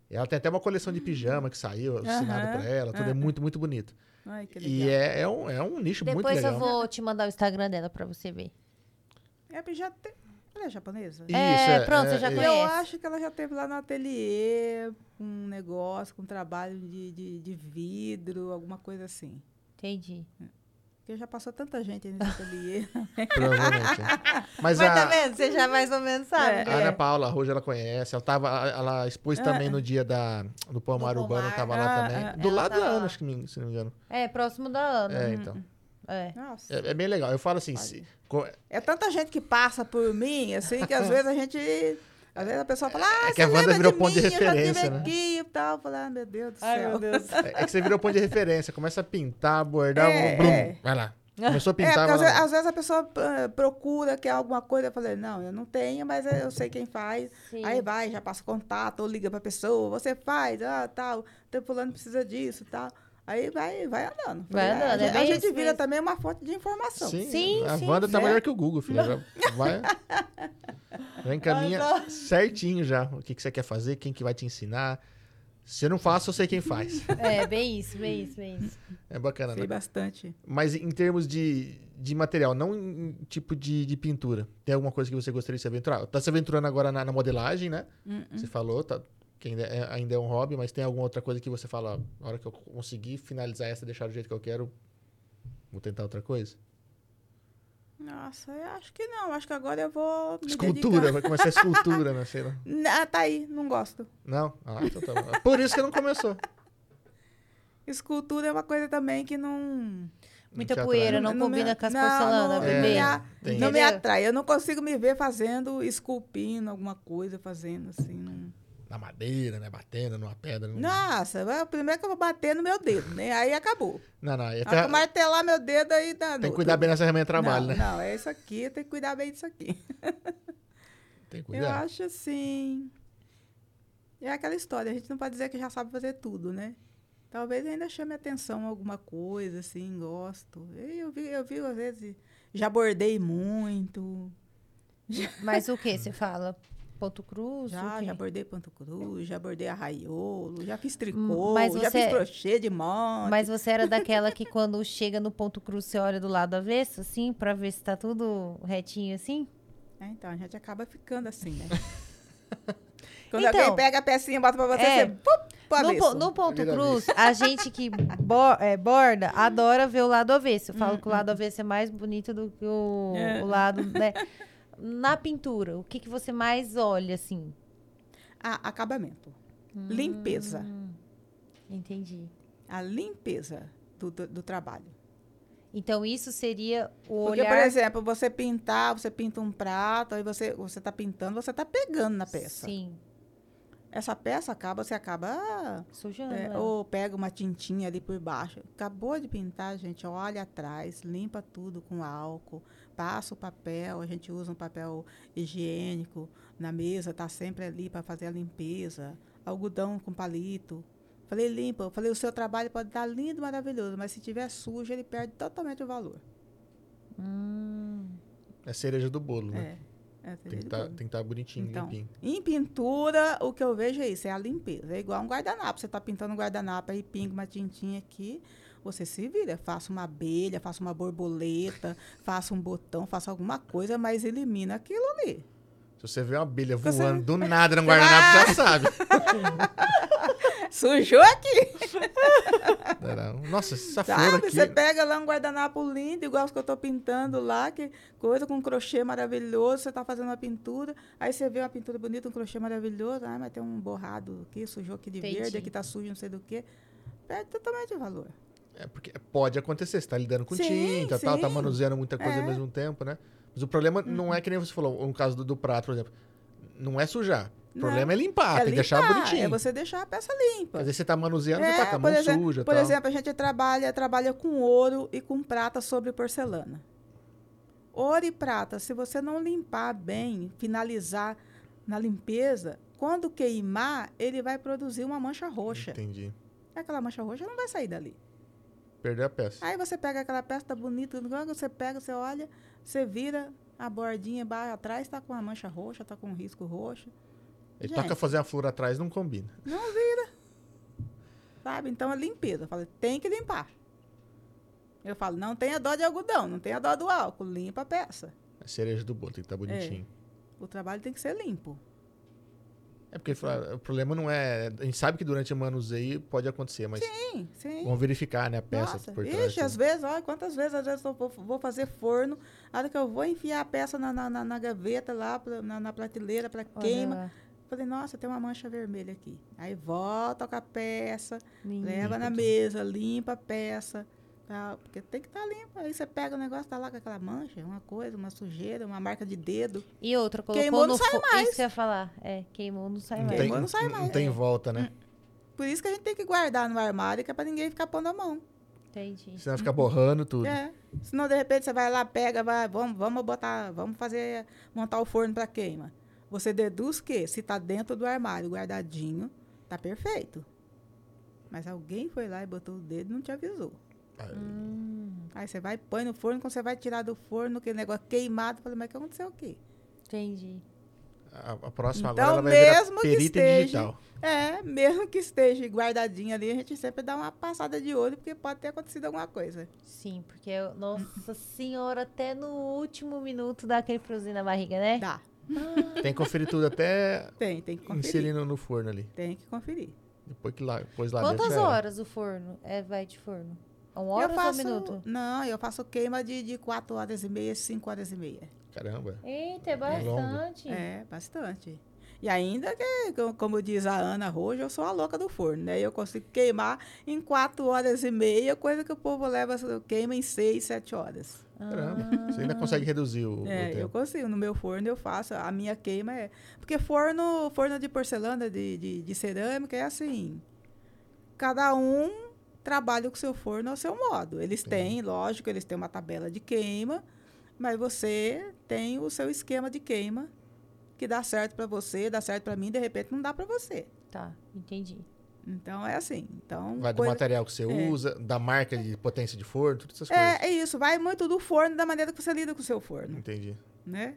S2: Ela tem até uma coleção de pijama que saiu, assinado
S3: Aham.
S2: pra ela, tudo é muito, muito bonito.
S3: Ai, que legal.
S2: E é, é um, é um nicho muito
S1: Depois
S2: legal.
S1: eu vou te mandar o Instagram dela pra você ver.
S3: É, porque já te- Ela é japonesa?
S2: Isso,
S1: É, pronto, você já
S2: é-
S1: conhece.
S3: Eu acho que ela já teve lá no ateliê um negócio, com um trabalho de, de, de vidro, alguma coisa assim.
S1: Entendi.
S3: Porque já passou tanta gente aí nesse ateliê.
S2: Provavelmente. é. Mas,
S1: Mas tá
S2: a,
S1: vendo? Você já mais ou menos sabe.
S3: É.
S2: a Ana Paula Roja, ela conhece. Ela, tava, ela expôs também no dia da, do Pomar
S1: Do
S2: Urbano,
S1: pomar.
S2: tava lá
S3: Ah,
S2: também.
S3: ah,
S2: do
S1: ela
S2: lado da
S1: tava
S2: Ana,
S1: lá.
S2: acho que me- se não me engano.
S1: É, próximo da Ana.
S2: É, então.
S1: É.
S3: Nossa.
S2: É, é bem legal. Eu falo assim, se- co-
S3: É tanta gente que passa por mim, assim, que às vezes a gente. Às vezes a pessoa fala, ah,
S2: É que
S3: você
S2: a Wanda
S3: lembra
S2: virou
S3: de
S2: ponto de
S3: mim, eu já tive
S2: referência, né?
S3: aqui e tal. Eu falei, ah, meu Deus do céu.
S1: Deus.
S2: é, é que você virou ponto de referência. Começa a pintar, bordar,
S3: É,
S2: blum,
S3: é.
S2: vai lá. Começou a
S3: É,
S2: pintar,
S3: porque
S2: vai
S3: às, ve- às vezes,
S2: lá. né?
S3: a pessoa eh, procura, quer alguma coisa, eu falei, não, eu não tenho, mas eu sei quem faz.
S1: Sim.
S3: Aí vai, já passa o contato, ou liga pra pessoa, você faz, ah, tal, teu fulano precisa disso, tal. Aí vai, vai andando.
S1: Vai
S3: Falei, ah,
S1: andando, é
S3: a gente- A,
S1: bem
S3: gente
S1: isso
S3: vira
S1: mesmo.
S3: também uma fonte de informação.
S2: Sim,
S1: Sim,
S2: a
S1: sim.
S2: Wanda tá
S3: Né?
S2: melhor que o Google, filho. Já vai, já encaminha
S1: Ai,
S2: certinho já o que, que você quer fazer, quem que vai te ensinar. Se eu não faço, eu sei quem faz.
S1: É, bem isso, bem isso, bem isso.
S2: É bacana,
S3: Sei
S2: né?
S3: bastante.
S2: Mas em termos de, de material, não em tipo de, de pintura, tem alguma coisa que você gostaria de se aventurar? Tá se aventurando agora na, na modelagem, né?
S3: Uhum.
S2: Você falou, tá, que ainda é, ainda é um hobby, mas tem alguma outra coisa que você fala, "Ó, na hora que eu conseguir finalizar essa, deixar do jeito que eu quero, vou tentar outra coisa?
S3: Nossa, eu acho que não. Acho que agora eu vou. Me dedicar.
S2: Escultura, vai começar a escultura, né? Sei lá.
S3: Ah, tá aí, não gosto.
S2: Não? Ah, então tá bom. Por isso que não começou.
S3: Escultura é uma coisa também que não.
S1: Muita
S2: te atrai.
S1: poeira, não,
S3: Não me-
S1: combina com as
S3: não,
S1: porcelanas,
S3: não,
S1: bebê.
S3: é.
S2: tem
S3: Não
S2: isso.
S3: me
S1: Entendeu?
S3: atrai. Eu não consigo me ver fazendo, esculpindo alguma coisa, fazendo assim. Não...
S2: Na madeira, né? Batendo numa pedra. num-
S3: Nossa, vai- o primeiro que eu vou bater no meu dedo, né? Aí acabou.
S2: Não, não. é
S3: Aí
S2: ferra-
S3: eu martelar meu dedo aí dá.
S2: Tem que cuidar bem dessa ferramenta de trabalho, né?
S3: não, Não, é isso aqui, tem que cuidar bem disso aqui.
S2: Tem que
S3: Eu
S2: cuidar.
S3: acho assim. É aquela história, a gente não pode dizer que já sabe fazer tudo, né? Talvez ainda chame atenção alguma coisa, assim, gosto. E Eu vi, eu vi, às vezes, já bordei muito,
S1: Mas o que você fala? Ponto cruz? o
S3: já,
S1: quê?
S3: já bordei ponto cruz, já bordei arraiolo, já fiz tricô,
S1: Hum, mas
S3: já
S1: você-
S3: fiz crochê de mão.
S1: Mas você era daquela que quando chega no ponto cruz, você olha do lado avesso, assim, pra ver se tá tudo retinho, assim?
S3: É, então, a gente acaba ficando assim, né? Quando
S1: Então,
S3: alguém pega a pecinha e bota pra você,
S1: é,
S3: você... Pum, pro
S1: No, po-
S3: avesso.
S1: no ponto
S2: Vira
S1: cruz, a gente que bo- é, borda adora ver o lado avesso. Eu falo que o lado avesso é mais bonito do que o,
S3: Uhum. É.
S1: o lado, né? Na pintura, o que, que você mais olha, assim?
S3: Ah, acabamento. Limpeza.
S1: Hum, Entendi.
S3: A limpeza do, do, do trabalho.
S1: Então isso seria o
S3: Porque,
S1: olhar.
S3: por exemplo, você pintar, você pinta um prato, aí você você está pintando, você está pegando na peça.
S1: Sim.
S3: Essa peça acaba, você acaba
S1: Sujando.
S3: É,
S1: ela.
S3: ou pega uma tintinha ali por baixo. Acabou de pintar, gente, olha atrás, limpa tudo com álcool, passa o papel, a gente usa um papel higiênico na mesa, tá sempre ali para fazer a limpeza, algodão com palito. Falei, limpa. Eu falei, o seu trabalho pode estar lindo, maravilhoso, mas se tiver sujo, ele perde totalmente o valor.
S1: Hum.
S2: É cereja do bolo, né?
S3: É. é você
S2: Tem
S3: vê
S2: que
S3: de
S2: tá,
S3: boa.
S2: estar bonitinho,
S3: Então.
S2: limpinho.
S3: Em pintura, o que eu vejo é isso, é a limpeza. É igual um guardanapo. Você está pintando um guardanapo, aí pinga uma tintinha aqui, você se vira. Faça uma abelha, faça uma borboleta, faça um botão, faça alguma coisa, mas elimina aquilo ali.
S2: Se você vê uma abelha
S3: Você-
S2: voando do nada no guardanapo, já sabe.
S3: Sujou aqui,
S2: Era um- Nossa, essa flor
S3: sabe?
S2: aqui.
S3: Você pega lá um guardanapo lindo, igual os que eu estou pintando lá, que coisa com um crochê maravilhoso, você está fazendo uma pintura, aí você vê uma pintura bonita, um crochê maravilhoso, ah, mas tem um borrado aqui, sujou aqui de
S1: Entendi.
S3: verde, aqui tá sujo, não sei do que. Perde totalmente o valor.
S2: É porque pode acontecer, você tá lidando com
S3: Sim,
S2: tinta, tal, tá
S3: sim.
S2: manuseando muita coisa ao
S3: É. Uhum.
S2: mesmo tempo, né? Mas o problema não é que nem você falou, no caso do, do prato, por exemplo. Não é sujar. O
S3: Não.
S2: problema é limpar, tem que deixar
S3: limpar,
S2: bonitinho.
S3: É você deixar a peça
S2: Às
S3: limpa.
S2: vezes você tá manuseando, você
S3: É,
S2: tá com a mão
S3: exemplo,
S2: suja,
S3: por
S2: tal.
S3: exemplo, a gente trabalha, trabalha com ouro e com prata sobre porcelana. Ouro e prata, se você não limpar bem, finalizar na limpeza, quando queimar, ele vai produzir uma mancha roxa.
S2: Entendi.
S3: Aquela mancha roxa não vai sair dali.
S2: Perder a peça.
S3: Aí você pega aquela peça tá bonita, quando você pega, você olha, você vira a bordinha embaixo, atrás tá com uma mancha roxa, tá com um risco roxo.
S2: E
S3: gente.
S2: toca fazer a flor atrás, não combina.
S3: Sabe? Então é limpeza. Eu falo, tem que limpar. Eu falo, não tenha dó de algodão, não tenha dó do álcool, limpa a peça.
S2: É cereja do bolo, tem que estar bonitinho.
S3: O trabalho tem que ser limpo.
S2: É, porque fala, o problema não é. A gente sabe que durante o manuseio pode acontecer, mas
S3: Sim, sim.
S2: vão verificar, né, a peça
S3: Nossa,
S2: por trás. um
S3: ixi, às vezes, olha quantas vezes, às vezes eu vou, vou fazer forno, a hora que eu vou enfiar a peça na, na, na- na gaveta lá, pra- na, na prateleira, para
S1: Olha
S3: queima.
S1: lá.
S3: Falei, nossa, tem uma mancha vermelha aqui. Aí volta com a peça,
S1: Lindo.
S3: Leva na
S2: tudo.
S3: mesa, limpa a peça. Tá? Porque tem que estar limpa. Aí você pega o negócio, tá lá com aquela mancha, uma coisa, uma sujeira, uma marca de dedo.
S1: E outra, colocou
S3: Queimou,
S1: no
S3: não sai
S1: fogo. Isso que eu ia falar. É, queimou, não sai
S2: Não
S1: mais.
S2: tem,
S3: Queimou, né? não sai
S2: não- não
S3: mais. Hum,
S2: tem volta, né?
S3: Por isso que a gente tem que guardar no armário, que é pra ninguém ficar pondo a mão.
S1: Entendi.
S2: Senão fica borrando tudo.
S3: hum. É. Senão, de repente, você vai lá, pega, vai, vamos, vamos botar, vamos fazer, montar o forno pra queima. Você deduz que se tá dentro do armário, guardadinho, tá perfeito. Mas alguém foi lá e botou o dedo e não te avisou.
S2: Aí,
S1: Hum,
S3: Aí você vai, põe no forno, quando você vai tirar do forno, aquele negócio queimado, fala, mas que aconteceu o quê?
S1: entendi.
S2: A, a próxima
S3: Então,
S2: agora ela vai virar
S3: mesmo que
S2: perita em
S3: esteja-
S2: digital.
S3: É, mesmo que esteja guardadinho ali, a gente sempre dá uma passada de olho, porque pode ter acontecido alguma coisa.
S1: Sim, porque, eu- nossa senhora, até no último minuto dá aquele friozinho na barriga, né?
S3: Dá.
S2: Tem que conferir tudo até
S3: Tem, tem que conferir.
S2: inserindo no forno ali.
S3: Tem que conferir.
S2: Depois que lá, depois lá
S1: Quantas
S2: dentro. já era.
S1: horas o forno é, vai de forno? Uma hora
S3: eu
S1: ou um
S3: faço,
S1: minuto?
S3: Não, eu faço queima de, de 4 horas e meia, 5 horas e meia.
S2: Caramba.
S1: Eita, é
S2: longo.
S1: bastante.
S3: É, bastante. E ainda que, co- como diz a Ana Rojo, eu sou a louca do forno, né? Eu consigo queimar em 4 horas e meia, coisa que o povo leva, queima em 6, 7 horas.
S1: Ah,
S2: Caramba. Você ainda consegue reduzir o, o
S3: Ah. É, eu
S2: tempo.
S3: consigo. No meu forno eu faço. A minha queima é. Porque forno, forno de porcelana, de, de, de cerâmica, é assim. Cada um trabalha com seu forno ao seu modo. Eles
S2: Uhum.
S3: têm, lógico, eles têm uma tabela de queima, mas você tem o seu esquema de queima que dá certo para você, dá certo para mim, de repente não dá para você.
S1: Tá, entendi.
S3: Então é assim. Então
S2: Vai do
S3: coisa-
S2: material que você
S3: É.
S2: usa, da marca de potência de forno, todas essas coisas.
S3: é, é isso. Vai muito do forno da maneira que você lida com o seu forno,
S2: Entendi.
S3: né?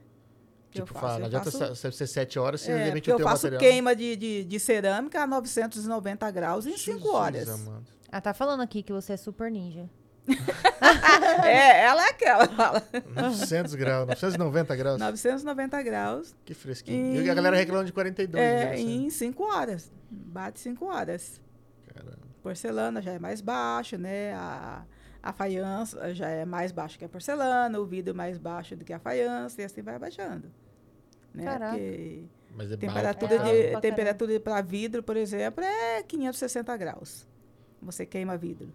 S3: Que eu
S2: Tipo,
S3: faço,
S2: fala, não
S3: eu
S2: adianta
S3: faço-
S2: sa- sa- ser sete horas se
S3: É,
S2: de
S3: porque
S2: repente o
S3: eu
S2: teu
S3: faço
S2: material. né?
S3: queima de, de, de cerâmica a 990 graus em 5
S2: Jesus
S3: horas.
S2: amado.
S1: Ah, tá falando aqui que você é super ninja.
S3: é, ela é aquela. fala.
S2: 900 graus, 990 graus.
S3: 990 graus
S2: Que fresquinho. E né? a galera reclama de 42.
S3: é,
S2: engraçado.
S3: em 5 horas. Bate 5 horas.
S2: Caramba.
S3: Porcelana já é mais baixo, né? A, a faiança já é mais baixo que a porcelana, o vidro mais baixo do que a faiança, e assim vai baixando. Né?
S1: Caraca.
S3: Porque
S2: Mas é
S3: Temperatura,
S1: alto pra
S3: de,
S1: caramba.
S3: temperatura para vidro, por exemplo, é 560 graus. Você queima vidro.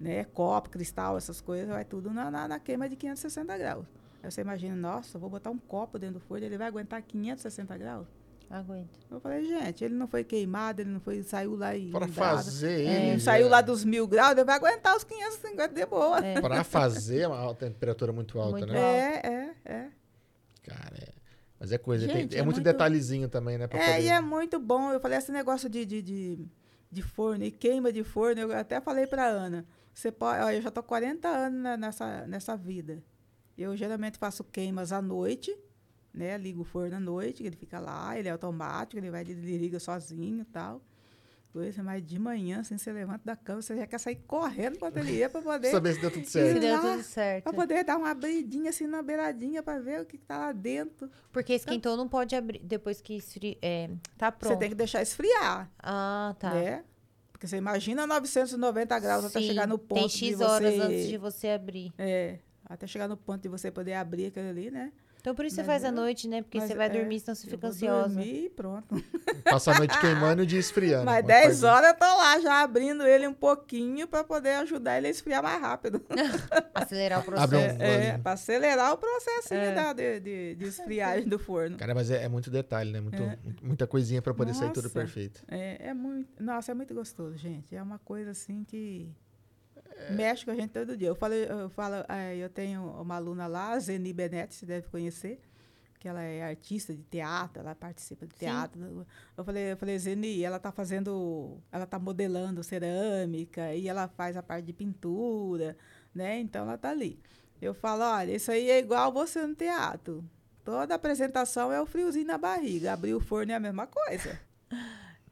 S3: Né? Copo, cristal, essas coisas, vai tudo na, na, na queima de 560 graus. Aí você imagina, nossa, eu vou botar um copo dentro do forno, ele vai aguentar 560 graus?
S1: Aguento.
S3: Eu falei, gente, ele não foi queimado, ele não foi, saiu lá e.
S2: Para
S3: inundado,
S2: fazer
S3: não
S2: ele.
S3: saiu
S2: é,
S3: lá dos mil graus, ele vai aguentar os 550 de boa.
S1: É.
S2: Para né? fazer uma alta- temperatura muito alta,
S1: Muito
S2: né?
S1: alta.
S3: É, é, é.
S2: Cara, é. Mas é coisa. tem-
S1: Gente,
S2: é,
S1: é
S2: muito
S1: muito-
S2: detalhezinho também, né? pra
S3: É,
S2: poder-
S3: e é muito bom. Eu falei, esse negócio de, de, de, de forno e queima de forno, eu até falei pra Ana, você pode, ó, eu já tô 40 anos na- nessa, nessa vida. Eu geralmente faço queimas à noite, né? Ligo o forno à noite, que ele fica lá, ele é automático, ele vai, ele liga sozinho e tal. Coisa, mas de manhã, assim, você levanta da cama, você já quer sair correndo pro ateliê pra poder
S2: Saber se deu tudo
S1: Se
S3: Sei
S2: certo.
S1: deu
S3: lá,
S1: tudo certo.
S3: Pra poder dar uma abridinha assim na beiradinha pra ver o que, que tá lá dentro.
S1: Porque esquentou, não pode abrir. Depois que esfri... é, tá pronto.
S3: Você tem que deixar esfriar,
S1: Ah, tá.
S3: né? Porque você imagina 990 graus até
S1: Sim,
S3: chegar no ponto
S1: Tem X
S3: de você...
S1: horas antes de você abrir.
S3: É, até chegar no ponto de você poder abrir aquilo ali, né?
S1: Então por isso você
S3: Mas
S1: faz à
S3: eu-
S1: noite, né? Porque
S3: mas
S1: você vai
S3: é,
S1: dormir, senão você
S3: Eu
S1: fica
S3: vou
S1: ansiosa.
S3: dormir e pronto.
S2: Passar a noite queimando e o dia esfriando.
S3: Mas
S2: Uma
S3: 10
S2: coisa-
S3: horas eu tô lá já abrindo ele um pouquinho pra poder ajudar ele a esfriar mais rápido.
S1: Acelerar o
S2: Abre
S1: processo.
S2: um-
S3: É,
S2: Olha.
S3: pra acelerar o processo né,
S1: É.
S3: de, de, de esfriagem do forno.
S2: Cara, mas é, é muito detalhe, né? Muito, Muita coisinha pra poder sair tudo
S3: Nossa.
S2: perfeito.
S3: É, é muito. Nossa, é muito gostoso, gente. É uma coisa assim que mexe com a gente todo dia. Eu falo, eu falo, eh, eu tenho uma aluna lá, Zeni Benetti, você deve conhecer, que ela é artista de teatro, ela participa de teatro. Eu falei, eu falei, Zeni, ela tá fazendo, ela tá modelando cerâmica e ela faz a parte de pintura, né? Então ela tá ali. Eu falo, olha, isso aí é igual você no teatro. Toda apresentação é o friozinho na barriga. Abrir o forno é a mesma coisa.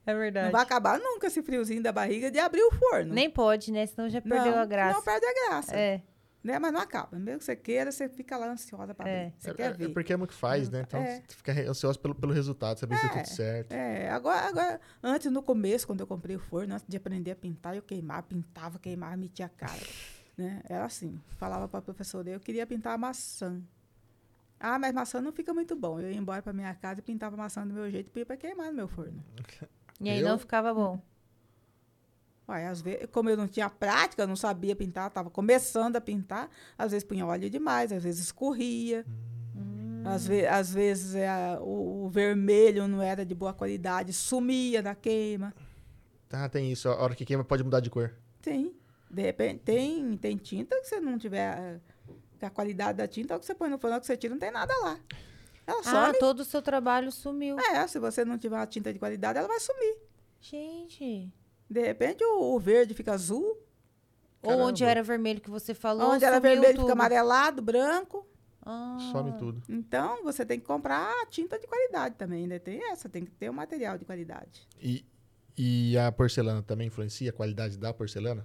S1: É verdade.
S3: Não vai acabar nunca esse friozinho da barriga de abrir o forno.
S1: Nem pode, né? Senão já
S3: Não,
S1: perdeu a graça.
S3: Não perde a graça.
S1: É,
S3: Né? Mas não acaba. Mesmo que você queira, você fica lá ansiosa para
S1: É.
S3: abrir. Você
S2: É-
S3: quer
S2: é,
S3: ver.
S2: porque é muito que faz, né? Então
S3: É.
S2: você fica re- ansioso pelo, pelo resultado, saber se deu
S3: É.
S2: tudo certo.
S3: É, agora, agora, antes, no começo, quando eu comprei o forno, antes de aprender a pintar, eu queimava, pintava, queimava, metia a cara. né? Era assim. Falava para a professora, eu queria pintar a maçã. Ah, mas maçã não fica muito bom. Eu ia embora para minha casa e pintava a maçã do meu jeito para queimar no meu forno.
S1: e aí
S2: Eu-
S1: não ficava bom.
S3: Ué, às vezes, como eu não tinha prática, eu não sabia pintar, estava começando a pintar, às vezes punha óleo demais, às vezes escorria. Às, ve às vezes é, o, o vermelho não era de boa qualidade, sumia da queima.
S2: Tá, tem isso. A hora que queima pode mudar de cor.
S3: Tem. De repente, tem, tem tinta que você não tiver. eh, que A qualidade da tinta, a hora que você põe no forno, a hora que você tira, não tem nada lá. Ela
S1: Ah,
S3: some.
S1: todo o seu trabalho sumiu.
S3: É, se você não tiver uma tinta de qualidade, ela vai sumir.
S1: Gente.
S3: De repente, o, o verde fica azul,
S1: Ou onde
S2: Caramba.
S1: era vermelho que você falou,
S3: onde era
S1: sumiu
S3: vermelho
S1: tudo.
S3: fica amarelado, branco.
S1: Ah,
S2: Some tudo.
S3: Então, você tem que comprar a tinta de qualidade também, né? Tem essa, tem que ter o material de qualidade.
S2: E, e a porcelana também influencia a qualidade da porcelana?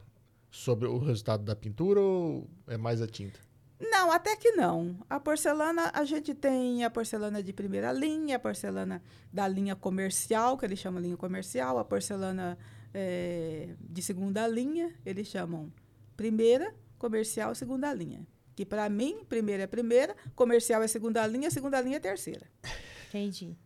S2: Sobre o resultado da pintura ou é mais a tinta?
S3: Não, até que não. A porcelana, a gente tem a porcelana de primeira linha, a porcelana da linha comercial, que eles chamam linha comercial, a porcelana eh, de segunda linha, eles chamam primeira, comercial, segunda linha. Que para mim, primeira é primeira, comercial é segunda linha, segunda linha é terceira.
S1: entendi.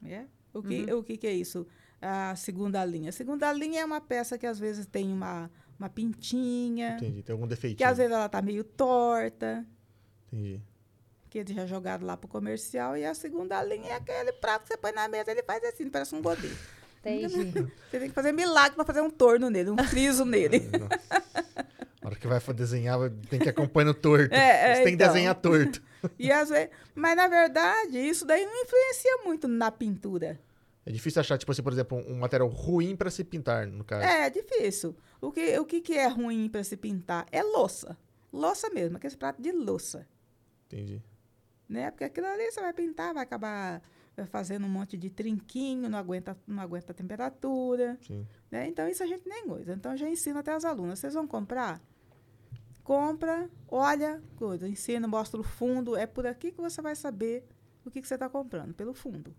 S3: né? O, que,
S2: Uhum.
S3: o que, que é isso? A segunda linha. A segunda linha é uma peça que às vezes tem uma, uma pintinha,
S2: Entendi. Tem algum
S3: É. que
S2: defeitinho?
S3: às vezes ela tá meio torta,
S2: Entendi.
S3: que eles já jogaram lá pro comercial. E a segunda linha é aquele prato que você põe na mesa, ele faz assim, parece um godê.
S1: Entendi.
S3: Você tem que fazer milagre para fazer um torno nele, um friso nele.
S2: Ah, Nossa. A hora que vai desenhar, vai- tem que acompanhar no torto.
S3: É, é,
S2: Você tem que
S3: então.
S2: desenhar torto.
S3: E às vezes, mas na verdade, isso daí não influencia muito na pintura.
S2: É difícil achar, tipo assim, por exemplo, um material ruim pra se pintar, no caso.
S3: É, é difícil. O que, o que, que é ruim para se pintar? É louça. Louça mesmo, aquele prato de louça.
S2: Entendi.
S3: né? Porque aquilo ali você vai pintar, vai acabar eh, fazendo um monte de trinquinho, não aguenta, não aguenta a temperatura,
S2: Sim.
S3: né? Então isso a gente nem coisa. Então eu já ensino até as alunas, vocês vão comprar? Compra, olha, coisa, ensino, mostra o fundo, é por aqui que você vai saber o que, que você está comprando, pelo fundo.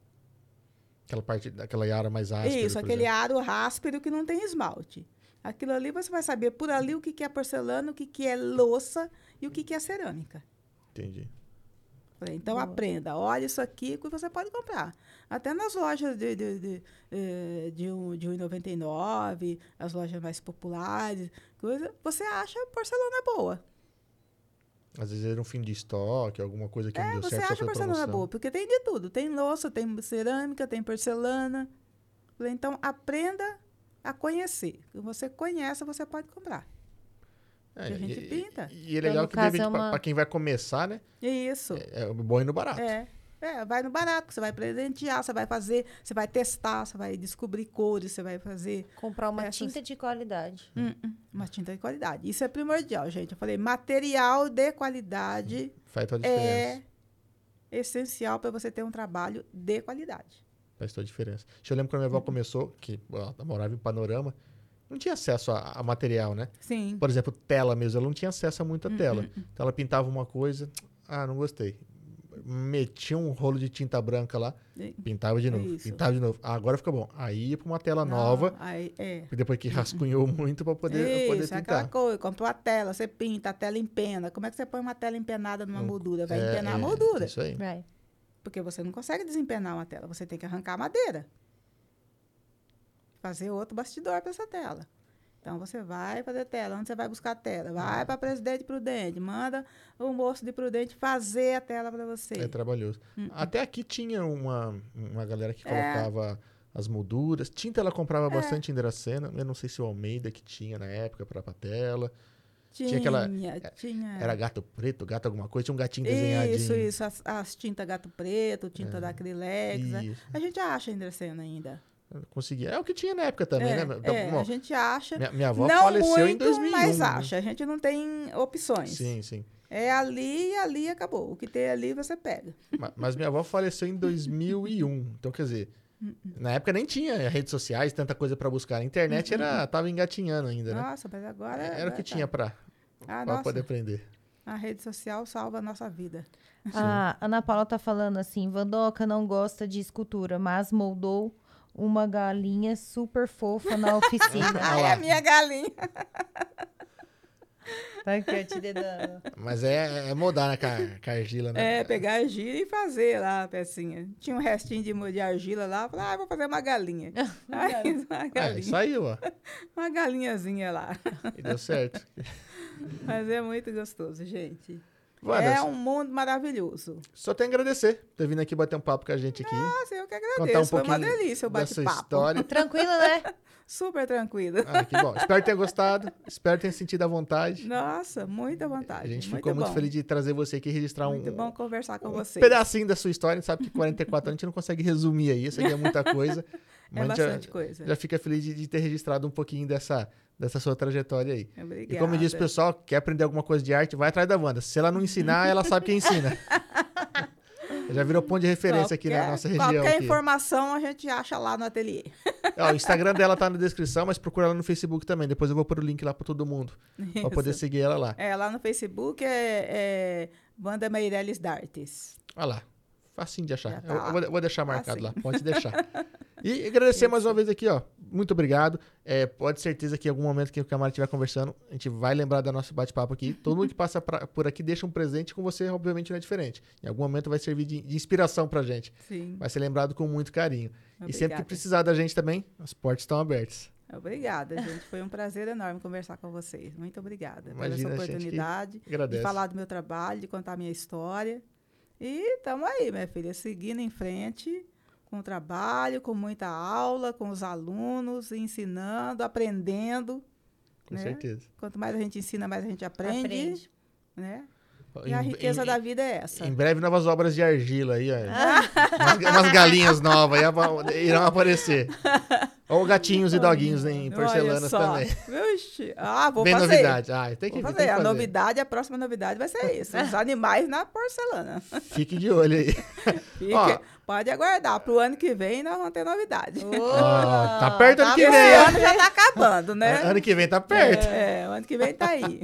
S2: Aquela parte, aquela área mais áspera,
S3: isso,
S2: por
S3: aquele
S2: exemplo.
S3: aro ráspero que não tem esmalte. Aquilo ali você vai saber por ali o que, que é porcelana, o que, que é louça e o que, que é cerâmica.
S2: Entendi.
S3: Falei, então
S1: Boa.
S3: aprenda, olha isso aqui que você pode comprar. Até nas lojas de, de, de, eh, de, um- de 1,99, as lojas mais populares, coisa, você acha porcelana boa.
S2: Às vezes era um fim de estoque, alguma coisa que não
S3: É,
S2: deu
S3: você
S2: certo, só
S3: acha
S2: foi
S3: porcelana
S2: promoção.
S3: boa, porque tem de tudo. Tem louça, tem cerâmica, tem porcelana. Falei, então aprenda a conhecer. Se você conhece, você pode comprar.
S2: É,
S3: que a gente
S2: e-
S3: pinta.
S2: E, e é
S1: Então,
S2: legal
S1: no
S2: que, de
S1: caso,
S2: repente,
S1: é
S2: pra-
S1: uma-
S2: pra quem vai começar, né?
S3: É isso.
S2: É é bom e no barato.
S3: É. É, vai no barato, você vai presentear, você vai fazer, você vai testar, você vai descobrir cores, você vai fazer
S1: Comprar uma
S3: Essas-
S1: tinta de qualidade.
S3: uma tinta de qualidade. Isso é primordial, gente. Eu falei, material de qualidade
S2: Faz toda a diferença.
S3: é essencial para você ter um trabalho de qualidade.
S2: Faz toda a diferença. Deixa eu lembro quando minha
S3: Uhum.
S2: avó começou, que ó, ela morava em Panorama, não tinha acesso a, a material, né?
S3: Sim.
S2: Por exemplo, tela mesmo, ela não tinha acesso a muita
S3: Uhum.
S2: tela. Então ela pintava uma coisa, ah, não gostei. Metia um rolo de tinta branca lá,
S3: E-
S2: pintava de novo,
S3: Isso.
S2: pintava de novo. Ah, agora fica bom. Aí ia pra uma tela nova,
S3: Não, aí, é.
S2: e depois que rascunhou muito pra poder,
S3: Isso,
S2: poder
S3: é aquela
S2: pintar.
S3: coisa, comprou a tela, você pinta, a tela empena. Como é que você põe uma tela empenada numa
S2: Não-
S3: moldura? Vai
S2: É,
S3: empenar a
S2: é,
S3: moldura.
S2: Isso aí.
S1: Right.
S3: Porque você não consegue desempenar uma tela, você tem que arrancar a madeira. Fazer outro bastidor para essa tela. Então você vai fazer tela, onde você vai buscar a tela? Vai para presidente prudente, manda o moço de prudente fazer a tela para você.
S2: É trabalhoso.
S3: Hum,
S2: Até aqui tinha uma, uma galera
S3: É.
S2: que colocava as molduras. Tinta ela comprava bastante em Dracena. Eu não sei se o Almeida que tinha na época pra patela.
S3: tinha,
S2: tinha aquela- é,
S3: tinha.
S2: Era gato preto, gato alguma coisa. Tinha um gatinho desenhadinho.
S3: É.
S2: É.
S3: isso, isso, as, as tintas gato preto, tinta da acrilex. né?
S2: Isso.
S3: A gente acha em Dresena ainda.
S2: Eu Consegui. É o que tinha na época também,
S3: é,
S2: né? Então,
S3: é,
S2: bom,
S3: a gente acha.
S2: minha, minha avó
S3: não
S2: faleceu
S3: muito,
S2: em 2001.
S3: mas
S2: né?
S3: acha. A gente não tem opções.
S2: Sim, sim.
S3: É ali e ali acabou. O que tem ali você pega.
S2: Ma- Mas minha avó faleceu em 2001. Então, quer dizer,
S3: Hum,
S2: na época nem tinha redes sociais, tanta coisa pra buscar. A internet era, tava engatinhando ainda, né?
S3: Nossa, mas Uhum. agora.
S2: Era o que
S3: agora tá.
S2: tinha pra,
S3: Ah,
S2: pra
S3: nossa,
S2: poder aprender.
S3: a rede social salva a nossa vida.
S1: A Ana Paula tá falando assim: Vandoca não gosta de escultura, mas moldou uma galinha super fofa na oficina.
S2: Ah
S3: Ai,
S2: lá.
S3: a minha galinha.
S1: tá aqui, ó, te dedando.
S2: Mas é, é moldar na car cargila, né?
S3: É, pegar argila e fazer lá a pecinha. Tinha um restinho de, mo- de argila lá. Falei, ah, vou fazer uma galinha. Aí, uma
S2: É,
S3: galinha.
S2: saiu, ó.
S3: uma galinhazinha lá.
S2: E deu certo.
S3: É Mas é muito gostoso, gente.
S2: Wanda,
S3: É um mundo maravilhoso.
S2: só tem a agradecer por ter vindo aqui bater um papo com a gente aqui.
S3: Nossa, eu que
S2: Contar um
S3: agradeço. Foi uma
S2: pouquinho
S3: delícia o
S2: da sua
S3: bate-papo.
S2: história.
S1: Tranquila, né?
S3: Super tranquilo.
S2: Ah, que bom. Espero ter gostado. Espero ter sentido à vontade.
S3: Nossa, muita vontade.
S2: A gente ficou muito,
S3: bom.
S2: feliz de trazer você aqui e registrar
S3: Muito
S2: um,
S3: bom conversar com
S2: um
S3: vocês.
S2: pedacinho da sua história. A gente sabe que 44 anos a gente não consegue resumir aí. Isso aqui é muita coisa.
S3: É
S2: a gente já-
S3: bastante coisa.
S2: já fica feliz de, de ter registrado um pouquinho dessa, dessa sua trajetória aí.
S3: Obrigada.
S2: E como diz o pessoal, quer aprender alguma coisa de arte, vai atrás da Wanda. Se ela não ensinar, ela sabe quem ensina. Já virou ponto de referência aqui na
S3: Qualquer-
S2: nossa região.
S3: Qualquer
S2: aqui.
S3: informação a gente acha lá no ateliê.
S2: Ó, o Instagram dela tá na descrição, mas procura ela no Facebook também. Depois eu vou pôr o link lá pra todo mundo. Pra poder
S3: Isso.
S2: seguir ela lá.
S3: É, lá no Facebook é, é Banda Meirelles Dartes.
S2: Olha lá. Facinho de achar.
S3: Já tá
S2: Eu- eu vou, de- vou deixar marcado
S3: Facinho.
S2: lá. Pode deixar. E agradecer mais uma vez aqui, ó. Muito obrigado. É, pode certeza que em algum momento que o camarada estiver conversando, a gente vai lembrar do nosso bate-papo aqui. Todo mundo que passa pra- por aqui deixa um presente com você, obviamente não é diferente. Em algum momento vai servir de, de inspiração pra gente.
S3: Sim.
S2: Vai ser lembrado com muito carinho. E sempre que
S3: obrigada.
S2: precisar da gente também, as portas estão abertas.
S3: Obrigada, gente. Foi um prazer enorme conversar com vocês. Muito obrigada
S2: Imagina,
S3: pela
S2: gente,
S3: essa
S2: que-
S3: oportunidade de
S2: Agradeço.
S3: falar do meu trabalho, de contar a minha história. E estamos aí, minha filha, seguindo em frente com o trabalho, com muita aula, com os alunos, ensinando, aprendendo.
S2: Com
S3: né?
S2: certeza.
S3: Quanto mais a gente ensina, mais a gente aprende,
S1: Aprende.
S3: né?
S2: Em-
S3: E a riqueza
S2: em-
S3: da vida é essa.
S2: Em breve, novas obras de argila aí, ó. Umas, umas galinhas novas aí apa- irão aparecer. Ou gatinhos e doguinhos em porcelanas
S3: Olha só.
S2: também.
S3: Vixe. Ah, vou
S2: Bem
S3: fazer.
S2: novidade. Ah, tem que,
S3: Vou
S2: tem que
S3: fazer. A
S2: fazer.
S3: novidade, a próxima novidade vai ser isso. Os animais na porcelana.
S2: Fique de olho aí.
S3: Fica.
S2: Ó,
S3: Pode aguardar. Pro ano que vem nós vamos ter novidade.
S2: Ah, tá perto ano
S1: tá
S2: que vem,
S3: Esse
S2: hein?
S3: ano já tá acabando, né?
S2: Ano que vem tá perto.
S3: É, o ano que vem tá aí.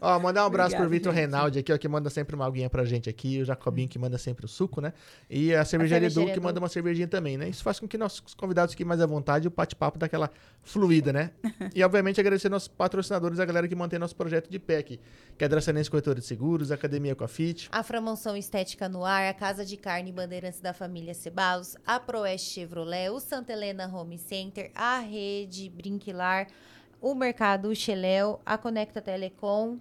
S2: Ó, mandar um abraço
S3: Obrigada,
S2: pro Vitor
S3: gente.
S2: Reinaldi aqui, ó, que manda sempre uma aguinha pra gente aqui, o Jacobinho que manda sempre o suco, né? E a cervejaria Edu
S1: cervejaria
S2: que
S1: Edu.
S2: manda uma cervejinha também, né? Isso faz com que nossos convidados fiquem mais à vontade e o bate-papo daquela fluida, né? E obviamente agradecer nossos patrocinadores, a galera que mantém nosso projeto de pé aqui, que é a Dracenense Corretora de Seguros, a Academia Coafit.
S1: A Framonção Estética no Ar, a Casa de Carne Bandeirantes da Família Cebalos, a Proeste Chevrolet, o Santa Helena Home Center, a Rede Brinquilar, o Mercado Xeléu, a Conecta Telecom,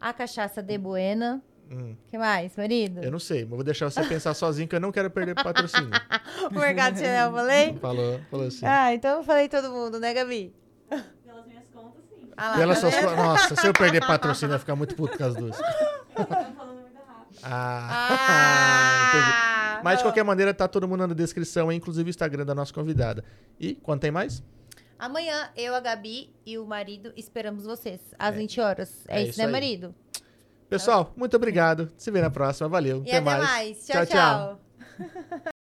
S1: a Cachaça de Buena.
S2: Hum,
S1: que mais, marido?
S2: eu não sei, mas vou deixar você pensar sozinho que eu não quero perder patrocínio.
S1: o Mercado Xeléu, eu falei?
S2: Falou, falou assim.
S1: Ah, então eu falei todo mundo, né, Gabi?
S4: Pelas minhas contas, sim.
S1: Ah lá,
S2: E ela
S1: tá
S2: só
S1: vendo?
S2: fala, Nossa, se eu perder patrocínio, eu vou ficar muito puto com as duas.
S4: Estão falando muito rápido.
S2: Ah, entendi.
S1: Ah,
S2: Mas de
S1: bom.
S2: qualquer maneira, tá todo mundo na descrição, hein? inclusive o Instagram da nossa convidada. E quando tem mais?
S1: Amanhã, eu, a Gabi e o marido esperamos vocês às 20 horas. É,
S2: é
S1: isso,
S2: isso
S1: né,
S2: aí.
S1: marido?
S2: Pessoal, muito obrigado. Se vê na próxima. Valeu.
S1: E até mais. Tchau, tchau.